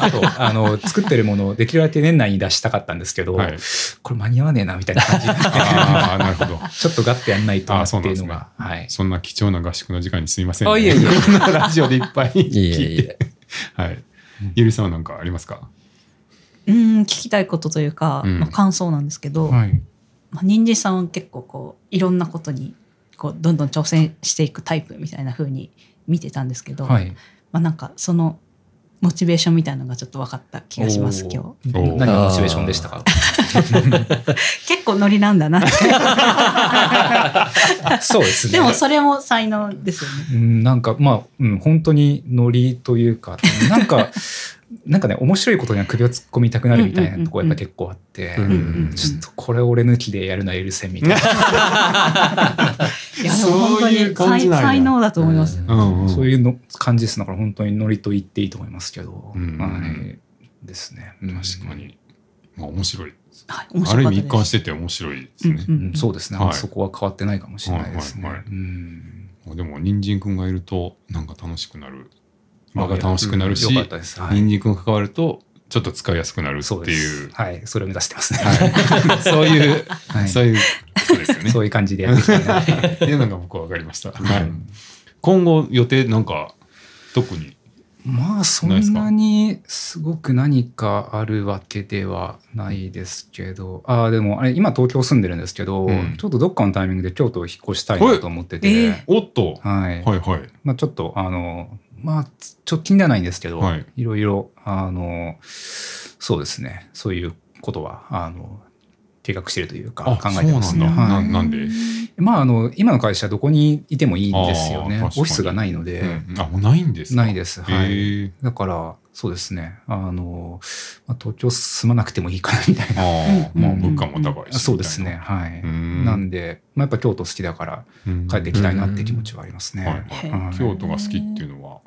B: あと、あの、作ってるものをできるだけ年内に出したかったんですけど、
A: はい。
B: これ間に合わねえな、みたいな感じになって
A: ああ、なるほど。
B: ちょっとガッてやんないとな
A: あ
B: って
A: そうなん
B: い
A: で
B: う
A: す
B: の
A: ね
B: が。はい。
A: そんな貴重な合宿の時間にすみません、
B: あいえいえ
A: こんなラジオでいっぱい聞い
D: い。
A: て。
D: いえいえいえ。
A: はい。ゆりさんは何かありますか
C: うん聞きたいことというか、
A: うん
C: まあ、感想なんですけど、
A: い。
C: まあ、人参さんは結構こういろんなことにこうどんどん挑戦していくタイプみたいな風に見てたんですけど、
B: はい。
C: まあ、なんかそのモチベーションみたいなのがちょっと分かった気がします
B: おー
C: 今日
A: おー
B: 何がモチベーションでしたか
C: 結構ノリなんだなって
B: そうですね。
C: でもそれも才能ですよね
B: うん、なんかまあ、うん、本当にノリというか なんかなんかね面白いことには首を突っ込みたくなるみたいなとこやっぱ結構あって、
D: うんうんうんうん
B: ちょっとこれ俺抜きでやるのは許せんみたいな、
C: いやでも本当
A: そういう
C: に
A: 感じ
C: 才
A: なんや
C: 才能だと思います、
D: うん
A: うんうん。
B: そう
A: う。
B: いうの感じですだから本当にノリと言っていいと思いますけど、
A: うん
B: はいですね。
A: 確かに。まあ面白い。
C: はい面
A: あ
C: 白
A: る意
C: かった
A: 味
C: で
A: 一貫し
C: す
A: てて面白いですね
B: う
C: う。
B: ん
C: んうん
B: そうですね、
A: はい
B: そこは変わってないかもしれないですね。
A: はいはいはい
B: うん
A: まあでも、人参くんがいると、なんか楽しくなる。場が楽しくなるし、
B: うんよかっ
A: 人
B: たです、はい
A: 参くんが関わると、ちょっと使いやすくなる
B: そう
A: って
B: で
A: い
B: す
A: う。
B: はい、それを目指してますね。
A: はい。そういう、
B: はい
A: そういうことですよね。
B: そういう感じでやっていきたいなっ て
A: っていうのが僕は分かりました。 は
B: う
A: い
B: ん。
A: 今後予定なんか特に。
B: まあそ
A: ないです
B: ん
A: か
B: なにすごく何かあるわけではないですけどああでもあれ今東京住んでるんですけど、
A: うん
B: ちょっとどっかのタイミングで京都を引っ越したいなと思ってて、
C: ええ
A: おっと。
B: はい
A: はいはい。
B: まあ、ちょっとあのまあ直近ではないんですけど、
A: はい
B: い、ろいろあのそうですねそういうことはあの計画してるというか考えてますね。
A: そうなんだ。
B: はい
A: ななんで、
B: まああの今の会社どこにいてもいいんですよ
A: あ
B: ね
A: ー
B: オ
A: 確かに
B: フィスがないので。
A: うんあもうないんですか
B: ないですはい
A: へえ
B: だから、そうですね。あの、まあ、東京住まなくてもいいかなみたいな。
A: ああ
C: うん
A: まあ物価も 高いし、
B: そうですね。はい。
A: な
B: なんで、まあ、やっぱ京都好きだから帰ってきたいなって気持ちはありますね。
A: はい
C: へ
B: は
C: ー
B: い
A: 京都が好きっていうのは、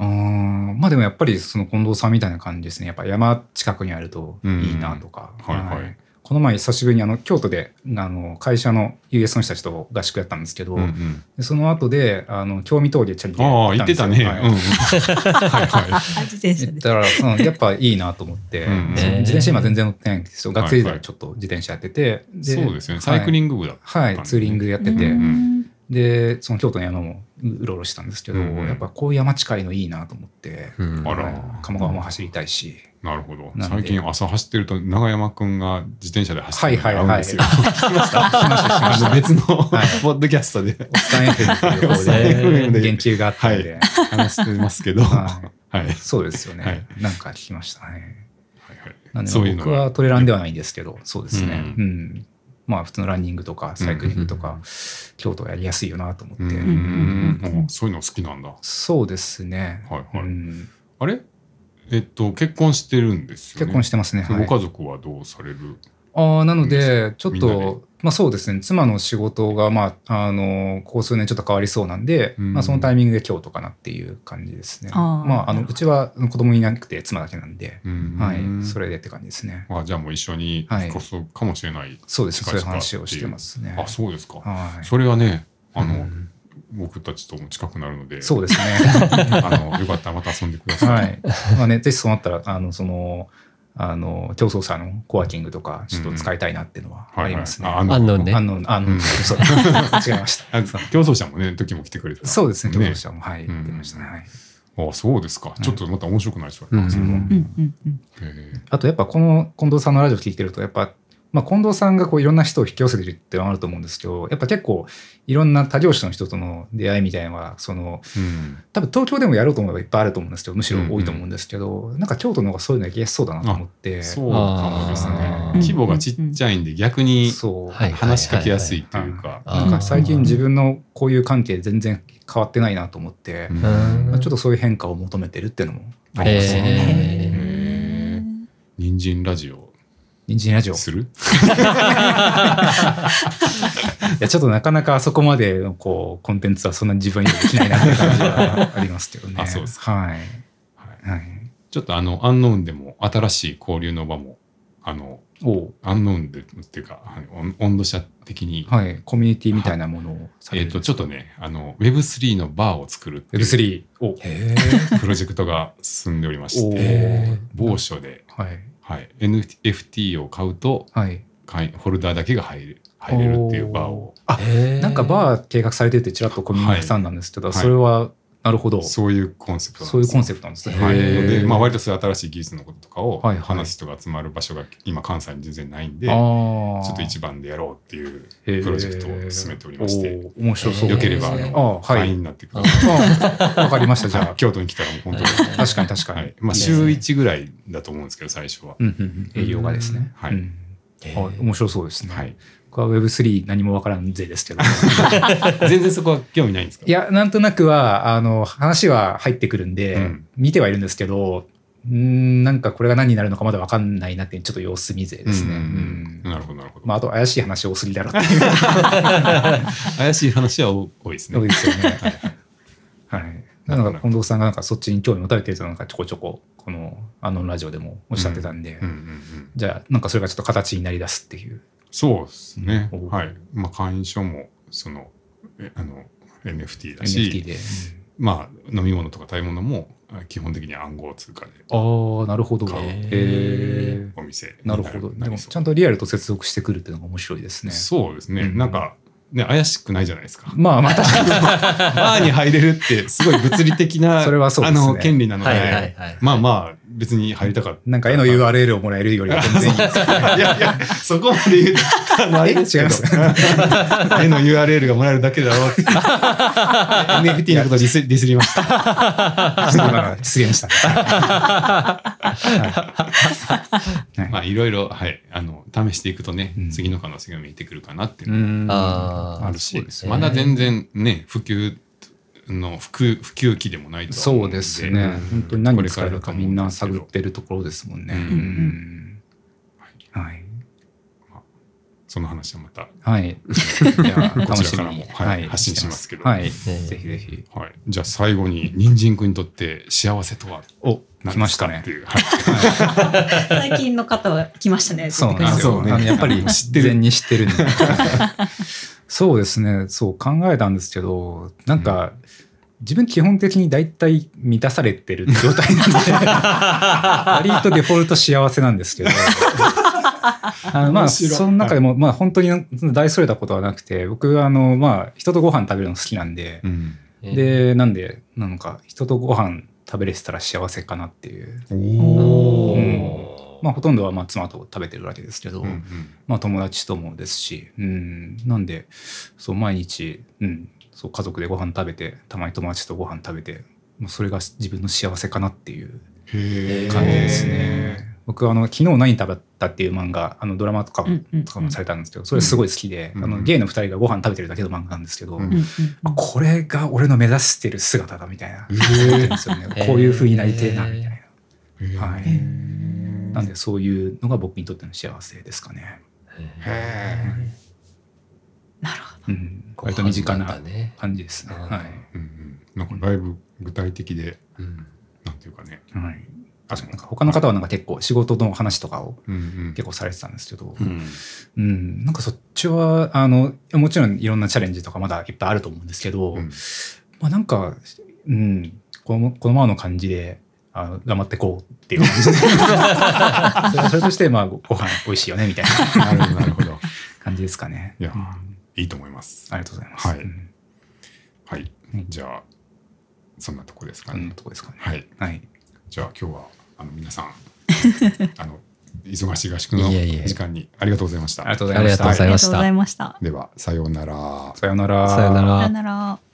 B: うーんまあでもやっぱりその近藤さんみたいな感じですね。やっぱ山近くにあるといいなとか。
A: うんはいはい
B: この前久しぶりにあの京都であの会社の US の人たちと合宿やったんですけど、
A: うんうん
B: でその後であの興味峠でチャリで
A: ああ、
B: 行
A: 言
B: っ
A: った
B: んで
A: て
B: すよ
A: たね。
B: はい
A: うんうんはいは
C: あ自転車
B: 行っ
C: で
B: たらそのやっぱいいなと思って、
A: うんうん
B: その自転車今全然乗ってないんですよ学生時
A: はい
B: 代
A: はい
B: ちょっと自転車やってて、
A: い。そうですよね。サイクリング部だ。
B: はい、ツーリングやってて、
C: うん
B: でその京都の山もうろうろしてたんですけど、
A: うんうん
B: やっぱこういう山近いのいいなと思って、
D: うん
A: あら
B: はい鴨川も走りたいし、
A: なるほど。
B: なんで
A: 最近朝走ってると、長山くんが自転車で走っ
B: は
A: て
B: い
A: るの
B: はい
A: に会うん
B: はい。
A: ですよ。
B: し
A: あの別のポ
B: い
A: ッドキャストで
B: おっさん FM というとこ
D: おっさん
B: ろ
A: FM で
B: で言及があったんで、
A: 話してますけど、は
B: はい
A: い。はい
B: そうですよね、
A: はい
B: なんか聞きましたね。
A: は
B: な
A: い
B: んで
A: そういうの
B: 僕は
A: が。
B: トレランではないんですけど、そうですね。う、
A: うん
B: まあ普通のランニングとかサイクリングとか、京都はやりやすいよなと思って。
A: うんうんそういうの好きなんだ。は
B: そうですね。
A: いは
B: う
A: い。
B: ん
A: あれえっと、結婚してるんですよね。
B: 結婚してますね。
A: そ
B: は
A: れ
B: い
A: ご家族はどうされる
B: ああ、なので、ちょっ
A: みんなで
B: と、まあそうですね、妻の仕事が、まあ、あの、ここ数年ちょっと変わりそうなんで、
A: うん
B: まあそのタイミングで京都かなっていう感じですね。
C: あー
B: まあ、あ
C: な
B: の、
C: るほど
B: うちは子供いなくて妻だけなんで、
A: うん
B: はい、それでって感じですね。
A: あじゃあもう一緒に
B: はい
A: 引っ越すかもしれない。
B: そうです
A: 近
B: ね、そうい
A: 々
B: う話をしてますね。
A: あ、そうですか。
B: はい。
A: それはね、あ
B: う
A: の、
B: ん
A: 僕たちとも近くなるので、
B: そうで すね。
A: あの、よかったらまた遊んでください。
B: はい。まあね、ぜひそうなったら、あの、その、あの、競争者のコワーキングとか、ちょっと使いたいなっていうのはありますね。
A: ああの
D: あんのね
B: あ。の、あ
A: う
B: の、
A: ん
B: そう、間違えました。
A: あ競争者もね、時も来てくれた。
B: そうですね、
A: ね
B: 共同者も、はい、
A: うん
B: 出ましたね。はい
A: あそうですか。ちょっとまた面白くなりそうやな
D: うん
A: それは
C: うんうんうん
A: へえ
B: あと、やっぱこの近藤さんのラジオ聞いてると、やっぱ、まあ、近藤さんがこういろんな人を引き寄せてるっていうのはあると思うんですけど、やっぱ結構いろんな他業種の人との出会いみたいなのは、その、
A: うん
B: 多分東京でもやろうと思えばいっぱいあると思うんですけど、むしろ多いと思うんですけど、なんか京都の方がそういうのやりやすそうだなと思って、
A: そうかもですね
D: あー。
A: 規模がちっちゃいんで逆に
B: そう
D: はい
A: 話しかけやすいという
B: は
A: か。
B: なんか最近自分の交友関係全然変わってないなと思って、
A: うん
D: うん
B: まあちょっとそういう変化を求めてるっていうのもありますね。
A: へ
D: へ
A: え人参ラジオ
B: 人参ラジオ。い
A: する
B: や、ちょっとなかなかあそこまでのこう、コンテンツはそんなに自分にはできないなって感じはありますけどね。
A: あそうです
B: はい。はい。
A: ちょっとあの、アンノーンでも新しい交流の場も、あの、
B: お
A: アンノーンでっていうか、あの温温度社的に、
B: はい。コミュニティみたいなものをさ
A: え
B: れ
A: っ、
B: る
A: と、ちょっとね、あの、Web3 のバーを作るっていう
B: Web3 を。
D: へ
A: プロジェクトが進んでおりまし
B: お
A: て、
B: ー
A: 某所で、
B: はい。
A: はい、NFT を買うと、
B: はい。
A: 会ホルダーだけが入る入れるっていうバーを
B: あ、
D: え
B: なんか
D: ー
B: バー計画されてるってちらっとコミュニティさんなんですけど、
A: はい
B: それは、なるほど。
A: そういうコンセプトなん
B: そういうコンセ
A: プ
B: プトなんですね。
A: はい、
B: へー
A: で、まあ、割とそういう新しい技術のこととかを
B: はいはい
A: 話す人が集まる場所が今関西に全然ないんで、
B: あー
A: ちょっと一番でやろうっていうプロジェクトを進めておりまして、
B: へーおー面白そう。
A: よければあ
B: あ
A: の、
B: あは
A: 会員
B: い。
A: になってく
B: あ
A: ださい。
B: わかりました、じゃあ。
A: 京都に来たらもう本当に、
B: 確かに確かに。
A: はいまあ、
B: いいですね
A: 週1ぐらいだと思うんですけど最初は。
B: うんうんうん営業がですね。
A: はい
B: うん
D: へ
B: あ
D: ー
B: 面白そうですね。
A: はい、
B: 僕は Web3 何もわからんぜですけど。
A: 全然そこは興味ないんですか
B: いや、なんとなくは、あの、話は入ってくるんで、
A: うん
B: 見てはいるんですけど、うーんなんかこれが何になるのかまだわかんないなっていう、ちょっと様子見ぜですね。
A: うん
B: うん
A: なるほどなるほど、
B: まあ、あと怪しい話多すぎだろっていう
A: 怪しい話は多いです
B: の
A: ね。
B: ですよね。 はい。なのが近藤さんがなんかそっちに興味持たれてるとなんかちょこちょここのあのラジオでもおっしゃってたんで、
A: うんうんうん
B: じゃあなんかそれがちょっと形になりだすっていう。
A: そうですね。
B: うん
A: はい。まあ、会員証も、その、えあの、NFT だ
B: NFT
A: し、
B: で。
A: まあ、飲み物とか食べ物も、あ基本的に暗号通貨で
B: ああ、なるほど。
A: 買う
B: へえ。
A: お店に
B: なるほ
A: な
B: ど。で
A: り
B: も
A: そう
B: ちゃんとリアルと接続してくるっていうのが面白いですね。
A: そうですね。
B: うん。
A: なんか、ね、怪しくないじゃないですか
B: まあまあ確かに。
A: バーに入れるって、すごい物理的な、
B: それはそうですね
A: あの、権利なので、
D: はいはいはい
A: まあまあ、別に入りた かっ
B: なんか絵の URL をもらえるよりは全然いいですね。
A: た。いやいや、そこまで言うと、あのあれ
B: え違いま
A: です
B: す
A: けど。絵の URL がもらえるだけだろう って。NFT のことをディスディスりました。
B: ちょっと今の出現した。
A: まあいろいろ、はい、あの試していくとね、
B: うん
A: 次の可能性が見えてくるかなっていう
B: う
A: の
B: ん
D: あー
A: もあるし、
B: そうですね
A: まだ全然ね普及の普及普及期でもないとは思
B: そ
A: ん
B: うですね。本当に何に使えるかみんな探ってるところですもんね。
A: うん
B: うんはい。
A: その話はまた
B: はい。いや
A: こ
B: 楽
A: ちら
B: し
A: か
B: み
A: ら
B: に
A: も、はい発信しますけど
B: はい。
D: え
B: ぜひぜひ。
A: はい、じゃあ最後に人参君にとって幸せとは
B: お、来
A: 何で
B: まし
A: す
B: た
A: か
B: ね
A: って。いう、はい
C: 最近の方は来ましたね。
B: そうなんです
A: そ
B: よ。
A: うね
B: あのやっ ぱり
A: 知
B: 自
A: ってる
B: 然に知ってるんで。 そうですね。そう考えたんですけど、なんか、自分基本的に大体満たされてる状態なんで、 割とデフォルト幸せなん ですけど。あのまあ、
A: 面白い
B: その中でも、まあ本当に大それたことはなくて、僕はあの、まあ人とご飯食べるの好きなんで、
A: うん
B: で、なんで、なんか人とご飯食べれてたら幸せかなっていう。
A: お
D: お
A: お、
D: ー
B: まあほとんどはまあ妻と食べてるわけですけど、
A: うんうん
B: まあ、友達ともですし、うん、なんでそう毎日、うん、そう家族でご飯食べてたまに友達とご飯食べてもうそれが自分の幸せかなっていう
A: へえ
B: 感じですね。僕はあの「昨日何食べた?」っていう漫画あのドラマとかも,、
C: うんうんうん
B: とかもされたんですけどそれすごい好きで、
A: うん
B: あのゲイの2人がご飯食べてるだけの漫画なんですけど、
A: うん
C: うんうん
B: あこれが俺の目指してる姿だみたいな、
A: へ
B: ですよね、こういう風になりてえなみたいな、
A: え
B: はい
A: へ
B: なんでそういうのが僕にとっての幸せですかね。
A: え
C: なる
B: う
C: ほど。
B: ん、割と身近
D: ご飯
B: な
D: だね
B: 感じですね。
D: うん
B: は
A: うんうんなんかだいぶ具体的で、なんていうかね、
B: い。はい。確かになんか他の方はなんか結構仕事の話とかを
A: うんうん
B: 結構されてたんですけど、
A: うん
B: うんなんかそっちは、あの、もちろんいろんなチャレンジとかまだいっぱいあると思うんですけど、
A: うん
B: まあなんか、うん、このこのままの感じで、あの頑張ってこうっていう感じでそれそれとして、まあ、ごご飯美味しいよねみたいな
A: なるほどなるほど
B: 感じですかね。
A: いや
B: うんあ
A: いいと思います
B: りがとうございます。
A: はい
B: うん
A: はい
B: はい
A: じゃあそんなとこですか
B: こんな
A: ね
B: とこですかね。
A: はい
B: はい。
A: じゃあ今日はあの皆さんあの忙しい合宿の
D: いえいえ
A: 時間にありがとうございました
B: ありがとうご
D: あ
B: ざい
D: り
B: ま
D: が
B: し
D: と
B: た。
C: あ
D: うござい
C: り
D: ま
C: が
D: し
C: とう
D: た
C: ございました。
A: ではさようなら
B: さようなら。
D: さよな
C: さよ
D: ら
C: なら。